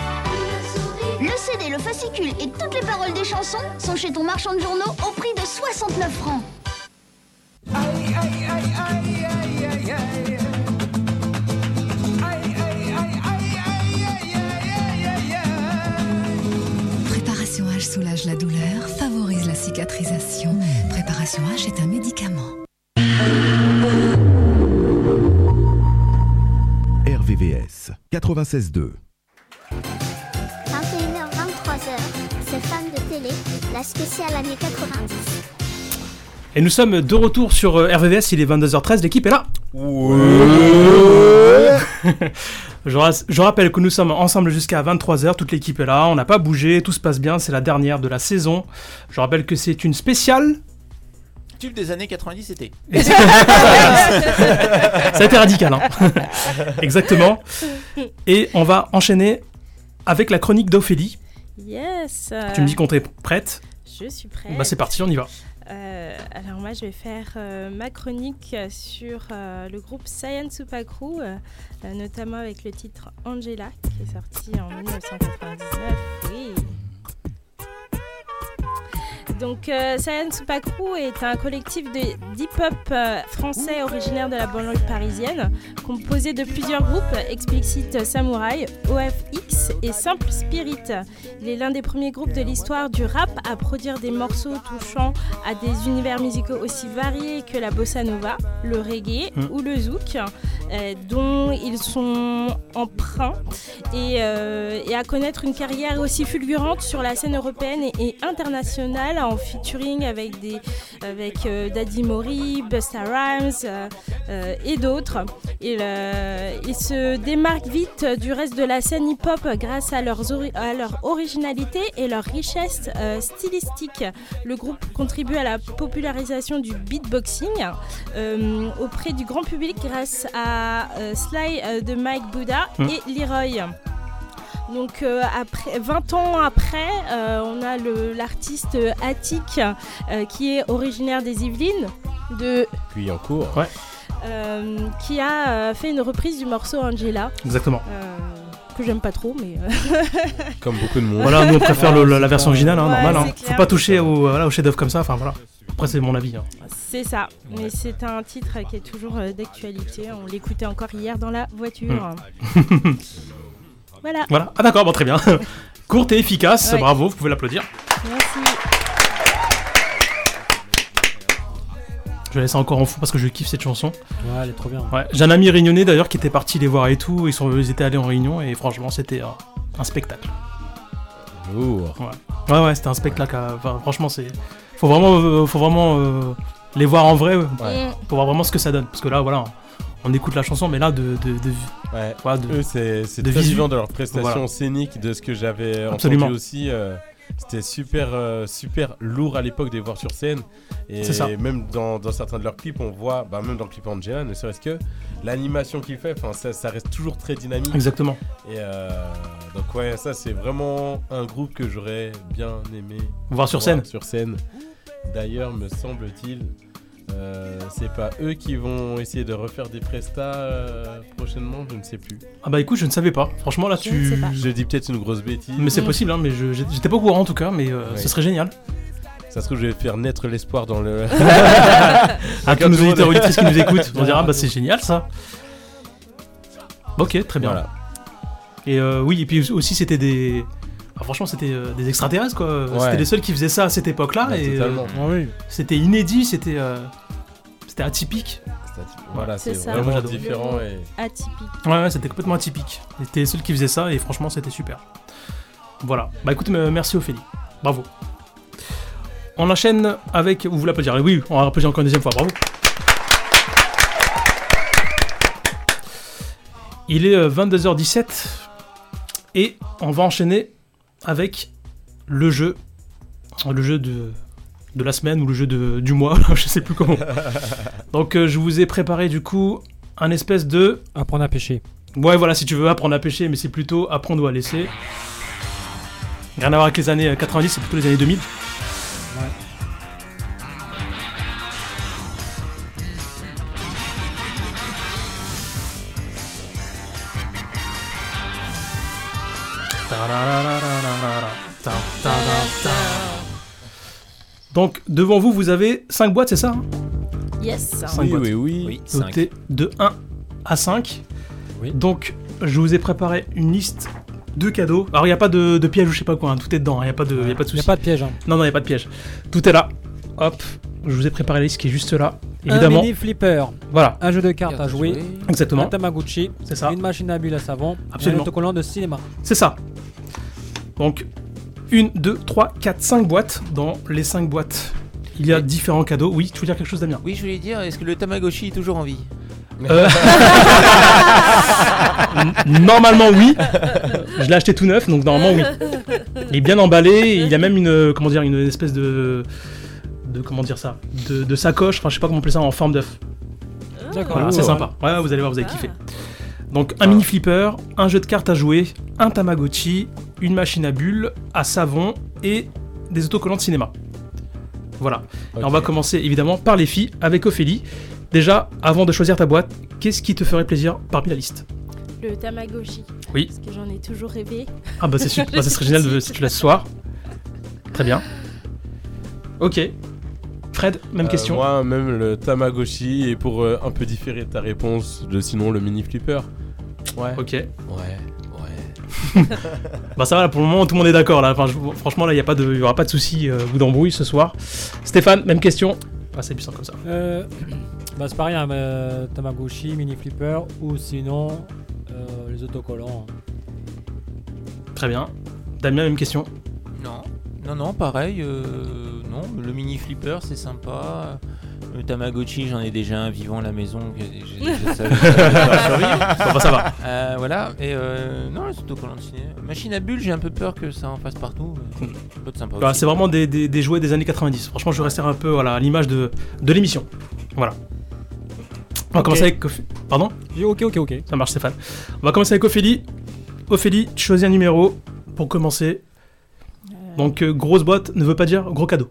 [SPEAKER 16] Le CD, le fascicule et toutes les paroles des chansons sont chez ton marchand de journaux au prix de 69 francs.
[SPEAKER 18] Préparation H soulage la douleur, favorise la cicatrisation. Préparation H est un médicament.
[SPEAKER 19] RVVS 96.2.
[SPEAKER 14] 21h-23h, c'est fan de télé, la spéciale années 90.
[SPEAKER 5] Et nous sommes de retour sur euh, RVVS, il est 22h13, l'équipe est là je, ras- je rappelle que nous sommes ensemble jusqu'à 23h, toute l'équipe est là, on n'a pas bougé, tout se passe bien, c'est la dernière de la saison. Je rappelle que c'est une spéciale.
[SPEAKER 6] Tube des années 90 c'était.
[SPEAKER 5] Ça a été radical, hein Exactement. Et on va enchaîner avec la chronique d'Ophélie.
[SPEAKER 8] Yes
[SPEAKER 5] Tu me dis qu'on t'est prête
[SPEAKER 8] Je suis prête.
[SPEAKER 5] Bah c'est parti, on y va.
[SPEAKER 8] Euh, alors moi je vais faire euh, ma chronique euh, sur euh, le groupe Science Supakru, euh, euh, notamment avec le titre Angela qui est sorti en 1999. Oui. Donc euh, Science Supakru est un collectif de d'hip-hop euh, français originaire de la banlieue parisienne, composé de plusieurs groupes, Explicit Samurai, OFX et Simple Spirit. Il est l'un des premiers groupes de l'histoire du rap à produire des morceaux touchant à des univers musicaux aussi variés que la bossa nova, le reggae
[SPEAKER 2] Mm.
[SPEAKER 8] ou le zouk, euh, dont ils sont emprunts, et, euh, et à connaître une carrière aussi fulgurante sur la scène européenne et, et internationale en featuring avec, des, avec euh, Daddy Mori, Busta Rhymes euh, euh, et d'autres. Ils, euh, ils se démarquent vite du reste de la scène hip-hop grâce à, leurs ori- à leur originalité et leur richesse euh, stylistique. Le groupe contribue à la popularisation du beatboxing euh, auprès du grand public grâce à euh, Sly euh, de Mike Buddha
[SPEAKER 2] Mm.
[SPEAKER 8] et Leroy. Donc euh, après, 20 ans après, euh, on a le- l'artiste Attic euh, qui est originaire des Yvelines, de,
[SPEAKER 7] Puis en cours.
[SPEAKER 5] Ouais,
[SPEAKER 8] euh, qui a euh, fait une reprise du morceau Angela.
[SPEAKER 5] exactement.
[SPEAKER 8] Euh, que j'aime pas trop, mais... euh,
[SPEAKER 7] Comme beaucoup de monde.
[SPEAKER 5] Voilà, nous on préfère le- la, la version originale, hein,
[SPEAKER 8] Ouais,
[SPEAKER 5] normal. hein.
[SPEAKER 8] c'est
[SPEAKER 5] Faut
[SPEAKER 8] clair.
[SPEAKER 5] pas toucher au, euh, voilà, au chef-d'œuvre comme ça, enfin voilà. Après, c'est mon avis. hein.
[SPEAKER 8] C'est ça, mais c'est un titre qui est toujours euh, d'actualité. On l'écoutait encore hier dans la voiture.
[SPEAKER 5] Hmm.
[SPEAKER 8] Voilà.
[SPEAKER 5] Voilà. Ah, d'accord, bon, très bien. Courte et efficace,
[SPEAKER 8] Ouais.
[SPEAKER 5] bravo, vous pouvez l'applaudir.
[SPEAKER 8] Merci.
[SPEAKER 5] Je vais laisser encore en fou parce que je kiffe cette chanson.
[SPEAKER 9] Ouais, elle est trop bien.
[SPEAKER 5] Ouais, J'ai un ami réunionnais d'ailleurs qui était parti les voir et tout. Ils, sont, ils étaient allés en réunion et franchement, c'était euh, un spectacle. Ouais, ouais, c'était un spectacle. euh, enfin, franchement, c'est. Faut vraiment, euh, faut vraiment euh, les voir en vrai
[SPEAKER 7] Ouais.
[SPEAKER 5] pour voir vraiment ce que ça donne. Parce que là, voilà, on écoute la chanson, mais là, de. de, de-
[SPEAKER 7] Ouais.
[SPEAKER 5] voilà, de-
[SPEAKER 7] Eux, c'est c'est
[SPEAKER 5] de
[SPEAKER 7] très
[SPEAKER 5] visu.
[SPEAKER 7] vivant de leur prestation
[SPEAKER 5] Voilà.
[SPEAKER 7] scénique, de ce que j'avais
[SPEAKER 5] Absolument.
[SPEAKER 7] entendu aussi. euh, C'était super, euh, super lourd à l'époque de les voir sur scène. Et
[SPEAKER 5] C'est ça.
[SPEAKER 7] même dans, dans certains de leurs clips, on voit, bah, même dans le clip Angela, ne serait-ce que l'animation qu'il fait, 'fin, ça, ça reste toujours très dynamique.
[SPEAKER 5] Exactement.
[SPEAKER 7] Et euh, donc, ouais, ça, c'est vraiment un groupe que j'aurais bien aimé
[SPEAKER 5] Voir sur scène.
[SPEAKER 7] Sur scène. D'ailleurs, me semble-t-il, euh, c'est pas eux qui vont essayer de refaire des prestas euh, prochainement, je ne sais plus.
[SPEAKER 5] Ah bah écoute, je ne savais pas. Franchement, là, tu.
[SPEAKER 7] Je dis peut-être une grosse bêtise.
[SPEAKER 5] Mais c'est possible, hein, mais je- j'étais pas au courant en tout cas, mais euh,
[SPEAKER 7] Ouais.
[SPEAKER 5] ce serait génial.
[SPEAKER 7] Ça se trouve, je vais faire naître l'espoir dans le.
[SPEAKER 5] À tous
[SPEAKER 7] Quand
[SPEAKER 5] nos
[SPEAKER 7] tout le monde-
[SPEAKER 5] auditeurs auditrices qui nous écoutent, on dira, bah c'est génial ça. Ok, très bien. Et euh, oui, et puis aussi c'était des. ah, franchement, c'était euh, des extraterrestres quoi.
[SPEAKER 7] Ouais.
[SPEAKER 5] C'était les seuls qui faisaient ça à cette époque-là.
[SPEAKER 7] Ouais,
[SPEAKER 5] Ah, et euh,
[SPEAKER 7] totalement.
[SPEAKER 5] C'était inédit, c'était. euh, C'était atypique.
[SPEAKER 7] Voilà,
[SPEAKER 8] C'est
[SPEAKER 7] c'est
[SPEAKER 8] ça.
[SPEAKER 5] Moi,
[SPEAKER 7] vraiment
[SPEAKER 5] j'adore.
[SPEAKER 7] différent. Et...
[SPEAKER 8] Atypique.
[SPEAKER 5] Ouais, ouais, c'était complètement atypique. C'était les seuls qui faisaient ça et franchement, c'était super. Voilà. Bah écoute, me- merci Ophélie. Bravo. On enchaîne avec. Vous l'applaudir Oui, on va applaudir encore une deuxième fois. Bravo. Il est euh, 22h17 et on va enchaîner avec le jeu. Le jeu de, de la semaine ou le jeu de, du mois, je sais plus comment. Donc euh, je vous ai préparé du coup un espèce de...
[SPEAKER 9] Apprendre à pêcher.
[SPEAKER 5] Ouais, voilà, si tu veux apprendre à pêcher, mais c'est plutôt apprendre ou à laisser. Rien à voir avec les années 90, c'est plutôt les années 2000. Donc, devant vous, vous avez 5 boîtes, c'est ça hein
[SPEAKER 8] Yes.
[SPEAKER 5] Cinq boîtes. Notez de 1 à 5. Donc, je vous ai préparé une liste de cadeaux. Alors, il n'y a pas de, de piège ou je sais pas quoi, hein, tout est dedans, il n'y a pas de, y a pas de souci.
[SPEAKER 9] Il n'y a pas de piège. Hein.
[SPEAKER 5] Non, non, il n'y a pas de piège. Tout est là. Hop, je vous ai préparé la liste qui est juste là.
[SPEAKER 9] Un
[SPEAKER 5] Évidemment.
[SPEAKER 9] mini flipper.
[SPEAKER 5] Voilà.
[SPEAKER 9] Un jeu de cartes à jouer.
[SPEAKER 5] Exactement.
[SPEAKER 9] Un Tamagotchi.
[SPEAKER 5] C'est ça.
[SPEAKER 9] Une machine à bulles à savon.
[SPEAKER 5] Absolument.
[SPEAKER 9] Un autocollant de cinéma.
[SPEAKER 5] C'est ça. Donc, 1, 2, 3, 4, 5 boîtes. Dans les 5 boîtes, il y a différents cadeaux. Oui, tu veux dire quelque chose, Damien
[SPEAKER 6] Oui, je voulais dire, est-ce que le Tamagotchi est toujours en vie
[SPEAKER 5] Euh, N- Normalement, oui. Je l'ai acheté tout neuf, donc normalement, oui. Il est bien emballé. Il a même une, euh, comment dire, une espèce de. de comment dire ça de, de sacoche, enfin, je sais pas comment on appelle ça, en forme d'œuf.
[SPEAKER 9] D'accord.
[SPEAKER 5] Voilà,
[SPEAKER 9] Oh,
[SPEAKER 5] c'est
[SPEAKER 9] ouais.
[SPEAKER 5] sympa. Ouais, vous allez voir, vous allez kiffer. Donc un mini flipper, un jeu de cartes à jouer, un Tamagotchi, une machine à bulles, à savon et des autocollants de cinéma. Voilà. Et on va commencer évidemment par les filles avec Ophélie. Déjà, avant de choisir ta boîte, qu'est-ce qui te ferait plaisir parmi la liste
[SPEAKER 8] Le Tamagotchi.
[SPEAKER 5] Oui.
[SPEAKER 8] Parce que j'en ai toujours rêvé.
[SPEAKER 5] Ah bah c'est super, bah, ça serait génial de- si tu l'as ce soir. Très bien. Ok. Fred, même
[SPEAKER 7] Euh,
[SPEAKER 5] question.
[SPEAKER 7] Moi, même le Tamagotchi, et pour euh, un peu différer ta réponse, de sinon le mini flipper. Ouais.
[SPEAKER 5] Ok.
[SPEAKER 7] Ouais.
[SPEAKER 5] Bah ça va, là, pour le moment tout le monde est d'accord là. Enfin, je- franchement là, il y a pas de, il y aura pas de souci euh, ou d'embrouille ce soir. Stéphane, même question. Ah, c'est puissant comme ça.
[SPEAKER 9] Euh, bah, c'est pareil, hein, euh, Tamagotchi, mini flipper ou sinon euh, les autocollants.
[SPEAKER 5] Très bien. Damien, même question.
[SPEAKER 6] Non, non, non, pareil. euh, non, le mini flipper, c'est sympa. Le Tamagotchi, j'en ai déjà un vivant à la maison. que j'ai- je savais que ça allait pas survivre.
[SPEAKER 5] Bon, bah, ça va.
[SPEAKER 6] Euh, voilà. Et euh, non, c'est autocollant de ciné. Machine à bulles, j'ai un peu peur que ça en fasse partout. mais ça peut être sympa.
[SPEAKER 5] Bah,
[SPEAKER 6] aussi.
[SPEAKER 5] c'est vraiment des, des- des jouets des années 90. Franchement, je vais rester un peu voilà, à l'image de, de l'émission. Voilà. On va
[SPEAKER 9] Ok.
[SPEAKER 5] commencer avec. Oph- Pardon
[SPEAKER 9] Ok, ok, ok.
[SPEAKER 5] Ça marche, Stéphane. On va commencer avec Ophélie. Ophélie, tu choisis un numéro pour commencer. Donc, euh, grosse boîte ne veut pas dire gros cadeau.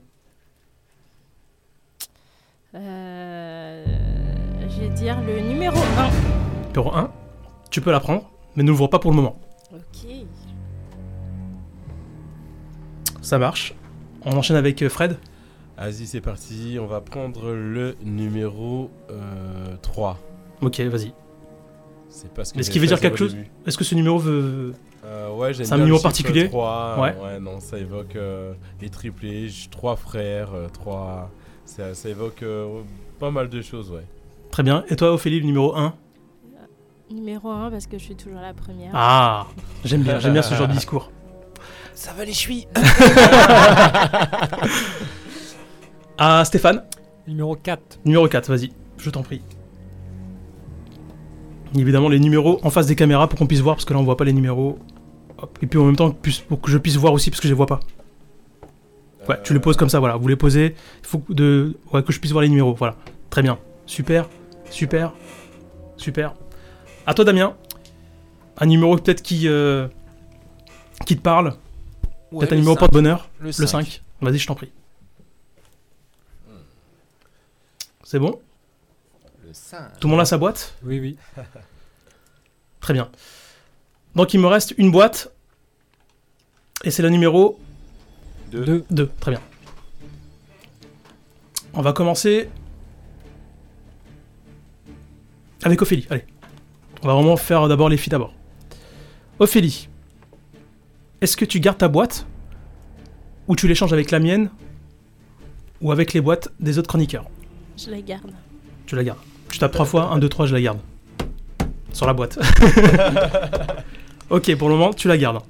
[SPEAKER 8] Euh, je vais dire le numéro 1.
[SPEAKER 5] Numéro 1, tu peux la prendre, mais ne l'ouvre pas pour le moment.
[SPEAKER 8] Ok.
[SPEAKER 5] Ça marche. On enchaîne avec euh, Fred.
[SPEAKER 7] Vas-y, c'est parti. On va prendre le numéro euh, 3.
[SPEAKER 5] Ok, vas-y.
[SPEAKER 7] C'est parce que.
[SPEAKER 5] Est-ce
[SPEAKER 7] j'ai
[SPEAKER 5] qu'il veut dire
[SPEAKER 7] choisi au
[SPEAKER 5] quelque chose
[SPEAKER 7] début.
[SPEAKER 5] Est-ce que ce numéro veut.
[SPEAKER 7] Euh, ouais, j'aime
[SPEAKER 5] C'est un
[SPEAKER 7] bien le
[SPEAKER 5] numéro
[SPEAKER 7] chiffre
[SPEAKER 5] particulier
[SPEAKER 7] 3,
[SPEAKER 5] Ouais.
[SPEAKER 7] ouais. non, ça évoque euh, les triplés, j- trois frères, euh, trois. Ça, ça évoque euh, pas mal de choses, ouais.
[SPEAKER 5] Très bien. Et toi, Ophélie, le numéro 1
[SPEAKER 8] Numéro 1 parce que je suis toujours la première.
[SPEAKER 5] Ah J'aime bien, j'aime bien ce genre de discours.
[SPEAKER 6] Ça va les chevilles.
[SPEAKER 5] Ah, Stéphane
[SPEAKER 9] Numéro 4.
[SPEAKER 5] Numéro 4, vas-y, je t'en prie. Évidemment, les numéros en face des caméras pour qu'on puisse voir, parce que là on voit pas les numéros. Hop, Et puis en même temps, que puisse- pour que je puisse voir aussi, parce que je les vois pas. Ouais, tu les poses comme ça, voilà. Vous les posez, il faut que, de... ouais, que je puisse voir les numéros, voilà. Très bien. Super, super, super. À toi, Damien. Un numéro peut-être qui, euh, qui te parle.
[SPEAKER 6] Ouais,
[SPEAKER 5] peut-être un
[SPEAKER 6] le
[SPEAKER 5] numéro
[SPEAKER 6] cinq.
[SPEAKER 5] porte-bonheur.
[SPEAKER 6] Le
[SPEAKER 5] Le
[SPEAKER 6] cinq.
[SPEAKER 5] 5. Vas-y, je t'en prie. C'est bon
[SPEAKER 6] Le cinq.
[SPEAKER 5] Tout le monde a sa boîte
[SPEAKER 9] Oui, oui.
[SPEAKER 5] Très bien. Donc il me reste une boîte. Et c'est la numéro 2. Très bien. On va commencer avec Ophélie. Allez. On va vraiment faire d'abord les filles d'abord. Ophélie, est-ce que tu gardes ta boîte ou tu l'échanges avec la mienne ou avec les boîtes des autres chroniqueurs
[SPEAKER 8] Je la garde.
[SPEAKER 5] je la garde. Je tape trois fois, 1, 2, 3, je la garde. Sur la boîte. ok, pour le moment, tu la gardes.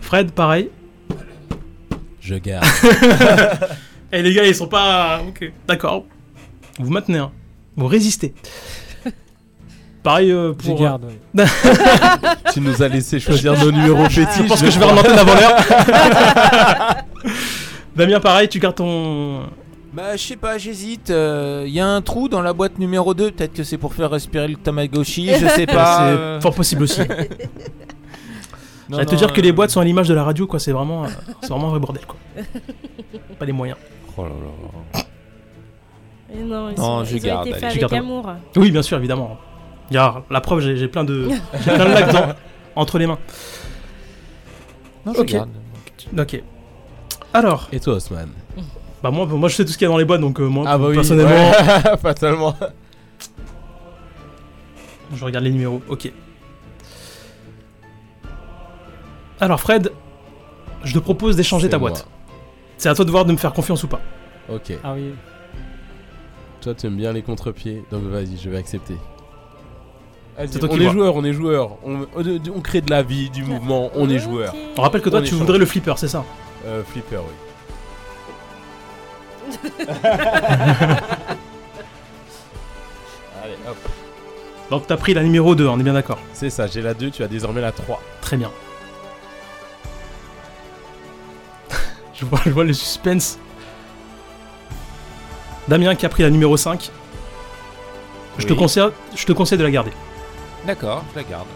[SPEAKER 5] Fred, pareil.
[SPEAKER 7] Je garde.
[SPEAKER 5] Eh les gars, ils sont pas. Ok, d'accord. Vous maintenez, hein. vous résistez. Pareil euh, pour.
[SPEAKER 9] Je garde,
[SPEAKER 7] tu nous as laissé choisir nos numéros fétiches.
[SPEAKER 5] euh, Je pense que je vais
[SPEAKER 7] crois.
[SPEAKER 5] en antenne avant l'heure. Damien, pareil, tu gardes ton.
[SPEAKER 2] Bah, je sais pas, j'hésite. euh, Il y a un trou dans la boîte numéro 2. Peut-être que c'est pour faire respirer le Tamagotchi, je sais pas.
[SPEAKER 5] C'est
[SPEAKER 2] euh.
[SPEAKER 5] fort possible aussi.
[SPEAKER 2] Non,
[SPEAKER 5] J'allais te
[SPEAKER 2] non,
[SPEAKER 5] dire que
[SPEAKER 2] euh,
[SPEAKER 5] les boîtes sont à l'image de la radio, quoi. C'est vraiment, euh, c'est vraiment un vrai bordel, quoi. Pas les moyens.
[SPEAKER 2] Oh là là.
[SPEAKER 8] Et non, ils
[SPEAKER 5] Non,
[SPEAKER 8] sont-
[SPEAKER 5] je
[SPEAKER 8] ils ont
[SPEAKER 5] garde,
[SPEAKER 8] été faits
[SPEAKER 5] allez. Je
[SPEAKER 8] avec
[SPEAKER 5] garde.
[SPEAKER 8] amour.
[SPEAKER 5] Oui, bien sûr, évidemment. Regarde, la preuve, j'ai j'ai plein de, j'ai plein de lacs dans- entre les mains.
[SPEAKER 2] Non, je
[SPEAKER 5] ok.
[SPEAKER 2] garde.
[SPEAKER 5] Ok. Alors.
[SPEAKER 7] Et toi, Osman
[SPEAKER 5] Bah moi, moi, je sais tout ce qu'il y a dans les boîtes, donc euh, moi,
[SPEAKER 7] Ah bah oui,
[SPEAKER 5] personnellement,
[SPEAKER 7] ouais, fatalement.
[SPEAKER 5] je regarde les numéros. Ok. Alors, Fred, je te propose d'échanger
[SPEAKER 7] C'est
[SPEAKER 5] ta
[SPEAKER 7] moi.
[SPEAKER 5] boîte. C'est à toi de voir de me faire confiance ou pas.
[SPEAKER 7] Ok.
[SPEAKER 9] Ah oui.
[SPEAKER 7] Toi, tu aimes bien les contre-pieds, donc vas-y, je vais accepter.
[SPEAKER 5] C'est toi
[SPEAKER 7] on
[SPEAKER 5] qui
[SPEAKER 7] est
[SPEAKER 5] vois.
[SPEAKER 7] joueur, on est joueur. On, on- on crée de la vie, du mouvement, on est joueur.
[SPEAKER 5] On rappelle que toi,
[SPEAKER 7] On
[SPEAKER 5] tu
[SPEAKER 7] échange.
[SPEAKER 5] voudrais le flipper, c'est ça
[SPEAKER 7] Euh, flipper, oui. Allez, hop.
[SPEAKER 5] Donc, t'as pris la numéro 2, on est bien d'accord.
[SPEAKER 7] C'est ça, j'ai la 2, tu as désormais la 3.
[SPEAKER 5] Très bien. je, vois, je vois le suspense. Damien qui a pris la numéro 5. Je, te
[SPEAKER 2] Oui.
[SPEAKER 5] conseille, je te conseille de la garder.
[SPEAKER 2] D'accord, je la garde.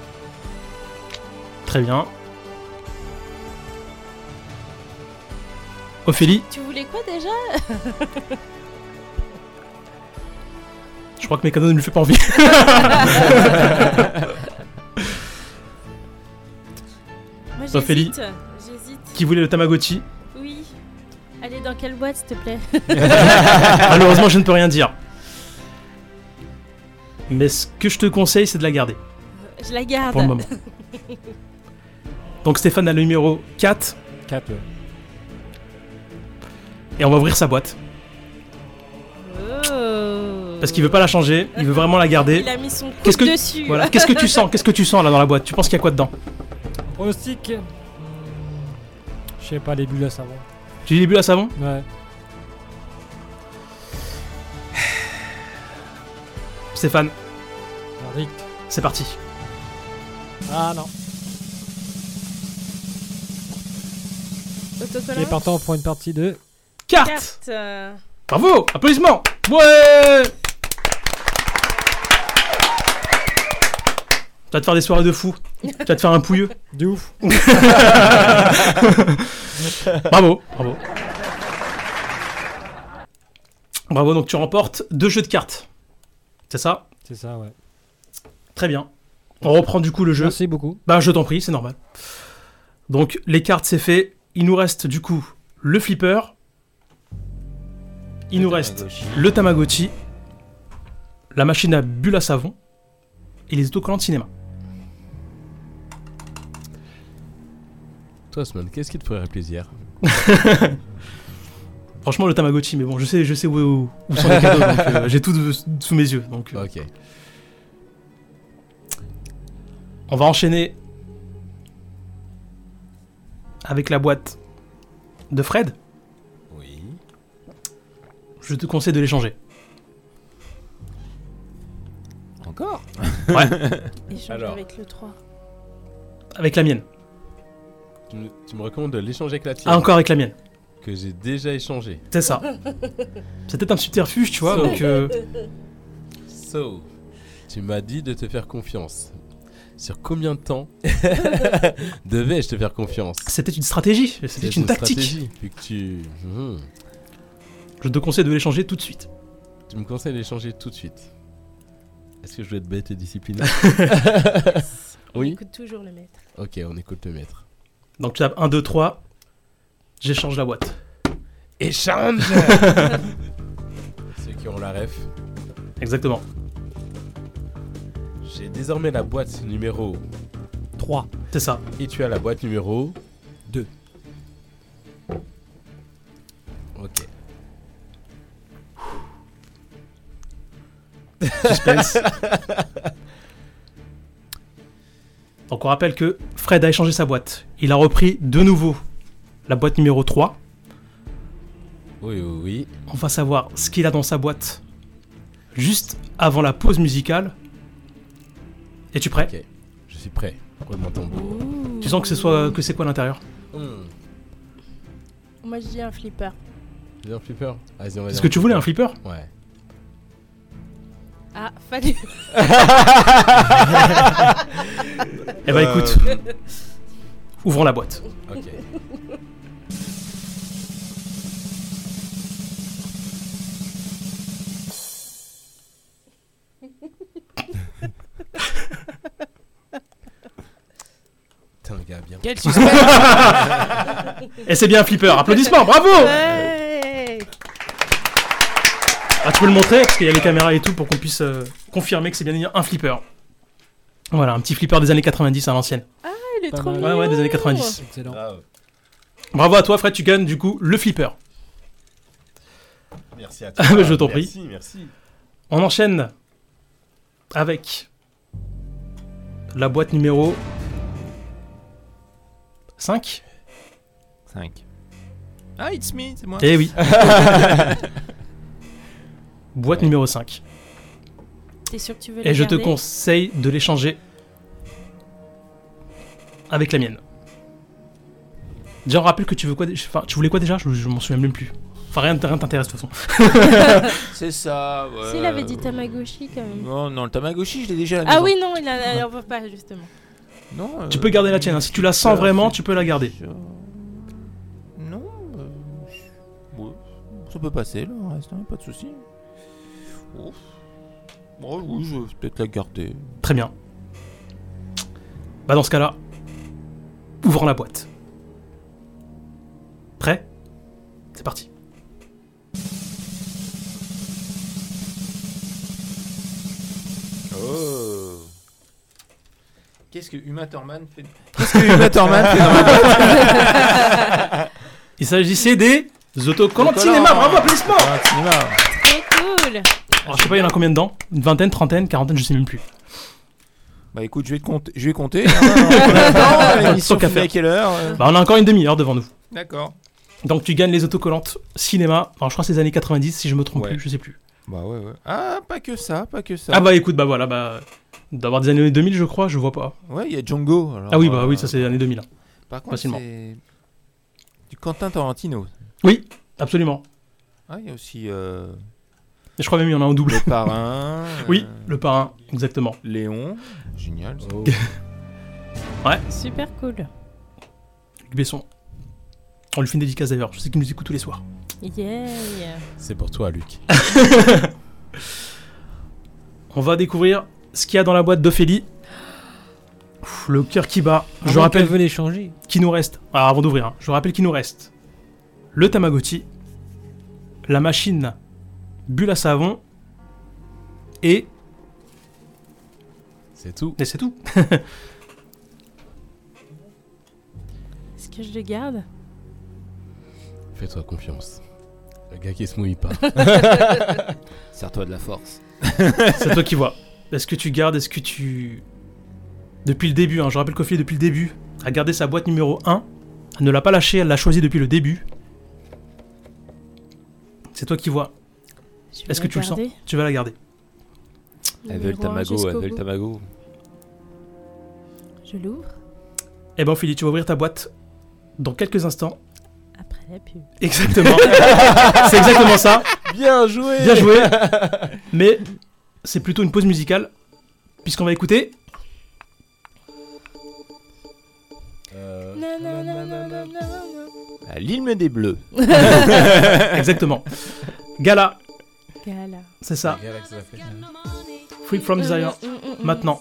[SPEAKER 5] Très bien. Ophélie,
[SPEAKER 8] Tu voulais quoi déjà
[SPEAKER 5] je crois que mes canons ne lui font pas envie.
[SPEAKER 8] Moi, j'hésite.
[SPEAKER 5] Ophélie,
[SPEAKER 8] J'hésite.
[SPEAKER 5] qui voulait le Tamagotchi
[SPEAKER 8] Oui. Allez, dans quelle boîte, s'il te plaît
[SPEAKER 5] Malheureusement, je ne peux rien dire. Mais ce que je te conseille, c'est de la garder.
[SPEAKER 8] Je la garde.
[SPEAKER 5] Pour le moment. Donc Stéphane a le numéro 4
[SPEAKER 9] 4, ouais.
[SPEAKER 5] et on va ouvrir sa boîte. Parce qu'il veut pas la changer, il veut vraiment la garder.
[SPEAKER 8] Oh. Il a mis son coude
[SPEAKER 5] Qu'est-ce que
[SPEAKER 8] dessus.
[SPEAKER 5] Voilà, qu'est-ce que tu sens Qu'est-ce que tu sens là dans la boîte Tu penses qu'il y a quoi dedans
[SPEAKER 9] Pronostic hmm, Je sais pas, les bulles à savon.
[SPEAKER 5] Tu dis les bulles à savon
[SPEAKER 9] Ouais.
[SPEAKER 5] Stéphane,
[SPEAKER 9] Verdict.
[SPEAKER 5] c'est parti.
[SPEAKER 9] Ah non.
[SPEAKER 8] Autocollant.
[SPEAKER 9] Il est partant pour une partie de.
[SPEAKER 5] Carte.
[SPEAKER 8] euh,
[SPEAKER 5] Bravo Applaudissements Ouais Tu vas te faire des soirées de fou. Tu vas te faire un pouilleux.
[SPEAKER 9] De ouf.
[SPEAKER 5] bravo, bravo. Bravo, donc tu remportes deux jeux de cartes. C'est ça
[SPEAKER 9] C'est ça, ouais.
[SPEAKER 5] Très bien. On reprend du coup le jeu.
[SPEAKER 9] Merci beaucoup.
[SPEAKER 5] Bah, je t'en prie, c'est normal. Donc, les cartes, c'est fait. Il nous reste du coup le flipper. Il nous reste le Tamagotchi. La machine à bulles à savon. Et les autocollants de cinéma.
[SPEAKER 7] Toi, Osman, qu'est-ce qui te ferait plaisir
[SPEAKER 5] Franchement, le Tamagotchi, mais bon, je sais, je sais où, où- où sont les cadeaux. donc, euh, J'ai tout de- sous mes yeux. Donc, euh,
[SPEAKER 7] Ok.
[SPEAKER 5] On va enchaîner avec la boîte de Fred.
[SPEAKER 7] Oui.
[SPEAKER 5] Je te conseille de l'échanger.
[SPEAKER 2] Encore
[SPEAKER 5] Ouais,
[SPEAKER 8] Échange
[SPEAKER 7] Alors.
[SPEAKER 8] avec le 3.
[SPEAKER 5] avec la mienne.
[SPEAKER 7] Tu me, tu me recommandes de l'échanger avec la tienne
[SPEAKER 5] Ah, encore avec la mienne.
[SPEAKER 7] Que j'ai déjà échangé.
[SPEAKER 5] C'est ça. C'est peut-être un subterfuge, tu vois. Donc, euh,
[SPEAKER 7] So, tu m'as dit de te faire confiance. Sur combien de temps devais-je te faire confiance
[SPEAKER 5] c'était une stratégie, c'était une, tactique.
[SPEAKER 7] stratégie, vu que tu... Mhm.
[SPEAKER 5] Je te conseille de l'échanger tout de suite.
[SPEAKER 7] Tu me conseilles d'échanger tout de suite. Est-ce que je dois être bête et discipliné
[SPEAKER 8] On
[SPEAKER 7] Oui
[SPEAKER 8] écoute toujours le maître.
[SPEAKER 7] Ok, on écoute le maître.
[SPEAKER 5] Donc, tu tapes 1, 2, 3. J'échange la boîte.
[SPEAKER 7] Échange Ceux qui ont la ref.
[SPEAKER 5] Exactement.
[SPEAKER 7] J'ai désormais la boîte numéro
[SPEAKER 9] 3.
[SPEAKER 5] C'est ça.
[SPEAKER 7] Et tu as la boîte numéro 2. Ok.
[SPEAKER 5] Suspense. Donc on rappelle que Fred a échangé sa boîte. Il a repris de nouveau la boîte numéro 3.
[SPEAKER 7] Oui, oui, oui.
[SPEAKER 5] On va savoir ce qu'il a dans sa boîte juste avant la pause musicale. Es-tu prêt
[SPEAKER 7] Ok. Je suis prêt. Roulement de tambour.
[SPEAKER 5] Tu sens que ce soit que c'est quoi à l'intérieur
[SPEAKER 7] Hmm.
[SPEAKER 8] Moi, je dis un flipper.
[SPEAKER 7] Tu veux dire flipper Vas-y, on va
[SPEAKER 5] Est-ce
[SPEAKER 7] dire
[SPEAKER 5] que tu voulais un flipper
[SPEAKER 7] Ouais.
[SPEAKER 8] Ah, fallu.
[SPEAKER 5] Eh bah écoute, ouvrons la boîte.
[SPEAKER 7] Ok. Putain, le gars, bien.
[SPEAKER 5] Quel suspense Et c'est bien un flipper, applaudissements, bravo
[SPEAKER 8] Ouais.
[SPEAKER 5] Ah, tu peux le montrer parce qu'il y a les caméras et tout pour qu'on puisse euh, confirmer que c'est bien un flipper. Voilà, un petit flipper des années 90 à l'ancienne.
[SPEAKER 8] Ah, il est trop
[SPEAKER 5] Ouais, ouais, des années 90.
[SPEAKER 9] Excellent.
[SPEAKER 5] Bravo à toi, Fred, tu gagnes du coup le flipper.
[SPEAKER 7] Merci à toi.
[SPEAKER 5] Ah, bah, je t'en prie.
[SPEAKER 7] Merci, merci.
[SPEAKER 5] On enchaîne avec la boîte numéro 5.
[SPEAKER 2] 5. Ah, it's me, c'est moi.
[SPEAKER 5] Eh oui. boîte numéro 5.
[SPEAKER 8] T'es sûr que tu veux la
[SPEAKER 5] Et je te
[SPEAKER 8] garder
[SPEAKER 5] conseille de l'échanger avec la mienne. Déjà, on rappelle que tu veux quoi dé- enfin, Tu voulais quoi déjà Je, je m'en souviens même plus. Enfin, rien rien t'intéresse de toute façon.
[SPEAKER 2] C'est ça. ouais.
[SPEAKER 8] S'il avait dit Tamagotchi quand même.
[SPEAKER 2] Non, non, le Tamagotchi, je l'ai déjà. à la
[SPEAKER 8] Ah
[SPEAKER 2] maison.
[SPEAKER 8] oui, non, il en veut pas justement.
[SPEAKER 2] Non. euh,
[SPEAKER 5] tu peux garder la tienne. hein. Si tu la sens vraiment, tu peux la garder.
[SPEAKER 2] Non. euh, ouais, ça peut passer, le reste, hein, pas de soucis. Ouf. Bon, oui, je vais peut-être la garder.
[SPEAKER 5] Très bien. Bah, dans ce cas-là, ouvrons la boîte. Prêt C'est parti.
[SPEAKER 2] Oh. Qu'est-ce que Uma Thurman fait Qu'est-ce que Uma Thurman fait dans la boîte
[SPEAKER 5] Il s'agissait des autocollants de cinéma.
[SPEAKER 2] Autocollants.
[SPEAKER 5] Bravo, applaudissements
[SPEAKER 8] Très cool.
[SPEAKER 5] Alors, je sais pas, il y en a combien dedans Une vingtaine, trentaine, quarantaine, je sais même plus.
[SPEAKER 2] Bah écoute, je vais, te compter- je vais compter. hein, on attend, l'émission
[SPEAKER 5] Tant qu'à
[SPEAKER 2] finit à
[SPEAKER 5] faire.
[SPEAKER 2] quelle heure euh
[SPEAKER 5] Bah, on a encore une demi-heure devant nous.
[SPEAKER 2] D'accord.
[SPEAKER 5] Donc tu gagnes les autocollantes cinéma. Enfin, je crois que c'est les années 90 si je me trompe plus, je sais plus.
[SPEAKER 2] Bah ouais, ouais. Ah, pas que ça, pas que ça.
[SPEAKER 5] Ah bah écoute, bah voilà, bah d'avoir des années 2000 je crois, je vois pas.
[SPEAKER 2] Ouais, il y a Django. alors,
[SPEAKER 5] ah oui, bah
[SPEAKER 2] euh,
[SPEAKER 5] oui, ça c'est les années 2000. hein.
[SPEAKER 2] Par contre,
[SPEAKER 5] facilement.
[SPEAKER 2] c'est du Quentin Tarantino.
[SPEAKER 5] Oui, absolument.
[SPEAKER 2] Ah, il y a aussi euh,
[SPEAKER 5] Et je crois même il y en a un double.
[SPEAKER 2] Le Parrain. euh,
[SPEAKER 5] oui,
[SPEAKER 6] euh,
[SPEAKER 5] le parrain, exactement.
[SPEAKER 2] Léon. Génial. ça.
[SPEAKER 7] Oh,
[SPEAKER 5] Ouais,
[SPEAKER 8] Super cool.
[SPEAKER 5] Luc Besson. On lui fait une dédicace d'ailleurs, je sais qu'il nous écoute tous les soirs.
[SPEAKER 8] Yeah.
[SPEAKER 7] C'est pour toi, Luc.
[SPEAKER 5] On va découvrir ce qu'il y a dans la boîte d'Ophélie. Ouf, Le cœur qui bat.
[SPEAKER 9] À
[SPEAKER 5] Je
[SPEAKER 9] moins
[SPEAKER 5] rappelle
[SPEAKER 9] qu'elle veuille les changer.
[SPEAKER 5] Qui nous reste Alors avant d'ouvrir, hein, je rappelle qu'il nous reste le Tamagotchi, la machine bulle à savon et
[SPEAKER 7] c'est tout.
[SPEAKER 5] Et c'est tout.
[SPEAKER 8] Est-ce que je le garde
[SPEAKER 7] Fais-toi confiance. Le gars qui se mouille pas.
[SPEAKER 2] Sers-toi de la force.
[SPEAKER 5] c'est toi qui vois. Est-ce que tu gardes Est-ce que tu depuis le début hein, Je rappelle qu'Ophélie depuis le début a gardé sa boîte numéro 1. Elle ne l'a pas lâchée. Elle l'a choisie depuis le début. C'est toi qui vois.
[SPEAKER 8] Je vais
[SPEAKER 5] Est-ce que
[SPEAKER 8] la
[SPEAKER 5] tu le sens
[SPEAKER 8] garder.
[SPEAKER 5] Tu vas la garder.
[SPEAKER 2] Elle veut le
[SPEAKER 8] Numéro un
[SPEAKER 2] Tamago, elle
[SPEAKER 8] jusqu'au
[SPEAKER 2] veut le
[SPEAKER 8] bout.
[SPEAKER 2] Tamago.
[SPEAKER 8] Je l'ouvre
[SPEAKER 5] Eh ben Ophélie, tu vas ouvrir ta boîte dans quelques instants.
[SPEAKER 8] après la pub.
[SPEAKER 5] Exactement. c'est exactement ça.
[SPEAKER 2] Bien joué.
[SPEAKER 5] Bien joué. Mais c'est plutôt une pause musicale, puisqu'on va écouter.
[SPEAKER 7] Euh,
[SPEAKER 8] Non, non, non, non, non, non.
[SPEAKER 2] À L'hymne des Bleus.
[SPEAKER 5] exactement. Gala,
[SPEAKER 8] Gala.
[SPEAKER 5] c'est ça. Free from Desire.
[SPEAKER 8] Mm, mm, mm, mm.
[SPEAKER 5] Maintenant,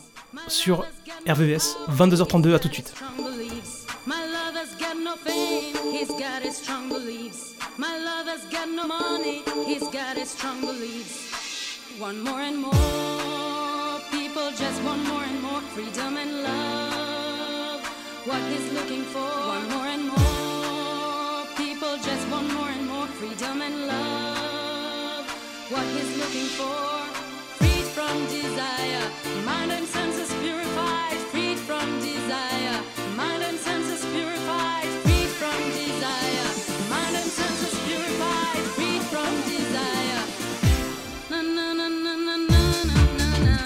[SPEAKER 5] sur RVVS, 22h32, à tout de suite.
[SPEAKER 17] strong beliefs. My lover's got no fame, he's got his strong beliefs. My lover's got no money, he's got his strong beliefs. One more and more people just want more and more freedom and love. What he's looking for, one more and more people just want more and more freedom and love. What he's looking for freed from desire. Mind and senses purified, freed from desire. Mind and senses purified, freed from desire. Mind and senses purified, freed from desire. Na na na na na na.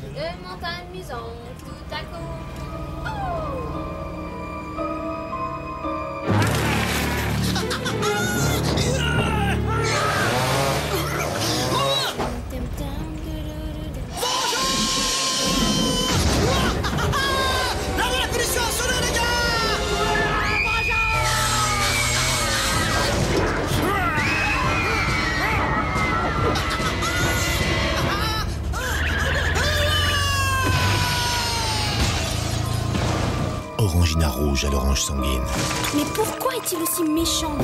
[SPEAKER 1] Seulement amusant, tout à coup.
[SPEAKER 3] La de la punition a sonné, les gars
[SPEAKER 12] Orangina rouge à l'orange sanguine.
[SPEAKER 14] Mais pourquoi est-il aussi méchant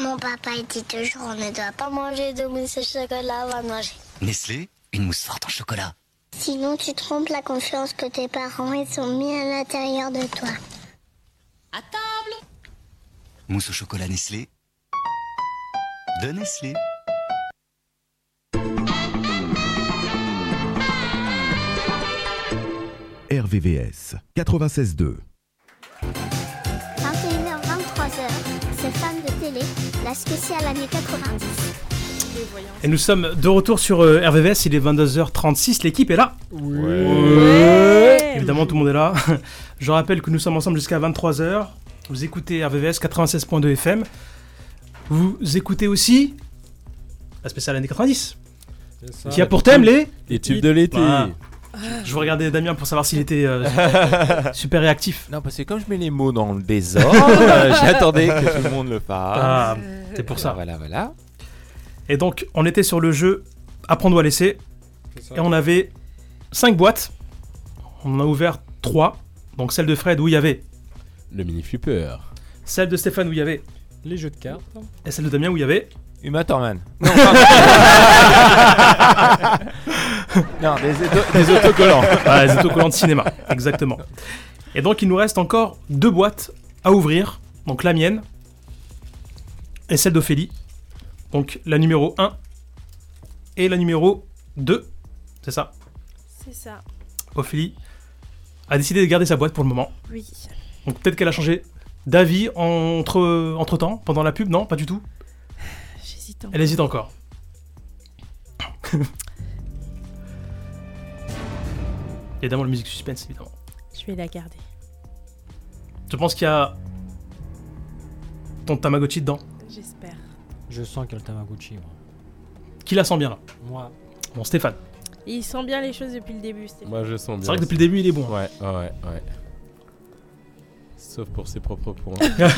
[SPEAKER 14] Mon papa il dit toujours on ne doit pas manger de mousse au chocolat avant de manger.
[SPEAKER 13] Nestlé, une mousse forte en chocolat.
[SPEAKER 14] Sinon tu trompes la confiance que tes parents ils ont mis à l'intérieur de toi.
[SPEAKER 1] À table
[SPEAKER 13] Mousse au chocolat Nestlé. De Nestlé.
[SPEAKER 19] RVVS 96.2.
[SPEAKER 14] 21h 23h, c'est fan de télé, la spéciale année 90.
[SPEAKER 5] Et nous sommes de retour sur euh, RVVS, il est 22h36, l'équipe est là
[SPEAKER 8] Eh
[SPEAKER 5] Évidemment, tout le monde est là. Je rappelle que nous sommes ensemble jusqu'à 23h. Vous écoutez RVVS 96.2 FM. Vous écoutez aussi la spéciale année 90,
[SPEAKER 7] ça.
[SPEAKER 5] qui a pour thème les...
[SPEAKER 7] Les tubes de l'été.
[SPEAKER 5] Voilà. Je vous regardais Damien pour savoir s'il était euh, super réactif.
[SPEAKER 2] Non, parce que comme je mets les mots dans le désordre, euh, j'attendais que tout le monde le fasse.
[SPEAKER 5] Ah, c'est pour ça.
[SPEAKER 2] Voilà, voilà.
[SPEAKER 5] Et donc, on était sur le jeu Apprendre ou à laisser.
[SPEAKER 2] ça.
[SPEAKER 5] Et on avait 5 boîtes. On en a ouvert 3. Donc, celle de Fred où il y avait.
[SPEAKER 7] Le mini flipper.
[SPEAKER 5] Celle de Stéphane où il y avait.
[SPEAKER 9] Les jeux de cartes.
[SPEAKER 5] Et celle de Damien où il y avait.
[SPEAKER 2] Uma Thurman.
[SPEAKER 5] Non,
[SPEAKER 2] Non, des auto- des autocollants.
[SPEAKER 5] Voilà, des autocollants de cinéma, exactement. Et donc, il nous reste encore deux boîtes à ouvrir. Donc, la mienne et celle d'Ophélie. Donc, la numéro 1 et la numéro 2. C'est ça.
[SPEAKER 8] C'est ça.
[SPEAKER 5] Ophélie a décidé de garder sa boîte pour le moment.
[SPEAKER 8] Oui.
[SPEAKER 5] Donc peut-être qu'elle a changé d'avis entre, entre temps, pendant la pub, non Pas du tout
[SPEAKER 8] J'hésite
[SPEAKER 5] Elle hésite encore. évidemment, la musique suspense, évidemment.
[SPEAKER 8] Je vais la garder.
[SPEAKER 5] Je pense qu'il y a ton Tamagotchi dedans.
[SPEAKER 8] J'espère.
[SPEAKER 9] Je sens qu'il y a le Tamaguchi. moi.
[SPEAKER 5] Qui la sent bien là
[SPEAKER 9] Moi.
[SPEAKER 5] Bon, Stéphane.
[SPEAKER 8] Il sent bien les choses depuis le début. Stéphane.
[SPEAKER 7] Moi, je sens bien.
[SPEAKER 5] C'est vrai que depuis le début, il est bon. hein.
[SPEAKER 7] Ouais, ouais, ouais. ouais. Sauf pour ses propres points.
[SPEAKER 9] ça,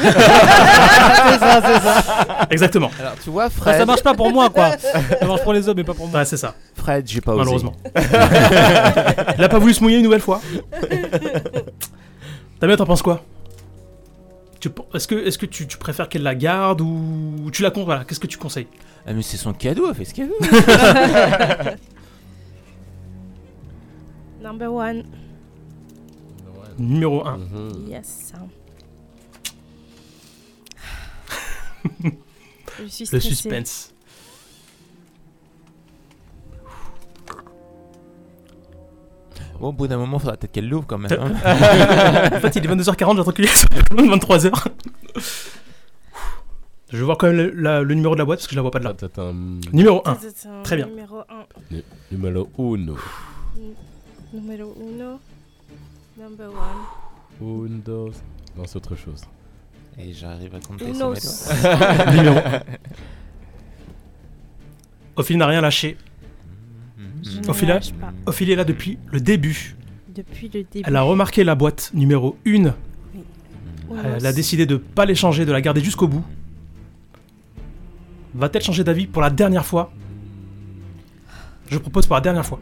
[SPEAKER 9] c'est ça.
[SPEAKER 5] Exactement.
[SPEAKER 2] Alors, tu vois,
[SPEAKER 9] Enfin,
[SPEAKER 2] Fred.
[SPEAKER 9] ça marche pas pour moi, quoi. Ça marche pour les hommes, mais pas pour moi.
[SPEAKER 5] Ah, c'est ça.
[SPEAKER 2] Fred, j'ai pas osé.
[SPEAKER 5] Malheureusement. il a pas voulu se mouiller une nouvelle fois. Damien, t'en penses quoi Tu pen- Est-ce que, est que tu, tu préfères qu'elle la garde ou tu la comptes Voilà, qu'est-ce que tu conseilles
[SPEAKER 2] Ah, mais c'est son cadeau, elle fait ce qu'elle veut.
[SPEAKER 8] Number one.
[SPEAKER 5] Numéro 1.
[SPEAKER 8] Yes. Je suis stressée.
[SPEAKER 5] Le suspense.
[SPEAKER 2] Bon, au bout d'un moment, faudra peut-être qu'elle l'ouvre quand même. hein.
[SPEAKER 5] en fait, il est 22h40, j'entends qu'il est 23h. Je vais voir quand même le, la- le numéro de la boîte parce que je la vois pas de là. Numéro 1.
[SPEAKER 8] Tatatin,
[SPEAKER 5] Très bien.
[SPEAKER 8] Numéro 1.
[SPEAKER 7] Nu- Numéro uno.
[SPEAKER 8] Numéro uno. Number one.
[SPEAKER 7] Un, dos. Non, c'est autre chose.
[SPEAKER 2] Et j'arrive à compter sur
[SPEAKER 8] Unos.
[SPEAKER 2] mes doigts.
[SPEAKER 5] numéro 1. Ophélie n'a rien lâché.
[SPEAKER 8] Je ne
[SPEAKER 5] Ophélie, a-
[SPEAKER 8] lâche pas.
[SPEAKER 5] Ophélie est là depuis le début.
[SPEAKER 8] Depuis le début.
[SPEAKER 5] Elle a remarqué la boîte numéro
[SPEAKER 8] Oh,
[SPEAKER 5] 1. Euh, Elle a
[SPEAKER 8] Unos.
[SPEAKER 5] décidé de pas l'échanger, de la garder jusqu'au bout. Va-t-elle changer d'avis pour la dernière fois Je propose pour la dernière fois.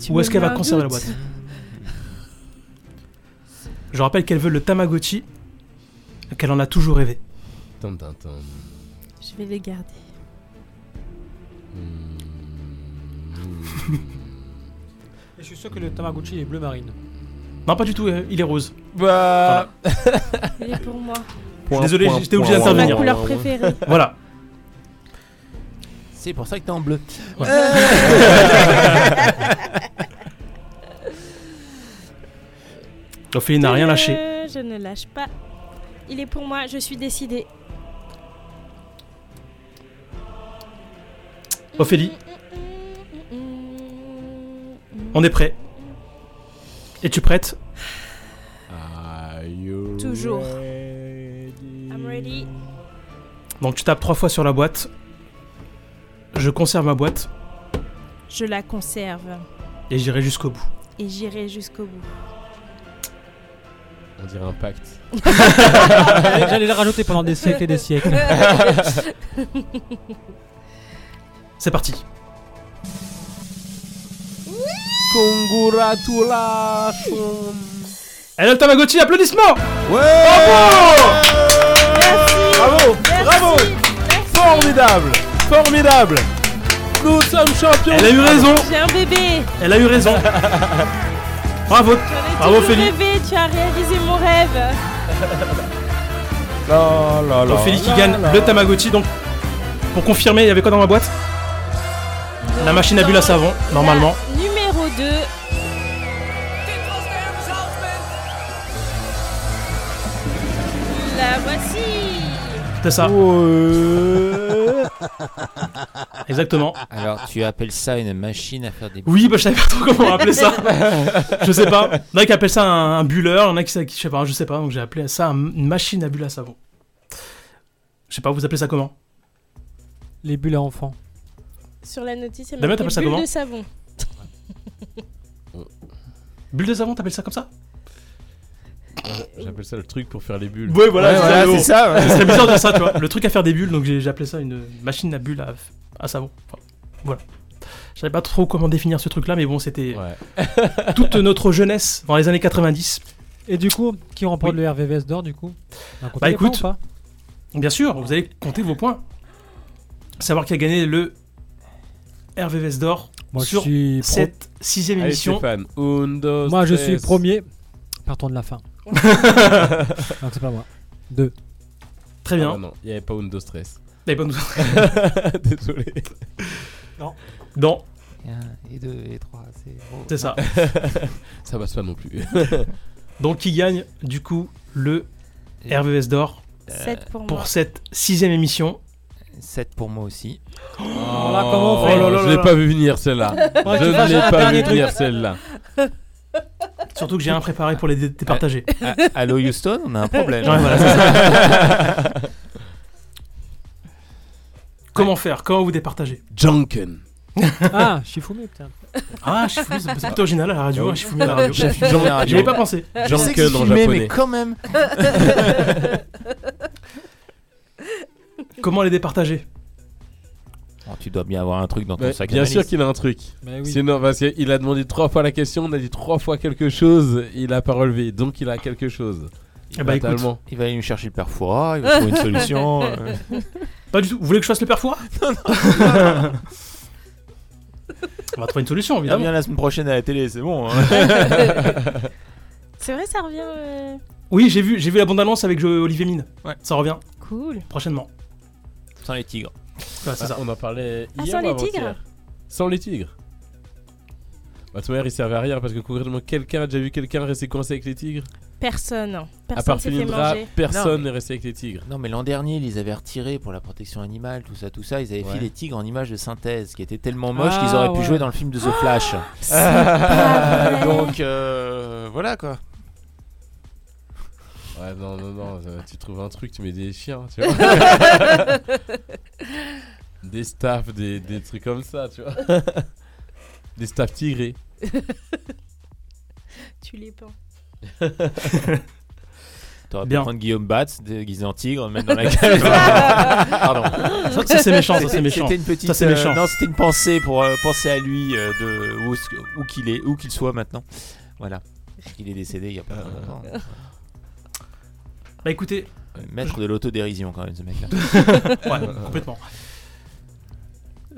[SPEAKER 8] Tu
[SPEAKER 5] Ou
[SPEAKER 8] me
[SPEAKER 5] est-ce qu'elle va
[SPEAKER 8] mets un
[SPEAKER 5] conserver la
[SPEAKER 8] doute.
[SPEAKER 5] boîte Je rappelle qu'elle veut le Tamagotchi, et qu'elle en a toujours rêvé.
[SPEAKER 7] Tum, tum, tum.
[SPEAKER 8] Je vais le garder.
[SPEAKER 9] Et je suis sûr que le Tamaguchi est bleu marine.
[SPEAKER 5] Non, pas du tout, euh, il est rose.
[SPEAKER 2] Bah.
[SPEAKER 8] Il est pour moi.
[SPEAKER 5] Je suis désolé, j'étais obligé d'intervenir.
[SPEAKER 8] C'est ma couleur préférée.
[SPEAKER 5] Voilà.
[SPEAKER 2] C'est pour ça que t'es en bleu.
[SPEAKER 5] Ouais. Ophélie n'a rien lâché.
[SPEAKER 8] Euh, Je ne lâche pas. Il est pour moi, je suis décidée.
[SPEAKER 5] Ophélie,
[SPEAKER 8] Mm, mm,
[SPEAKER 5] On est prêt. Es-tu prête
[SPEAKER 8] Toujours. I'm ready.
[SPEAKER 5] Donc tu tapes trois fois sur la boîte. Je conserve ma boîte
[SPEAKER 8] Je la conserve
[SPEAKER 5] et j'irai jusqu'au bout.
[SPEAKER 8] et j'irai jusqu'au bout.
[SPEAKER 7] On dirait un pacte.
[SPEAKER 9] J'allais le rajouter pendant des siècles et des siècles.
[SPEAKER 5] C'est parti.
[SPEAKER 7] Congratulations.
[SPEAKER 5] Hello Tamagotchi, applaudissements
[SPEAKER 7] Ouais
[SPEAKER 5] Bravo
[SPEAKER 7] Bravo Bravo Formidable Formidable Nous sommes champions
[SPEAKER 5] Elle a eu raison
[SPEAKER 8] J'ai un bébé
[SPEAKER 5] Elle a eu raison Bravo
[SPEAKER 7] Oh
[SPEAKER 5] Bravo
[SPEAKER 8] Toujours
[SPEAKER 5] Ophélie
[SPEAKER 8] rêvé, tu as réalisé mon rêve
[SPEAKER 7] La, la, la,
[SPEAKER 5] Ophélie qui
[SPEAKER 7] la,
[SPEAKER 5] gagne
[SPEAKER 7] la.
[SPEAKER 5] le Tamagotchi. Donc, pour confirmer, il y avait quoi dans ma boîte La machine à bulles à savon, normalement.
[SPEAKER 8] Numéro 2. La voici
[SPEAKER 5] C'est ça. Exactement.
[SPEAKER 6] Alors, tu appelles ça une machine à faire des
[SPEAKER 5] Oui, bah, je savais pas trop comment appeler ça. je sais pas. Il y en a qui appellent ça un, un bulleur, il y en a qui, ça- qui- je sais pas, je sais pas. Donc j'ai appelé ça un- une machine à bulles à savon. Je sais pas, vous appelez ça comment
[SPEAKER 9] Les bulles à enfants.
[SPEAKER 8] Sur la notice, il y a
[SPEAKER 5] Damien,
[SPEAKER 8] marqué
[SPEAKER 5] t'appelles ça
[SPEAKER 8] bulle
[SPEAKER 5] comment
[SPEAKER 8] de savon.
[SPEAKER 5] Bulles de savon, t'appelles ça comme ça
[SPEAKER 7] J'appelle ça le truc pour faire les bulles.
[SPEAKER 5] Ouais, voilà, c'est ça.
[SPEAKER 23] c'est ça, ouais.
[SPEAKER 5] Ce serait bizarre de dire ça, tu vois. Le truc à faire des bulles, donc j'ai j'ai appelé ça une machine à bulles à, à savon. Enfin, voilà. Je savais pas trop comment définir ce truc-là, mais bon, c'était toute notre jeunesse dans les années 90.
[SPEAKER 9] Et du coup, qui remporte le RVVS d'or du coup On a compté
[SPEAKER 5] Bah
[SPEAKER 9] les points
[SPEAKER 5] écoute,
[SPEAKER 9] ou pas
[SPEAKER 5] bien sûr, vous allez compter vos points. Savoir qui a gagné le RVVS d'or
[SPEAKER 9] Moi, je
[SPEAKER 5] sur
[SPEAKER 9] suis pro-
[SPEAKER 5] cette sixième
[SPEAKER 7] Allez,
[SPEAKER 5] émission.
[SPEAKER 7] Stéphane. Un, deux,
[SPEAKER 9] Moi, je
[SPEAKER 7] tres.
[SPEAKER 9] suis premier. Partons de la fin. non, c'est pas moi. Deux.
[SPEAKER 5] Très bien.
[SPEAKER 7] Ah, non, il n'y avait pas Undo Stress.
[SPEAKER 5] Il y avait pas
[SPEAKER 7] Désolé.
[SPEAKER 9] Non.
[SPEAKER 5] Non,
[SPEAKER 6] Et deux, et trois, c'est
[SPEAKER 5] c'est ça.
[SPEAKER 7] Ça passe pas non plus.
[SPEAKER 5] Donc qui gagne du coup le RVVS d'or
[SPEAKER 8] Sept pour moi.
[SPEAKER 5] cette sixième émission.
[SPEAKER 6] 7 pour moi aussi.
[SPEAKER 9] là, comment on
[SPEAKER 7] Oh
[SPEAKER 9] fait
[SPEAKER 7] là là je l'ai pas vu venir celle-là.
[SPEAKER 9] Ouais,
[SPEAKER 7] je
[SPEAKER 9] tu vas
[SPEAKER 7] ne
[SPEAKER 9] faire un
[SPEAKER 7] l'ai pas vu
[SPEAKER 9] dernier truc.
[SPEAKER 7] venir celle-là.
[SPEAKER 5] Surtout que j'ai un préparé pour les dé- départager.
[SPEAKER 6] Ah, Allô Houston, on a un problème.
[SPEAKER 5] Ouais, voilà, c'est ça. Comment faire Comment vous départager
[SPEAKER 7] Junken.
[SPEAKER 9] Ah, Shifumi, putain.
[SPEAKER 5] Ah, Shifumi, c'est c'est plutôt original à la radio.
[SPEAKER 6] Ah
[SPEAKER 5] hein,
[SPEAKER 6] oui. Ah,
[SPEAKER 5] Shifumi à la radio.
[SPEAKER 6] Shifumi à la radio.
[SPEAKER 5] J'y avais pas pensé.
[SPEAKER 6] Je sais que c'est
[SPEAKER 7] en
[SPEAKER 6] filmé,
[SPEAKER 7] japonais.
[SPEAKER 6] mais quand même.
[SPEAKER 5] Comment les départager
[SPEAKER 6] Oh, tu dois bien avoir un truc dans ton
[SPEAKER 7] Ouais,
[SPEAKER 6] sac.
[SPEAKER 7] bien
[SPEAKER 6] à
[SPEAKER 7] sûr
[SPEAKER 6] malice.
[SPEAKER 7] qu'il a un truc.
[SPEAKER 9] Mais oui.
[SPEAKER 7] Sinon, parce qu'il a demandé trois fois la question, on a dit trois fois quelque chose, il a pas relevé. Donc il a quelque chose.
[SPEAKER 5] Eh bah, écoute.
[SPEAKER 7] Fatalement.
[SPEAKER 6] Il va aller me chercher le perforat, il va trouver une solution. euh.
[SPEAKER 5] Pas du tout. Vous voulez que je fasse le perforat On va trouver une solution,
[SPEAKER 6] Il
[SPEAKER 5] évidemment.
[SPEAKER 6] revient la semaine prochaine à la télé, c'est bon. hein.
[SPEAKER 8] C'est vrai, ça revient. euh,
[SPEAKER 5] Oui, j'ai vu, j'ai vu la bande-annonce avec Jo- Olivier Mine.
[SPEAKER 6] Ouais.
[SPEAKER 5] Ça revient
[SPEAKER 8] Cool.
[SPEAKER 5] prochainement.
[SPEAKER 6] Sans les tigres.
[SPEAKER 5] Ouais, c'est
[SPEAKER 7] Ah,
[SPEAKER 5] ça.
[SPEAKER 7] On en parlait
[SPEAKER 8] Ah,
[SPEAKER 7] hier
[SPEAKER 8] sans
[SPEAKER 7] ou
[SPEAKER 8] les
[SPEAKER 7] avant-hier
[SPEAKER 8] tigres
[SPEAKER 7] Sans les tigres Bah, ton mère, il servait à rien parce que concrètement, quelqu'un a déjà vu quelqu'un rester coincé avec les tigres
[SPEAKER 8] Personne.
[SPEAKER 7] À
[SPEAKER 8] Personne
[SPEAKER 7] part
[SPEAKER 8] s'est fait
[SPEAKER 7] Philindra,
[SPEAKER 8] manger.
[SPEAKER 6] Non,
[SPEAKER 7] personne
[SPEAKER 6] mais-
[SPEAKER 7] n'est resté avec les tigres.
[SPEAKER 6] Non, mais l'an dernier, ils les avaient retirés pour la protection animale, tout ça, tout ça. Ils avaient
[SPEAKER 7] Ouais.
[SPEAKER 6] fait les tigres en images de synthèse, qui étaient tellement moches qu'ils
[SPEAKER 9] Ah,
[SPEAKER 6] auraient
[SPEAKER 9] ouais.
[SPEAKER 6] pu jouer dans le film de The Flash.
[SPEAKER 8] Ah, pas vrai.
[SPEAKER 6] ah, Donc euh, voilà quoi.
[SPEAKER 7] Ouais, non, non, non, ça va, tu trouves un truc, tu mets des chiens, tu vois. des staffs, des, des trucs comme ça, tu vois. des staffs tigrés.
[SPEAKER 8] Tu les peins.
[SPEAKER 6] T'aurais pu
[SPEAKER 5] Bien.
[SPEAKER 6] prendre Guillaume Batz déguisé en tigre, même dans la cage. Pardon.
[SPEAKER 5] Ça, ça, c'est méchant, ça c'est
[SPEAKER 6] Ah, C'était-
[SPEAKER 5] méchant.
[SPEAKER 6] C'était une petite.
[SPEAKER 5] Ça, c'est
[SPEAKER 6] euh,
[SPEAKER 5] méchant.
[SPEAKER 6] non, c'était une pensée pour euh, penser à lui euh, de où, est-ce que- où qu'il est, où qu'il soit maintenant. Voilà. Il est décédé il y a pas très longtemps. Euh,
[SPEAKER 5] Bah écoutez,
[SPEAKER 6] Maître de l'autodérision quand même ce mec-là.
[SPEAKER 5] ouais, complètement.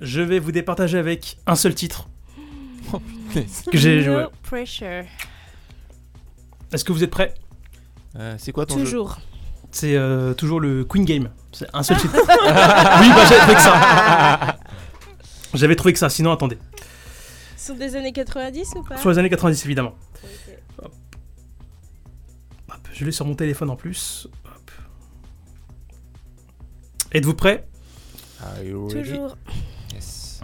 [SPEAKER 5] Je vais vous départager avec un seul titre. que j'ai joué.
[SPEAKER 8] No pressure.
[SPEAKER 5] Est-ce que vous êtes prêts
[SPEAKER 6] Euh, c'est quoi ton jeu
[SPEAKER 8] Toujours.
[SPEAKER 5] C'est euh, toujours le Queen Game. C'est un seul titre. oui, bah j'avais trouvé que ça. J'avais trouvé que ça, sinon attendez.
[SPEAKER 8] Ce sont des années 90 ou pas
[SPEAKER 5] Sur les années 90, évidemment. Hop. Hop, Je l'ai sur mon téléphone en plus. Hop. Êtes-vous prêts
[SPEAKER 6] Are you ready?
[SPEAKER 8] Toujours.
[SPEAKER 6] Yes.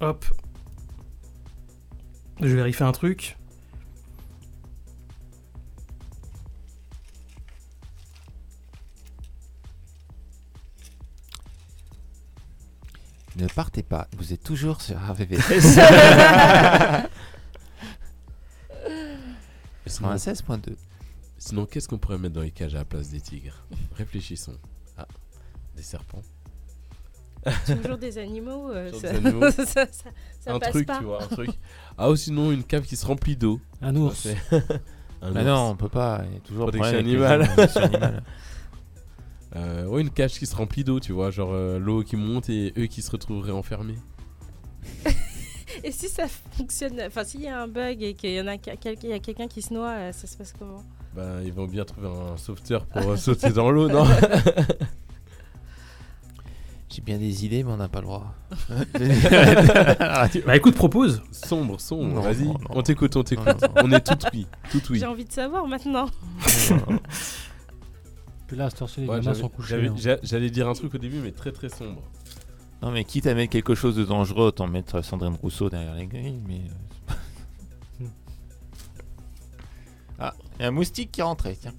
[SPEAKER 5] Hop. Je vérifie un truc.
[SPEAKER 3] Ne partez pas, vous êtes toujours sur RVV. 96.2.
[SPEAKER 7] Sinon, qu'est-ce qu'on pourrait mettre dans les cages à la place des tigres Réfléchissons. Ah, des serpents.
[SPEAKER 8] Toujours des animaux. euh,
[SPEAKER 7] Toujours
[SPEAKER 8] ça,
[SPEAKER 7] des animaux.
[SPEAKER 8] ça- ça- ça
[SPEAKER 7] un
[SPEAKER 8] passe
[SPEAKER 7] truc,
[SPEAKER 8] pas.
[SPEAKER 7] tu vois, un truc. Ah, ou sinon une cave qui se remplit d'eau.
[SPEAKER 9] Un ours.
[SPEAKER 7] Ça, c'est-
[SPEAKER 8] Bah
[SPEAKER 7] un
[SPEAKER 6] Ah
[SPEAKER 7] ours.
[SPEAKER 6] non, on peut pas, il y a toujours
[SPEAKER 7] protection
[SPEAKER 6] problème
[SPEAKER 7] animale.
[SPEAKER 6] avec les protection animale.
[SPEAKER 7] Euh, ouais, une cage qui se remplit d'eau, tu vois, genre euh, l'eau qui monte et eux qui se retrouveraient enfermés.
[SPEAKER 8] Et si ça fonctionne, enfin s'il y a un bug et qu'il y en a quel- il y a quelqu'un qui se noie, euh, ça se passe comment
[SPEAKER 7] Bah, ils vont bien trouver un sauveteur pour euh, sauter dans l'eau, non
[SPEAKER 6] J'ai bien des idées, mais on n'a pas le droit.
[SPEAKER 5] bah écoute, propose.
[SPEAKER 7] Sombre, sombre,
[SPEAKER 6] Non,
[SPEAKER 7] vas-y.
[SPEAKER 6] non, non.
[SPEAKER 7] On t'écoute, on t'écoute.
[SPEAKER 6] Non, non,
[SPEAKER 7] On est tout oui, tout oui.
[SPEAKER 8] J'ai envie de savoir maintenant.
[SPEAKER 9] Puis là, à cette heure-ci, les
[SPEAKER 7] Ouais,
[SPEAKER 9] gamins
[SPEAKER 7] j'avais-
[SPEAKER 9] sont couchés.
[SPEAKER 7] j'avais-
[SPEAKER 9] hein.
[SPEAKER 7] j'a- J'allais dire un truc au début, mais très très sombre.
[SPEAKER 6] Non, mais quitte à mettre quelque chose de dangereux, autant mettre Sandrine Rousseau derrière les grilles, mais. euh, c'est pas- ah, il y a un moustique qui est rentré, tiens.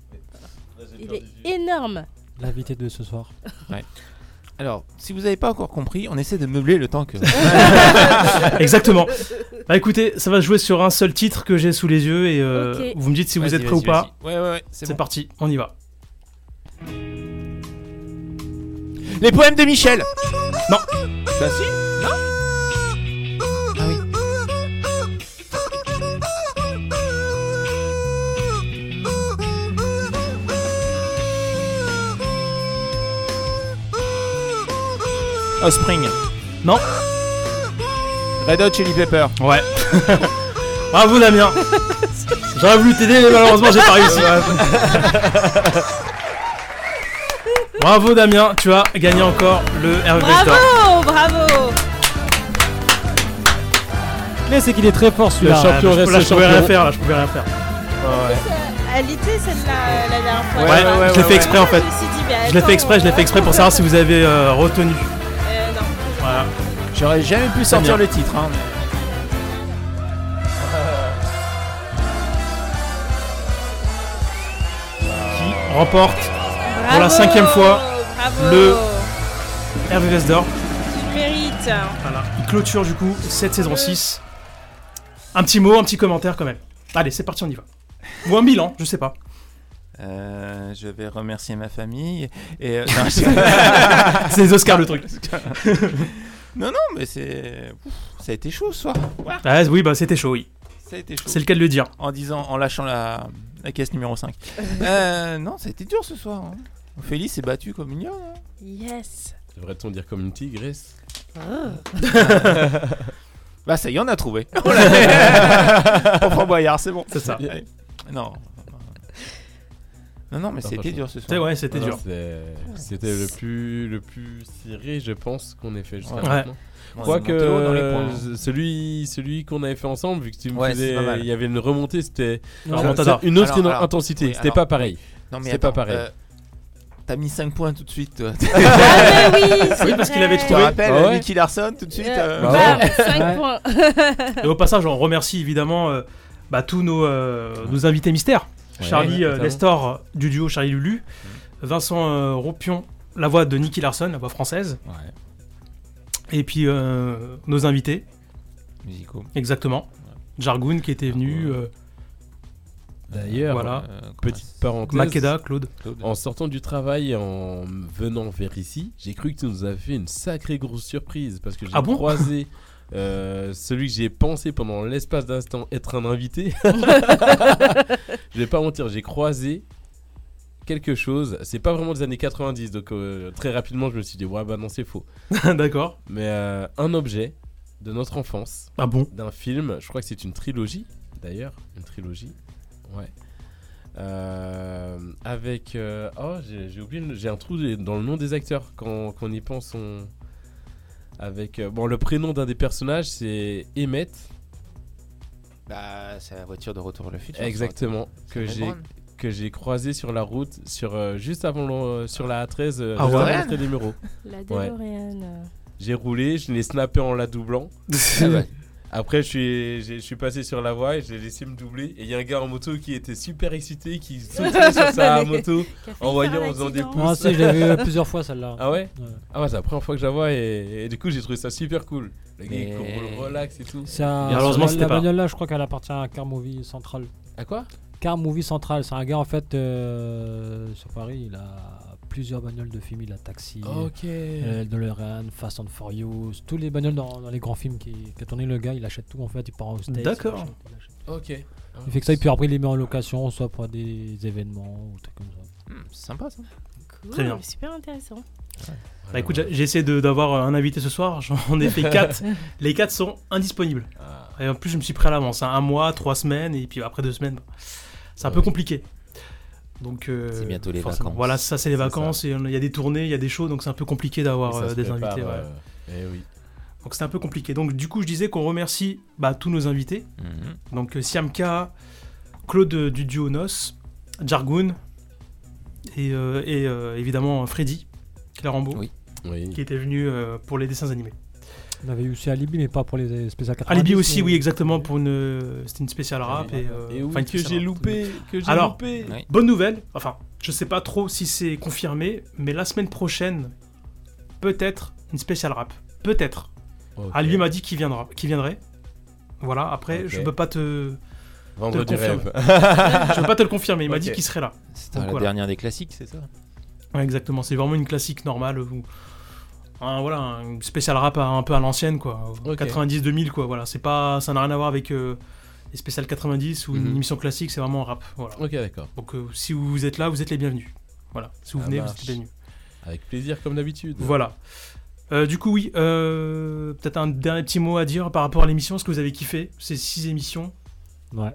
[SPEAKER 8] Il est énorme.
[SPEAKER 9] L'invité de ce soir.
[SPEAKER 6] Ouais. Alors, si vous n'avez pas encore compris, on essaie de meubler le temps que.
[SPEAKER 5] Exactement. Bah écoutez, ça va se jouer sur un seul titre que j'ai sous les yeux et euh,
[SPEAKER 6] Ok.
[SPEAKER 5] vous me dites si vous
[SPEAKER 6] Vas-y,
[SPEAKER 5] êtes prêt ou
[SPEAKER 6] vas-y,
[SPEAKER 5] pas.
[SPEAKER 6] vas-y. Ouais, ouais, ouais, c'est
[SPEAKER 5] C'est
[SPEAKER 6] bon.
[SPEAKER 5] parti, on y va.
[SPEAKER 6] Les poèmes de Michel
[SPEAKER 5] Non
[SPEAKER 6] Bah si Non Ah oui. Offspring.
[SPEAKER 5] Non.
[SPEAKER 6] Red Hot Chili Pepper.
[SPEAKER 5] Ouais. Bravo Damien. J'aurais voulu t'aider, mais malheureusement j'ai pas réussi. Bravo Damien, tu as gagné encore le RV Store.
[SPEAKER 8] Bravo, bravo.
[SPEAKER 9] Mais c'est qu'il est très fort celui-là.
[SPEAKER 5] Le champion reste le champion.
[SPEAKER 8] Elle était celle-là euh, la dernière fois.
[SPEAKER 5] Ouais, je l'ai fait exprès en fait.
[SPEAKER 8] Je me suis dit, mais
[SPEAKER 5] je l'ai
[SPEAKER 8] attends,
[SPEAKER 5] fait exprès, je l'ai fait exprès pour savoir si vous avez euh, retenu.
[SPEAKER 8] euh, non.
[SPEAKER 5] Voilà.
[SPEAKER 6] J'aurais jamais pu sortir le titre. Hein,
[SPEAKER 5] Qui remporte pour la
[SPEAKER 8] Bravo,
[SPEAKER 5] cinquième fois
[SPEAKER 8] bravo.
[SPEAKER 5] le RVVS d'or.
[SPEAKER 8] Tu mérites.
[SPEAKER 5] Voilà. Il clôture du coup cette saison 6. Un petit mot, un petit commentaire quand même. Allez, c'est parti, on y va. Ou un bilan, je sais pas.
[SPEAKER 6] Euh, je vais remercier ma famille et euh,
[SPEAKER 5] C'est les Oscars, le truc.
[SPEAKER 6] non non mais c'est Ouf, ça a été chaud ce soir. Ouah.
[SPEAKER 5] Ah, oui, bah c'était chaud, oui.
[SPEAKER 6] Ça a été chaud.
[SPEAKER 5] C'est le cas de le dire.
[SPEAKER 6] En disant en lâchant la, la caisse numéro 5. euh, non, ça a été dur ce soir. hein. Félix s'est battu comme une lionne. hein.
[SPEAKER 8] Yes.
[SPEAKER 7] Devrait-on dire comme une tigresse
[SPEAKER 6] bah ça y est, on a trouvé. On l'a fait. On prend Boyard, c'est bon.
[SPEAKER 5] C'est ça.
[SPEAKER 6] Allez. Non. Non non,
[SPEAKER 7] Non,
[SPEAKER 6] mais c'était
[SPEAKER 7] franchement.
[SPEAKER 6] dur ce soir.
[SPEAKER 5] C'est ouais, c'était
[SPEAKER 7] Non,
[SPEAKER 5] dur.
[SPEAKER 7] c'est- C'était le plus, le plus serré, je pense, qu'on ait fait jusqu'à
[SPEAKER 6] Ouais.
[SPEAKER 7] maintenant.
[SPEAKER 6] Ouais.
[SPEAKER 7] Quoique,
[SPEAKER 6] On est monté haut dans les points, hein.
[SPEAKER 7] euh, celui, celui qu'on avait fait ensemble, vu que tu me
[SPEAKER 6] Ouais,
[SPEAKER 7] faisais,
[SPEAKER 6] c'est pas mal.
[SPEAKER 7] il y avait une remontée, c'était
[SPEAKER 6] Non,
[SPEAKER 7] c'est-
[SPEAKER 6] remontada.
[SPEAKER 7] c'est une autre
[SPEAKER 6] Alors, alors,
[SPEAKER 7] intensité,
[SPEAKER 6] oui,
[SPEAKER 7] c'était
[SPEAKER 6] alors,
[SPEAKER 7] pas pareil.
[SPEAKER 6] Non mais
[SPEAKER 7] C'était pas
[SPEAKER 6] attends,
[SPEAKER 7] pareil.
[SPEAKER 6] euh, T'as mis 5 points tout de suite. toi.
[SPEAKER 8] Ah, mais oui, c'est
[SPEAKER 5] Oui, parce qu'il avait
[SPEAKER 6] Tu te
[SPEAKER 5] trouvé.
[SPEAKER 6] rappelles,
[SPEAKER 5] Ah ouais.
[SPEAKER 6] Nicky Larson tout de suite. euh,
[SPEAKER 5] Bah
[SPEAKER 8] Bam,
[SPEAKER 5] ouais.
[SPEAKER 8] cinq
[SPEAKER 5] Ouais.
[SPEAKER 8] points.
[SPEAKER 5] Et au passage, on remercie évidemment euh, bah, tous nos, euh, nos invités mystères.
[SPEAKER 6] Ouais,
[SPEAKER 5] Charlie
[SPEAKER 6] ouais,
[SPEAKER 5] euh,
[SPEAKER 6] notamment.
[SPEAKER 5] Lestor euh, du duo Charlie Lulu, Vincent euh, Ropion, la voix de Nicky Larson, la voix française. Et puis euh, nos invités.
[SPEAKER 6] Musicaux.
[SPEAKER 5] Exactement. Jargoun qui était venu. euh,
[SPEAKER 7] D'ailleurs,
[SPEAKER 5] Voilà.
[SPEAKER 7] euh, petite parenthèse.
[SPEAKER 5] Makeda, Claude.
[SPEAKER 7] En sortant du travail et en venant vers ici, j'ai cru que tu nous avais fait une sacrée grosse surprise parce que j'ai
[SPEAKER 5] Ah bon
[SPEAKER 7] croisé euh, celui que j'ai pensé pendant l'espace d'instant être un invité. Je vais pas mentir, j'ai croisé quelque chose. C'est pas vraiment des années 90, donc euh, très rapidement je me suis dit ouais bah non c'est faux.
[SPEAKER 5] D'accord.
[SPEAKER 7] Mais euh, un objet de notre enfance.
[SPEAKER 5] Ah bon
[SPEAKER 7] D'un film, je crois que c'est une trilogie d'ailleurs, une trilogie. Ouais. Euh, avec euh, oh j'ai j'ai oublié le- j'ai un trou des- dans le nom des acteurs quand, quand on y pense on avec euh, bon le prénom d'un des personnages c'est Emmett
[SPEAKER 6] Bah, c'est la voiture de retour vers le futur.
[SPEAKER 7] exactement
[SPEAKER 6] ça.
[SPEAKER 7] que
[SPEAKER 6] C'est
[SPEAKER 7] j'ai
[SPEAKER 6] Ron.
[SPEAKER 7] que j'ai croisé sur la route sur euh, juste avant le- euh, sur la 13 euh,
[SPEAKER 5] Ah
[SPEAKER 7] juste
[SPEAKER 5] ouais
[SPEAKER 7] avant l'entrée des Mureaux.
[SPEAKER 8] La
[SPEAKER 7] Ouais.
[SPEAKER 8] DeLorean. euh,
[SPEAKER 7] J'ai roulé, je l'ai snappé en la doublant.
[SPEAKER 6] Ah ouais.
[SPEAKER 7] Après, je suis, j'ai- je suis passé sur la voie et je l'ai laissé me doubler. Et il y a un gars en moto qui était super excité, qui sautait sur sa moto
[SPEAKER 9] Qui a failli
[SPEAKER 7] en voyant,
[SPEAKER 9] faire un
[SPEAKER 7] en faisant des pouces.
[SPEAKER 9] accident. Ah, si, je l'ai vu, euh, plusieurs fois, celle-là.
[SPEAKER 7] Ah ouais,
[SPEAKER 9] Ouais.
[SPEAKER 7] Ah ouais, c'est la première fois que je la vois et, et du coup, j'ai trouvé ça super cool. Le gars, il
[SPEAKER 9] Mais-
[SPEAKER 7] roule relax et tout.
[SPEAKER 9] Ça,
[SPEAKER 7] Malheureusement,
[SPEAKER 9] la-
[SPEAKER 7] c'était
[SPEAKER 9] la
[SPEAKER 7] pas.
[SPEAKER 9] bagnole là, je crois qu'elle appartient à Car Movie Central.
[SPEAKER 7] À quoi
[SPEAKER 9] Car Movie Central, c'est un gars en fait euh, sur Paris, il a plusieurs bagnoles de films, il a Taxi,
[SPEAKER 7] Ok.
[SPEAKER 9] euh, DeLorean, Fast and Furious, tous les bagnoles dans, dans les grands films qui, qui a tourné le gars, il achète tout en fait, il part aux States. il
[SPEAKER 5] D'accord.
[SPEAKER 9] achète-
[SPEAKER 7] Ok.
[SPEAKER 9] Il fait que ça et puis après il les met en location, soit pour des événements ou trucs comme ça.
[SPEAKER 6] sympa ça.
[SPEAKER 5] Très bien.
[SPEAKER 8] Super intéressant.
[SPEAKER 5] Bah écoute, j'a- j'ai essayé de- d'avoir euh, un invité ce soir, j'en ai fait 4. les 4 sont indisponibles. Et en plus, je me suis pris à l'avance, hein, un mois, trois semaines, et puis après deux semaines, bah, c'est un peu compliqué. Donc, euh,
[SPEAKER 2] C'est bientôt les
[SPEAKER 5] forcément.
[SPEAKER 2] vacances.
[SPEAKER 5] Voilà, ça c'est les vacances, et on- il y a des tournées, il y a des shows, donc c'est un peu compliqué d'avoir
[SPEAKER 7] Et ça
[SPEAKER 5] euh,
[SPEAKER 7] se
[SPEAKER 5] des
[SPEAKER 7] prépare,
[SPEAKER 5] invités. ouais.
[SPEAKER 7] euh, eh oui.
[SPEAKER 5] Donc c'était un peu compliqué. Donc du coup, je disais qu'on remercie bah, tous nos invités.
[SPEAKER 6] Mmh.
[SPEAKER 5] Donc euh, Siamka, Claude euh, du duo Nos, Jargoon et, euh, et, euh, évidemment Freddy Clarambeau
[SPEAKER 7] Oui.
[SPEAKER 5] qui était venu euh, pour les dessins animés.
[SPEAKER 9] On avait eu aussi Alibi mais pas pour les spéciales
[SPEAKER 7] Ah,
[SPEAKER 9] 90.
[SPEAKER 5] Alibi aussi,
[SPEAKER 9] mais-
[SPEAKER 5] oui, exactement, pour une. euh, C'était une spéciale rap. Et, euh,
[SPEAKER 7] Et oui,
[SPEAKER 5] enfin, une
[SPEAKER 7] que
[SPEAKER 5] spéciale
[SPEAKER 7] j'ai
[SPEAKER 5] rap.
[SPEAKER 7] loupé, que j'ai
[SPEAKER 5] Alors,
[SPEAKER 7] loupé. Oui.
[SPEAKER 5] bonne nouvelle, enfin, je sais pas trop si c'est confirmé, mais la semaine prochaine, peut-être une spéciale rap. Peut-être.
[SPEAKER 7] Ok.
[SPEAKER 5] Alibi m'a dit qu'il viendra, qu'il viendrait. Voilà, après,
[SPEAKER 7] Ok.
[SPEAKER 5] je peux pas te.
[SPEAKER 7] Vendre
[SPEAKER 5] te le
[SPEAKER 7] du
[SPEAKER 5] confirmer.
[SPEAKER 7] rêve.
[SPEAKER 5] je peux pas te le confirmer, il m'a dit
[SPEAKER 7] Ok.
[SPEAKER 5] qu'il serait là.
[SPEAKER 2] C'était
[SPEAKER 5] Donc
[SPEAKER 2] la
[SPEAKER 5] voilà.
[SPEAKER 2] dernière des classiques, c'est ça
[SPEAKER 5] Ouais, exactement, c'est vraiment une classique normale où. un- voilà, une spéciale rap à- un peu à l'ancienne, quoi.
[SPEAKER 7] Ok.
[SPEAKER 5] 90-2000, quoi. Voilà, c'est pas, ça n'a rien à voir avec euh, les spéciales 90 ou une
[SPEAKER 7] Mhm.
[SPEAKER 5] émission classique, c'est vraiment rap. Voilà.
[SPEAKER 7] Ok, d'accord.
[SPEAKER 5] Donc euh, si vous êtes là, vous êtes les bienvenus. Voilà, si vous
[SPEAKER 7] Ça
[SPEAKER 5] venez, vous
[SPEAKER 7] marche.
[SPEAKER 5] êtes les bienvenus.
[SPEAKER 7] Avec plaisir, comme d'habitude.
[SPEAKER 5] Voilà. Euh, du coup, oui, euh, peut-être un dernier petit mot à dire par rapport à l'émission. Est-ce que vous avez kiffé ces six émissions
[SPEAKER 9] Ouais.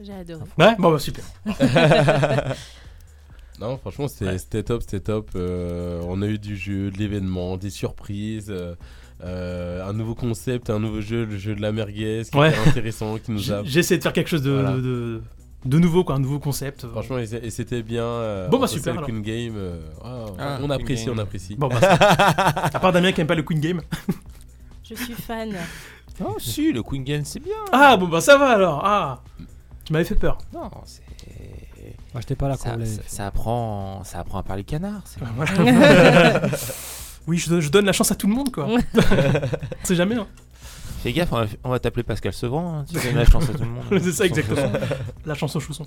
[SPEAKER 8] J'ai adoré.
[SPEAKER 5] Ouais, bon, bah super.
[SPEAKER 7] Non, franchement, c'était c'était top, c'était top. Euh, on a eu du jeu, de l'événement, des surprises, euh, euh, un nouveau concept, un nouveau jeu, le jeu de la merguez, qui
[SPEAKER 5] Ouais.
[SPEAKER 7] était intéressant, qui nous
[SPEAKER 5] J'ai
[SPEAKER 7] a.
[SPEAKER 5] j'ai essayé de faire quelque chose de,
[SPEAKER 7] Voilà.
[SPEAKER 5] de, de- de nouveau, quoi, un nouveau concept.
[SPEAKER 7] Franchement, et c'est- et c'était bien. euh,
[SPEAKER 5] Bon, bah,
[SPEAKER 7] entre
[SPEAKER 5] super,
[SPEAKER 7] ça et le
[SPEAKER 5] alors.
[SPEAKER 7] Queen Game, euh, ah,
[SPEAKER 5] Ah,
[SPEAKER 7] on
[SPEAKER 5] Queen
[SPEAKER 7] apprécie,
[SPEAKER 5] Game.
[SPEAKER 7] on apprécie.
[SPEAKER 5] Bon, bah, ça- à part Damien qui aime pas le Queen Game.
[SPEAKER 8] Je suis fan.
[SPEAKER 2] Oh, si, le Queen Game, c'est bien.
[SPEAKER 5] Ah, bon, bah ça va alors. Ah, tu m'avais fait peur.
[SPEAKER 2] Non, c'est.
[SPEAKER 9] Moi, j'étais pas là quand
[SPEAKER 2] ça,
[SPEAKER 9] vous l'avez
[SPEAKER 2] ça, ça apprend, ça apprend à parler canard. c'est bon.
[SPEAKER 5] Voilà. oui, je, je donne la chance à tout le monde, quoi. on sait jamais, hein.
[SPEAKER 2] Fais gaffe, on va, on va t'appeler Pascal Sevran. hein, tu donnes la chance à tout le monde.
[SPEAKER 5] C'est ça, exactement. La chance aux chaussons.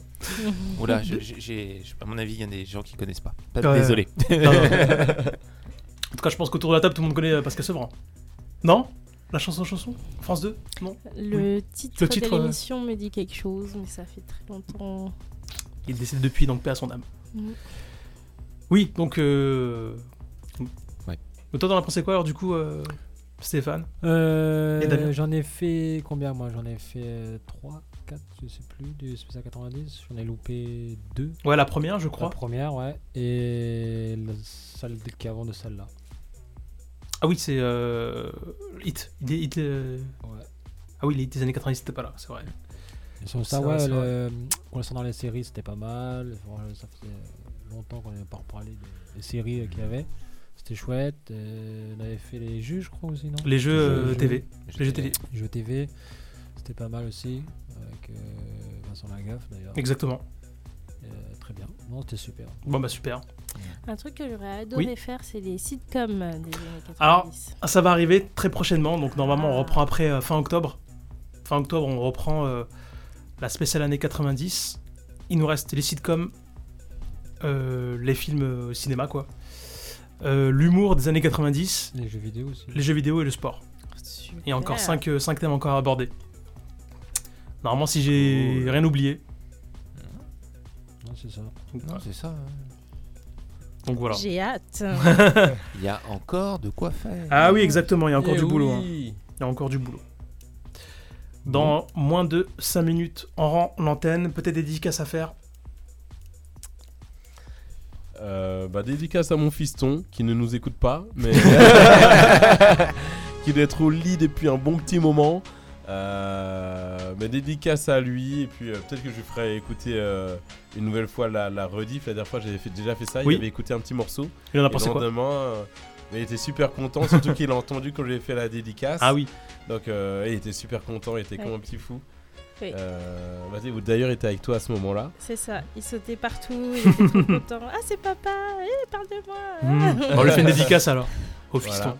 [SPEAKER 2] Oula, je- je- j'ai- je- à mon avis, il y a des gens qui connaissent pas. Pas-
[SPEAKER 5] Ouais.
[SPEAKER 2] Désolé.
[SPEAKER 5] Non, non. En tout cas, je pense qu'autour de la table, tout le monde connaît euh, Pascal Sevran. Non La chanson chanson France 2 Non
[SPEAKER 8] Le,
[SPEAKER 5] Oui.
[SPEAKER 8] titre
[SPEAKER 5] Le titre,
[SPEAKER 8] de
[SPEAKER 5] euh,
[SPEAKER 8] l'émission me dit quelque chose, mais ça fait très longtemps.
[SPEAKER 5] Il décède depuis, donc paix à son âme.
[SPEAKER 8] Mm.
[SPEAKER 5] Oui, donc. Euh...
[SPEAKER 2] Ouais.
[SPEAKER 5] Mais toi, t'en as pensé quoi alors, du coup, euh, Stéphane
[SPEAKER 9] Euh,
[SPEAKER 5] Et Damien.
[SPEAKER 9] j'en ai fait combien moi J'en ai fait 3, 4, je sais plus, du spécial 90. J'en ai loupé 2.
[SPEAKER 5] Ouais, la première, je crois.
[SPEAKER 9] La première, ouais. Et la- celle de- qui est avant de celle-là.
[SPEAKER 5] Ah oui, c'est. Euh... Hit. Hit, Hit, euh, Ah oui, les Hit des années 90, c'était pas là, c'est vrai.
[SPEAKER 9] Et sur ça,
[SPEAKER 5] C'est vrai,
[SPEAKER 9] ouais,
[SPEAKER 5] c'est
[SPEAKER 9] le-
[SPEAKER 5] vrai.
[SPEAKER 9] on le sent dans les séries, c'était pas mal. Enfin, Ça faisait longtemps qu'on n'avait pas reparlé des, des séries euh,
[SPEAKER 5] Mmh.
[SPEAKER 9] qu'il y avait. C'était chouette. Euh, on avait fait les jeux, je crois aussi, non
[SPEAKER 5] Les jeux, euh, TV.
[SPEAKER 9] Les
[SPEAKER 5] Les jeux télé.
[SPEAKER 9] Les jeux TV. C'était pas mal aussi. Avec euh, Vincent Lagaffe d'ailleurs.
[SPEAKER 5] Exactement.
[SPEAKER 9] Euh, très bien. Non, c'était super.
[SPEAKER 5] Bon, bah super.
[SPEAKER 8] Un truc que j'aurais adoré
[SPEAKER 5] Oui.
[SPEAKER 8] faire, c'est les sitcoms des années 90.
[SPEAKER 5] Alors, Ah, ça va arriver très prochainement, donc normalement on reprend après euh, fin octobre. Fin octobre, on reprend euh, la spéciale année 90. Il nous reste les sitcoms, euh, les films euh, cinéma, quoi. Euh, L'humour des années 90.
[SPEAKER 9] Les jeux vidéo aussi.
[SPEAKER 5] Les jeux vidéo et le sport. Et
[SPEAKER 8] Ah.
[SPEAKER 5] encore 5 thèmes encore abordés. Normalement, si j'ai rien oublié.
[SPEAKER 9] Non, c'est ça.
[SPEAKER 2] Non, c'est ça. hein.
[SPEAKER 5] Donc voilà.
[SPEAKER 8] J'ai hâte.
[SPEAKER 2] Il y a encore de quoi faire.
[SPEAKER 5] Ah
[SPEAKER 6] Euh,
[SPEAKER 5] oui, exactement, il y a encore
[SPEAKER 2] Eh
[SPEAKER 5] du boulot. hein.
[SPEAKER 2] oui.
[SPEAKER 5] Il y a encore du boulot. Dans moins de 5 minutes, en rang l'antenne, peut-être des dédicaces à faire.
[SPEAKER 7] Euh, bah, dédicace à mon fiston qui ne nous écoute pas, mais qui doit être au lit depuis un bon petit moment. Euh, mais dédicace à lui, et puis euh, peut-être que je lui ferai écouter euh, une nouvelle fois la, la rediff. La dernière fois, j'avais fait- déjà fait ça,
[SPEAKER 5] Oui.
[SPEAKER 7] il avait écouté un petit morceau.
[SPEAKER 5] Il en a
[SPEAKER 7] Et
[SPEAKER 5] pensé
[SPEAKER 7] le
[SPEAKER 5] quoi
[SPEAKER 7] lendemain, euh, Mais il était super content, surtout qu'il a entendu quand j'ai fait la dédicace.
[SPEAKER 5] Ah oui.
[SPEAKER 7] Donc euh, il était super content, il était comme
[SPEAKER 8] Ouais.
[SPEAKER 7] un petit fou.
[SPEAKER 8] Oui.
[SPEAKER 7] Euh, Mathé, vous d'ailleurs était avec toi à ce moment-là.
[SPEAKER 8] C'est ça, il sautait partout, il était trop content. Ah, c'est papa, eh, parle de moi.
[SPEAKER 5] Hmm. On lui fait une dédicace alors, au
[SPEAKER 7] Voilà.
[SPEAKER 5] fiston.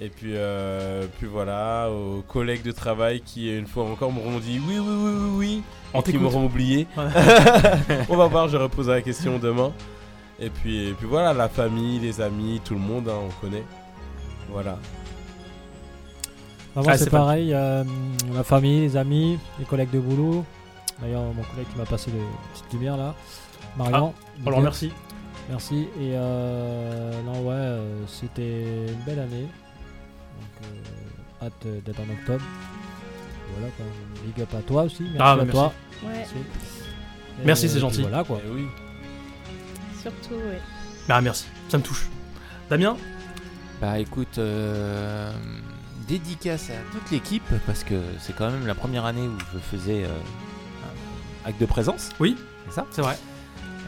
[SPEAKER 7] Et puis, euh, puis voilà, aux collègues de travail qui, une fois encore, m'auront dit oui, oui, oui, oui, oui.
[SPEAKER 5] On
[SPEAKER 7] et qui
[SPEAKER 5] t'écoute.
[SPEAKER 7] m'auront oublié.
[SPEAKER 5] Ouais.
[SPEAKER 7] On va voir, je reposerai la question demain. Et puis, et puis voilà, la famille, les amis, tout le monde, hein, on connaît. Voilà.
[SPEAKER 9] Ah, moi,
[SPEAKER 7] Ah,
[SPEAKER 9] c'est
[SPEAKER 7] c'est pas-
[SPEAKER 9] pareil, euh, la famille, les amis, les collègues de boulot. D'ailleurs, mon collègue qui m'a passé le petite lumière là, Marian.
[SPEAKER 5] Ah,
[SPEAKER 9] Donc,
[SPEAKER 5] on le
[SPEAKER 9] euh,
[SPEAKER 5] remercie.
[SPEAKER 9] Merci. Et euh, non, ouais, euh, c'était une belle année. Donc, euh, hâte euh, d'être en octobre. Voilà, quoi. Big up à toi aussi. Merci
[SPEAKER 5] Ah,
[SPEAKER 9] à
[SPEAKER 5] bah, merci.
[SPEAKER 9] toi.
[SPEAKER 8] Ouais.
[SPEAKER 9] Et,
[SPEAKER 5] Merci, c'est
[SPEAKER 9] euh, puis
[SPEAKER 5] gentil.
[SPEAKER 9] Voilà,
[SPEAKER 2] Eh
[SPEAKER 9] quoi.
[SPEAKER 7] oui.
[SPEAKER 8] Surtout, ouais.
[SPEAKER 5] Bah merci, ça me touche. Damien
[SPEAKER 6] Bah écoute, euh, dédicace à toute l'équipe parce que c'est quand même la première année où je faisais euh, un acte de présence.
[SPEAKER 5] Oui,
[SPEAKER 6] c'est ça.
[SPEAKER 5] C'est vrai.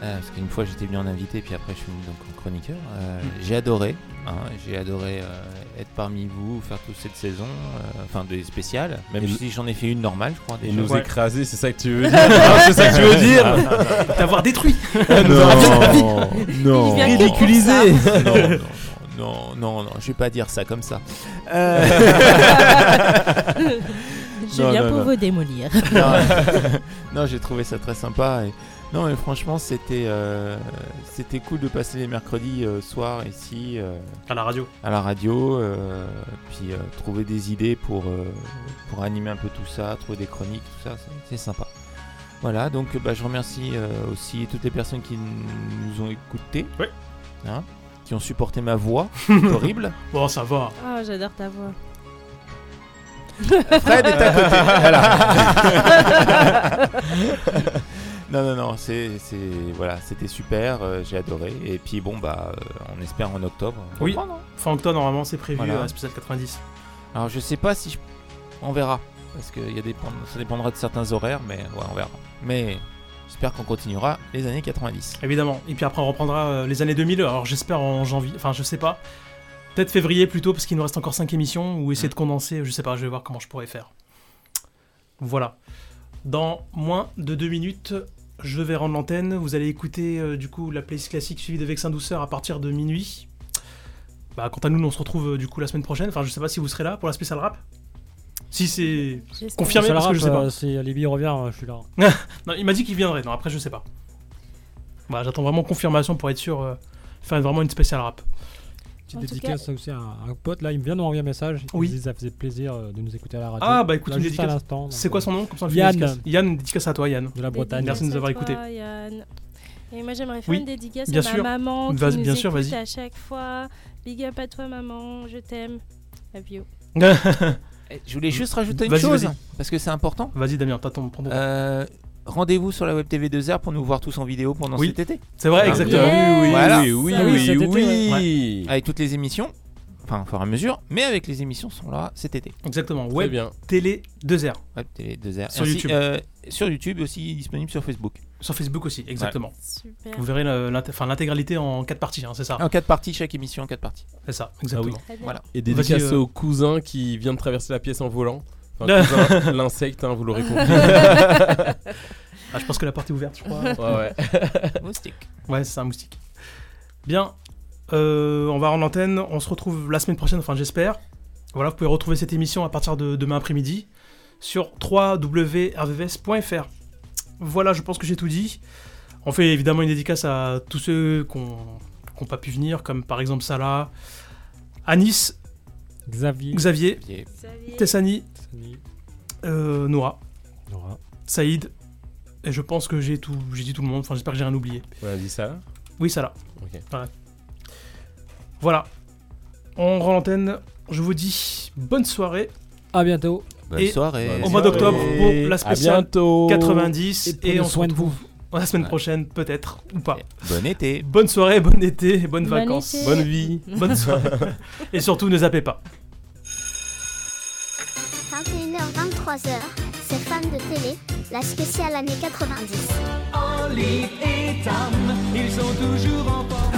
[SPEAKER 6] Euh, parce qu'une fois j'étais venu en invité puis après je suis venu donc en chroniqueur.
[SPEAKER 7] Mm.
[SPEAKER 6] Euh, J'ai adoré, hein, j'ai adoré euh, être parmi vous, faire toute cette saison, euh, enfin des spéciales, même
[SPEAKER 7] Et
[SPEAKER 6] si j'en ai fait une normale je crois.
[SPEAKER 7] Et
[SPEAKER 6] déjà.
[SPEAKER 7] nous écraser, c'est ça que tu veux dire Ah, C'est ça que tu veux dire
[SPEAKER 5] T'avoir détruit
[SPEAKER 6] Non, non.
[SPEAKER 5] Il vient que pour
[SPEAKER 6] ridiculisé.
[SPEAKER 5] ça.
[SPEAKER 6] Non, non, non, non, non, je vais pas dire ça comme ça. Euh,
[SPEAKER 8] Je viens pour vous démolir.
[SPEAKER 6] Non, non, j'ai trouvé ça très sympa. et- Non, mais franchement, c'était euh, c'était cool de passer les mercredis euh, soir ici. euh,
[SPEAKER 5] À la radio.
[SPEAKER 6] À la radio, euh, puis euh, trouver des idées pour, euh, pour animer un peu tout ça, trouver des chroniques, tout ça, c'est- c'est sympa. Voilà, donc euh, bah, je remercie euh, aussi toutes les personnes qui n- nous ont écoutés, hein, qui ont supporté ma voix, c'est horrible.
[SPEAKER 5] Bon, ça va.
[SPEAKER 8] Oh, j'adore ta voix.
[SPEAKER 6] Fred est à côté. Voilà. non, non, non, c'est, c'est, voilà, c'était super, euh, j'ai adoré. Et puis bon, bah, euh, on espère en octobre. hein.
[SPEAKER 5] Oui, fin octobre normalement c'est prévu
[SPEAKER 6] Voilà.
[SPEAKER 5] à spécial 90.
[SPEAKER 6] Alors je sais pas si je- on verra, parce que il y a des... ça dépendra de certains horaires, mais ouais, on verra. Mais j'espère qu'on continuera les années 90.
[SPEAKER 5] Évidemment. Et puis après, on reprendra euh, les années 2000. Alors j'espère en janvier. Enfin, je sais pas. Peut-être février plutôt, parce qu'il nous reste encore 5 émissions. Ou essayer de condenser. Je sais pas, je vais voir comment je pourrais faire. Voilà. Dans moins de 2 minutes, je vais rendre l'antenne. Vous allez écouter euh, du coup la playlist classique suivie de Vexin Douceur à partir de minuit. Bah, quant à nous, on se retrouve euh, du coup la semaine prochaine. Enfin, je sais pas si vous serez là pour la spéciale rap. Si c'est
[SPEAKER 9] J'espère.
[SPEAKER 5] confirmé,
[SPEAKER 9] Ça
[SPEAKER 5] parce que je sais
[SPEAKER 9] rap,
[SPEAKER 5] pas.
[SPEAKER 9] euh, si Alibi revient, euh, je suis là.
[SPEAKER 5] non, il m'a dit qu'il viendrait. Non, après, je sais pas. Voilà, j'attends vraiment confirmation pour être sûr. euh, faire vraiment une spéciale rap.
[SPEAKER 9] Petite
[SPEAKER 5] En tout
[SPEAKER 9] dédicace aussi à un, un pote là, il vient de nous envoyer un message. Il
[SPEAKER 5] Oui.
[SPEAKER 9] dit que ça faisait plaisir euh, de nous écouter à la radio.
[SPEAKER 5] Ah, bah écoute,
[SPEAKER 9] Là,
[SPEAKER 5] une
[SPEAKER 9] juste à
[SPEAKER 5] dédicace.
[SPEAKER 9] l'instant, donc,
[SPEAKER 5] C'est quoi son nom Comme ça, on le fait une
[SPEAKER 9] Yann.
[SPEAKER 5] dédicace. Yann, une dédicace à toi, Yann.
[SPEAKER 9] De la Bretagne.
[SPEAKER 5] Merci de nous avoir écoutés.
[SPEAKER 8] Toi, Yann. Et moi, j'aimerais faire
[SPEAKER 5] Oui,
[SPEAKER 8] une dédicace
[SPEAKER 5] bien
[SPEAKER 8] à ma
[SPEAKER 5] sûr.
[SPEAKER 8] maman qui
[SPEAKER 5] Vas-
[SPEAKER 8] nous
[SPEAKER 5] bien sûr,
[SPEAKER 8] écoute
[SPEAKER 5] vas-y.
[SPEAKER 8] à chaque fois. Big up à toi, maman. Je t'aime. Love you.
[SPEAKER 6] Eh, Je voulais juste rajouter une
[SPEAKER 5] Vas-y,
[SPEAKER 6] chose,
[SPEAKER 5] vas-y.
[SPEAKER 6] parce que c'est important.
[SPEAKER 5] Vas-y, Damien, t'as ton prends ton-
[SPEAKER 6] Euh, Rendez-vous sur la Web TV 2R pour nous voir tous en vidéo pendant
[SPEAKER 5] Oui.
[SPEAKER 6] cet été.
[SPEAKER 5] C'est vrai,
[SPEAKER 6] Hein
[SPEAKER 5] exactement.
[SPEAKER 7] Oui, oui,
[SPEAKER 6] Voilà.
[SPEAKER 7] oui, oui, Ah oui, oui, cet été, oui.
[SPEAKER 6] Avec toutes les émissions, enfin, au fur et à mesure, mais avec les émissions sont là cet été.
[SPEAKER 5] Exactement.
[SPEAKER 6] Très
[SPEAKER 5] Web
[SPEAKER 6] bien.
[SPEAKER 5] Télé 2R.
[SPEAKER 6] Web Télé 2R.
[SPEAKER 5] Sur
[SPEAKER 6] Ainsi,
[SPEAKER 5] YouTube.
[SPEAKER 6] euh, sur YouTube et aussi disponible sur Facebook.
[SPEAKER 5] Sur Facebook aussi, exactement.
[SPEAKER 6] Ouais.
[SPEAKER 5] Vous verrez le- l'int- enfin, l'intégralité en 4 parties, hein, c'est ça
[SPEAKER 6] En quatre parties, chaque émission en quatre parties.
[SPEAKER 5] C'est ça, exactement.
[SPEAKER 6] Ah oui. Voilà.
[SPEAKER 7] Et dédicace
[SPEAKER 5] Vas-y, euh,
[SPEAKER 7] au cousin qui vient de traverser la pièce en volant.
[SPEAKER 5] Ah.
[SPEAKER 7] Enfin, cousin, l'insecte, hein, vous l'aurez compris.
[SPEAKER 5] ah, je pense que la porte est ouverte, je crois.
[SPEAKER 7] Ouais,
[SPEAKER 6] ouais. Moustique.
[SPEAKER 5] Ouais, c'est un moustique. Bien, euh, on va rendre l'antenne. On se retrouve la semaine prochaine, enfin j'espère. Voilà, vous pouvez retrouver cette émission à partir de demain après-midi sur www.rvvs.fr. Voilà, je pense que j'ai tout dit. On fait évidemment une dédicace à tous ceux qui n'ont pas pu venir, comme par exemple Salah, Anis,
[SPEAKER 9] Xavier,
[SPEAKER 5] Xavier,
[SPEAKER 6] Xavier.
[SPEAKER 5] Tessani,
[SPEAKER 9] Tessani.
[SPEAKER 5] euh, Noah,
[SPEAKER 9] Nora.
[SPEAKER 5] Saïd. Et je pense que j'ai tout, j'ai dit tout le monde. Enfin, j'espère que j'ai rien oublié.
[SPEAKER 7] On a dit ça là
[SPEAKER 5] Oui, ça là.
[SPEAKER 7] Ok.
[SPEAKER 5] Voilà. Voilà. On rend l'antenne. Je vous dis bonne soirée.
[SPEAKER 9] À bientôt.
[SPEAKER 6] Bonne
[SPEAKER 5] et
[SPEAKER 6] soirée.
[SPEAKER 5] Au mois d'octobre pour la
[SPEAKER 9] À
[SPEAKER 5] spéciale
[SPEAKER 9] bientôt.
[SPEAKER 5] 90.
[SPEAKER 9] Et
[SPEAKER 5] Et,
[SPEAKER 9] prenez
[SPEAKER 5] on se
[SPEAKER 9] soin de
[SPEAKER 5] retrouve la semaine
[SPEAKER 6] Ouais.
[SPEAKER 5] prochaine, peut-être, ou pas.
[SPEAKER 6] Bon été.
[SPEAKER 5] Bonne soirée, bon été et bonnes
[SPEAKER 9] Bon
[SPEAKER 5] vacances.
[SPEAKER 9] été. Bonne vie.
[SPEAKER 5] Bonne soirée. et surtout, ne zappez pas.
[SPEAKER 14] 21h-23h, c'est fan de télé, la spéciale année 90.
[SPEAKER 3] Oli et Tam, ils sont toujours en forme.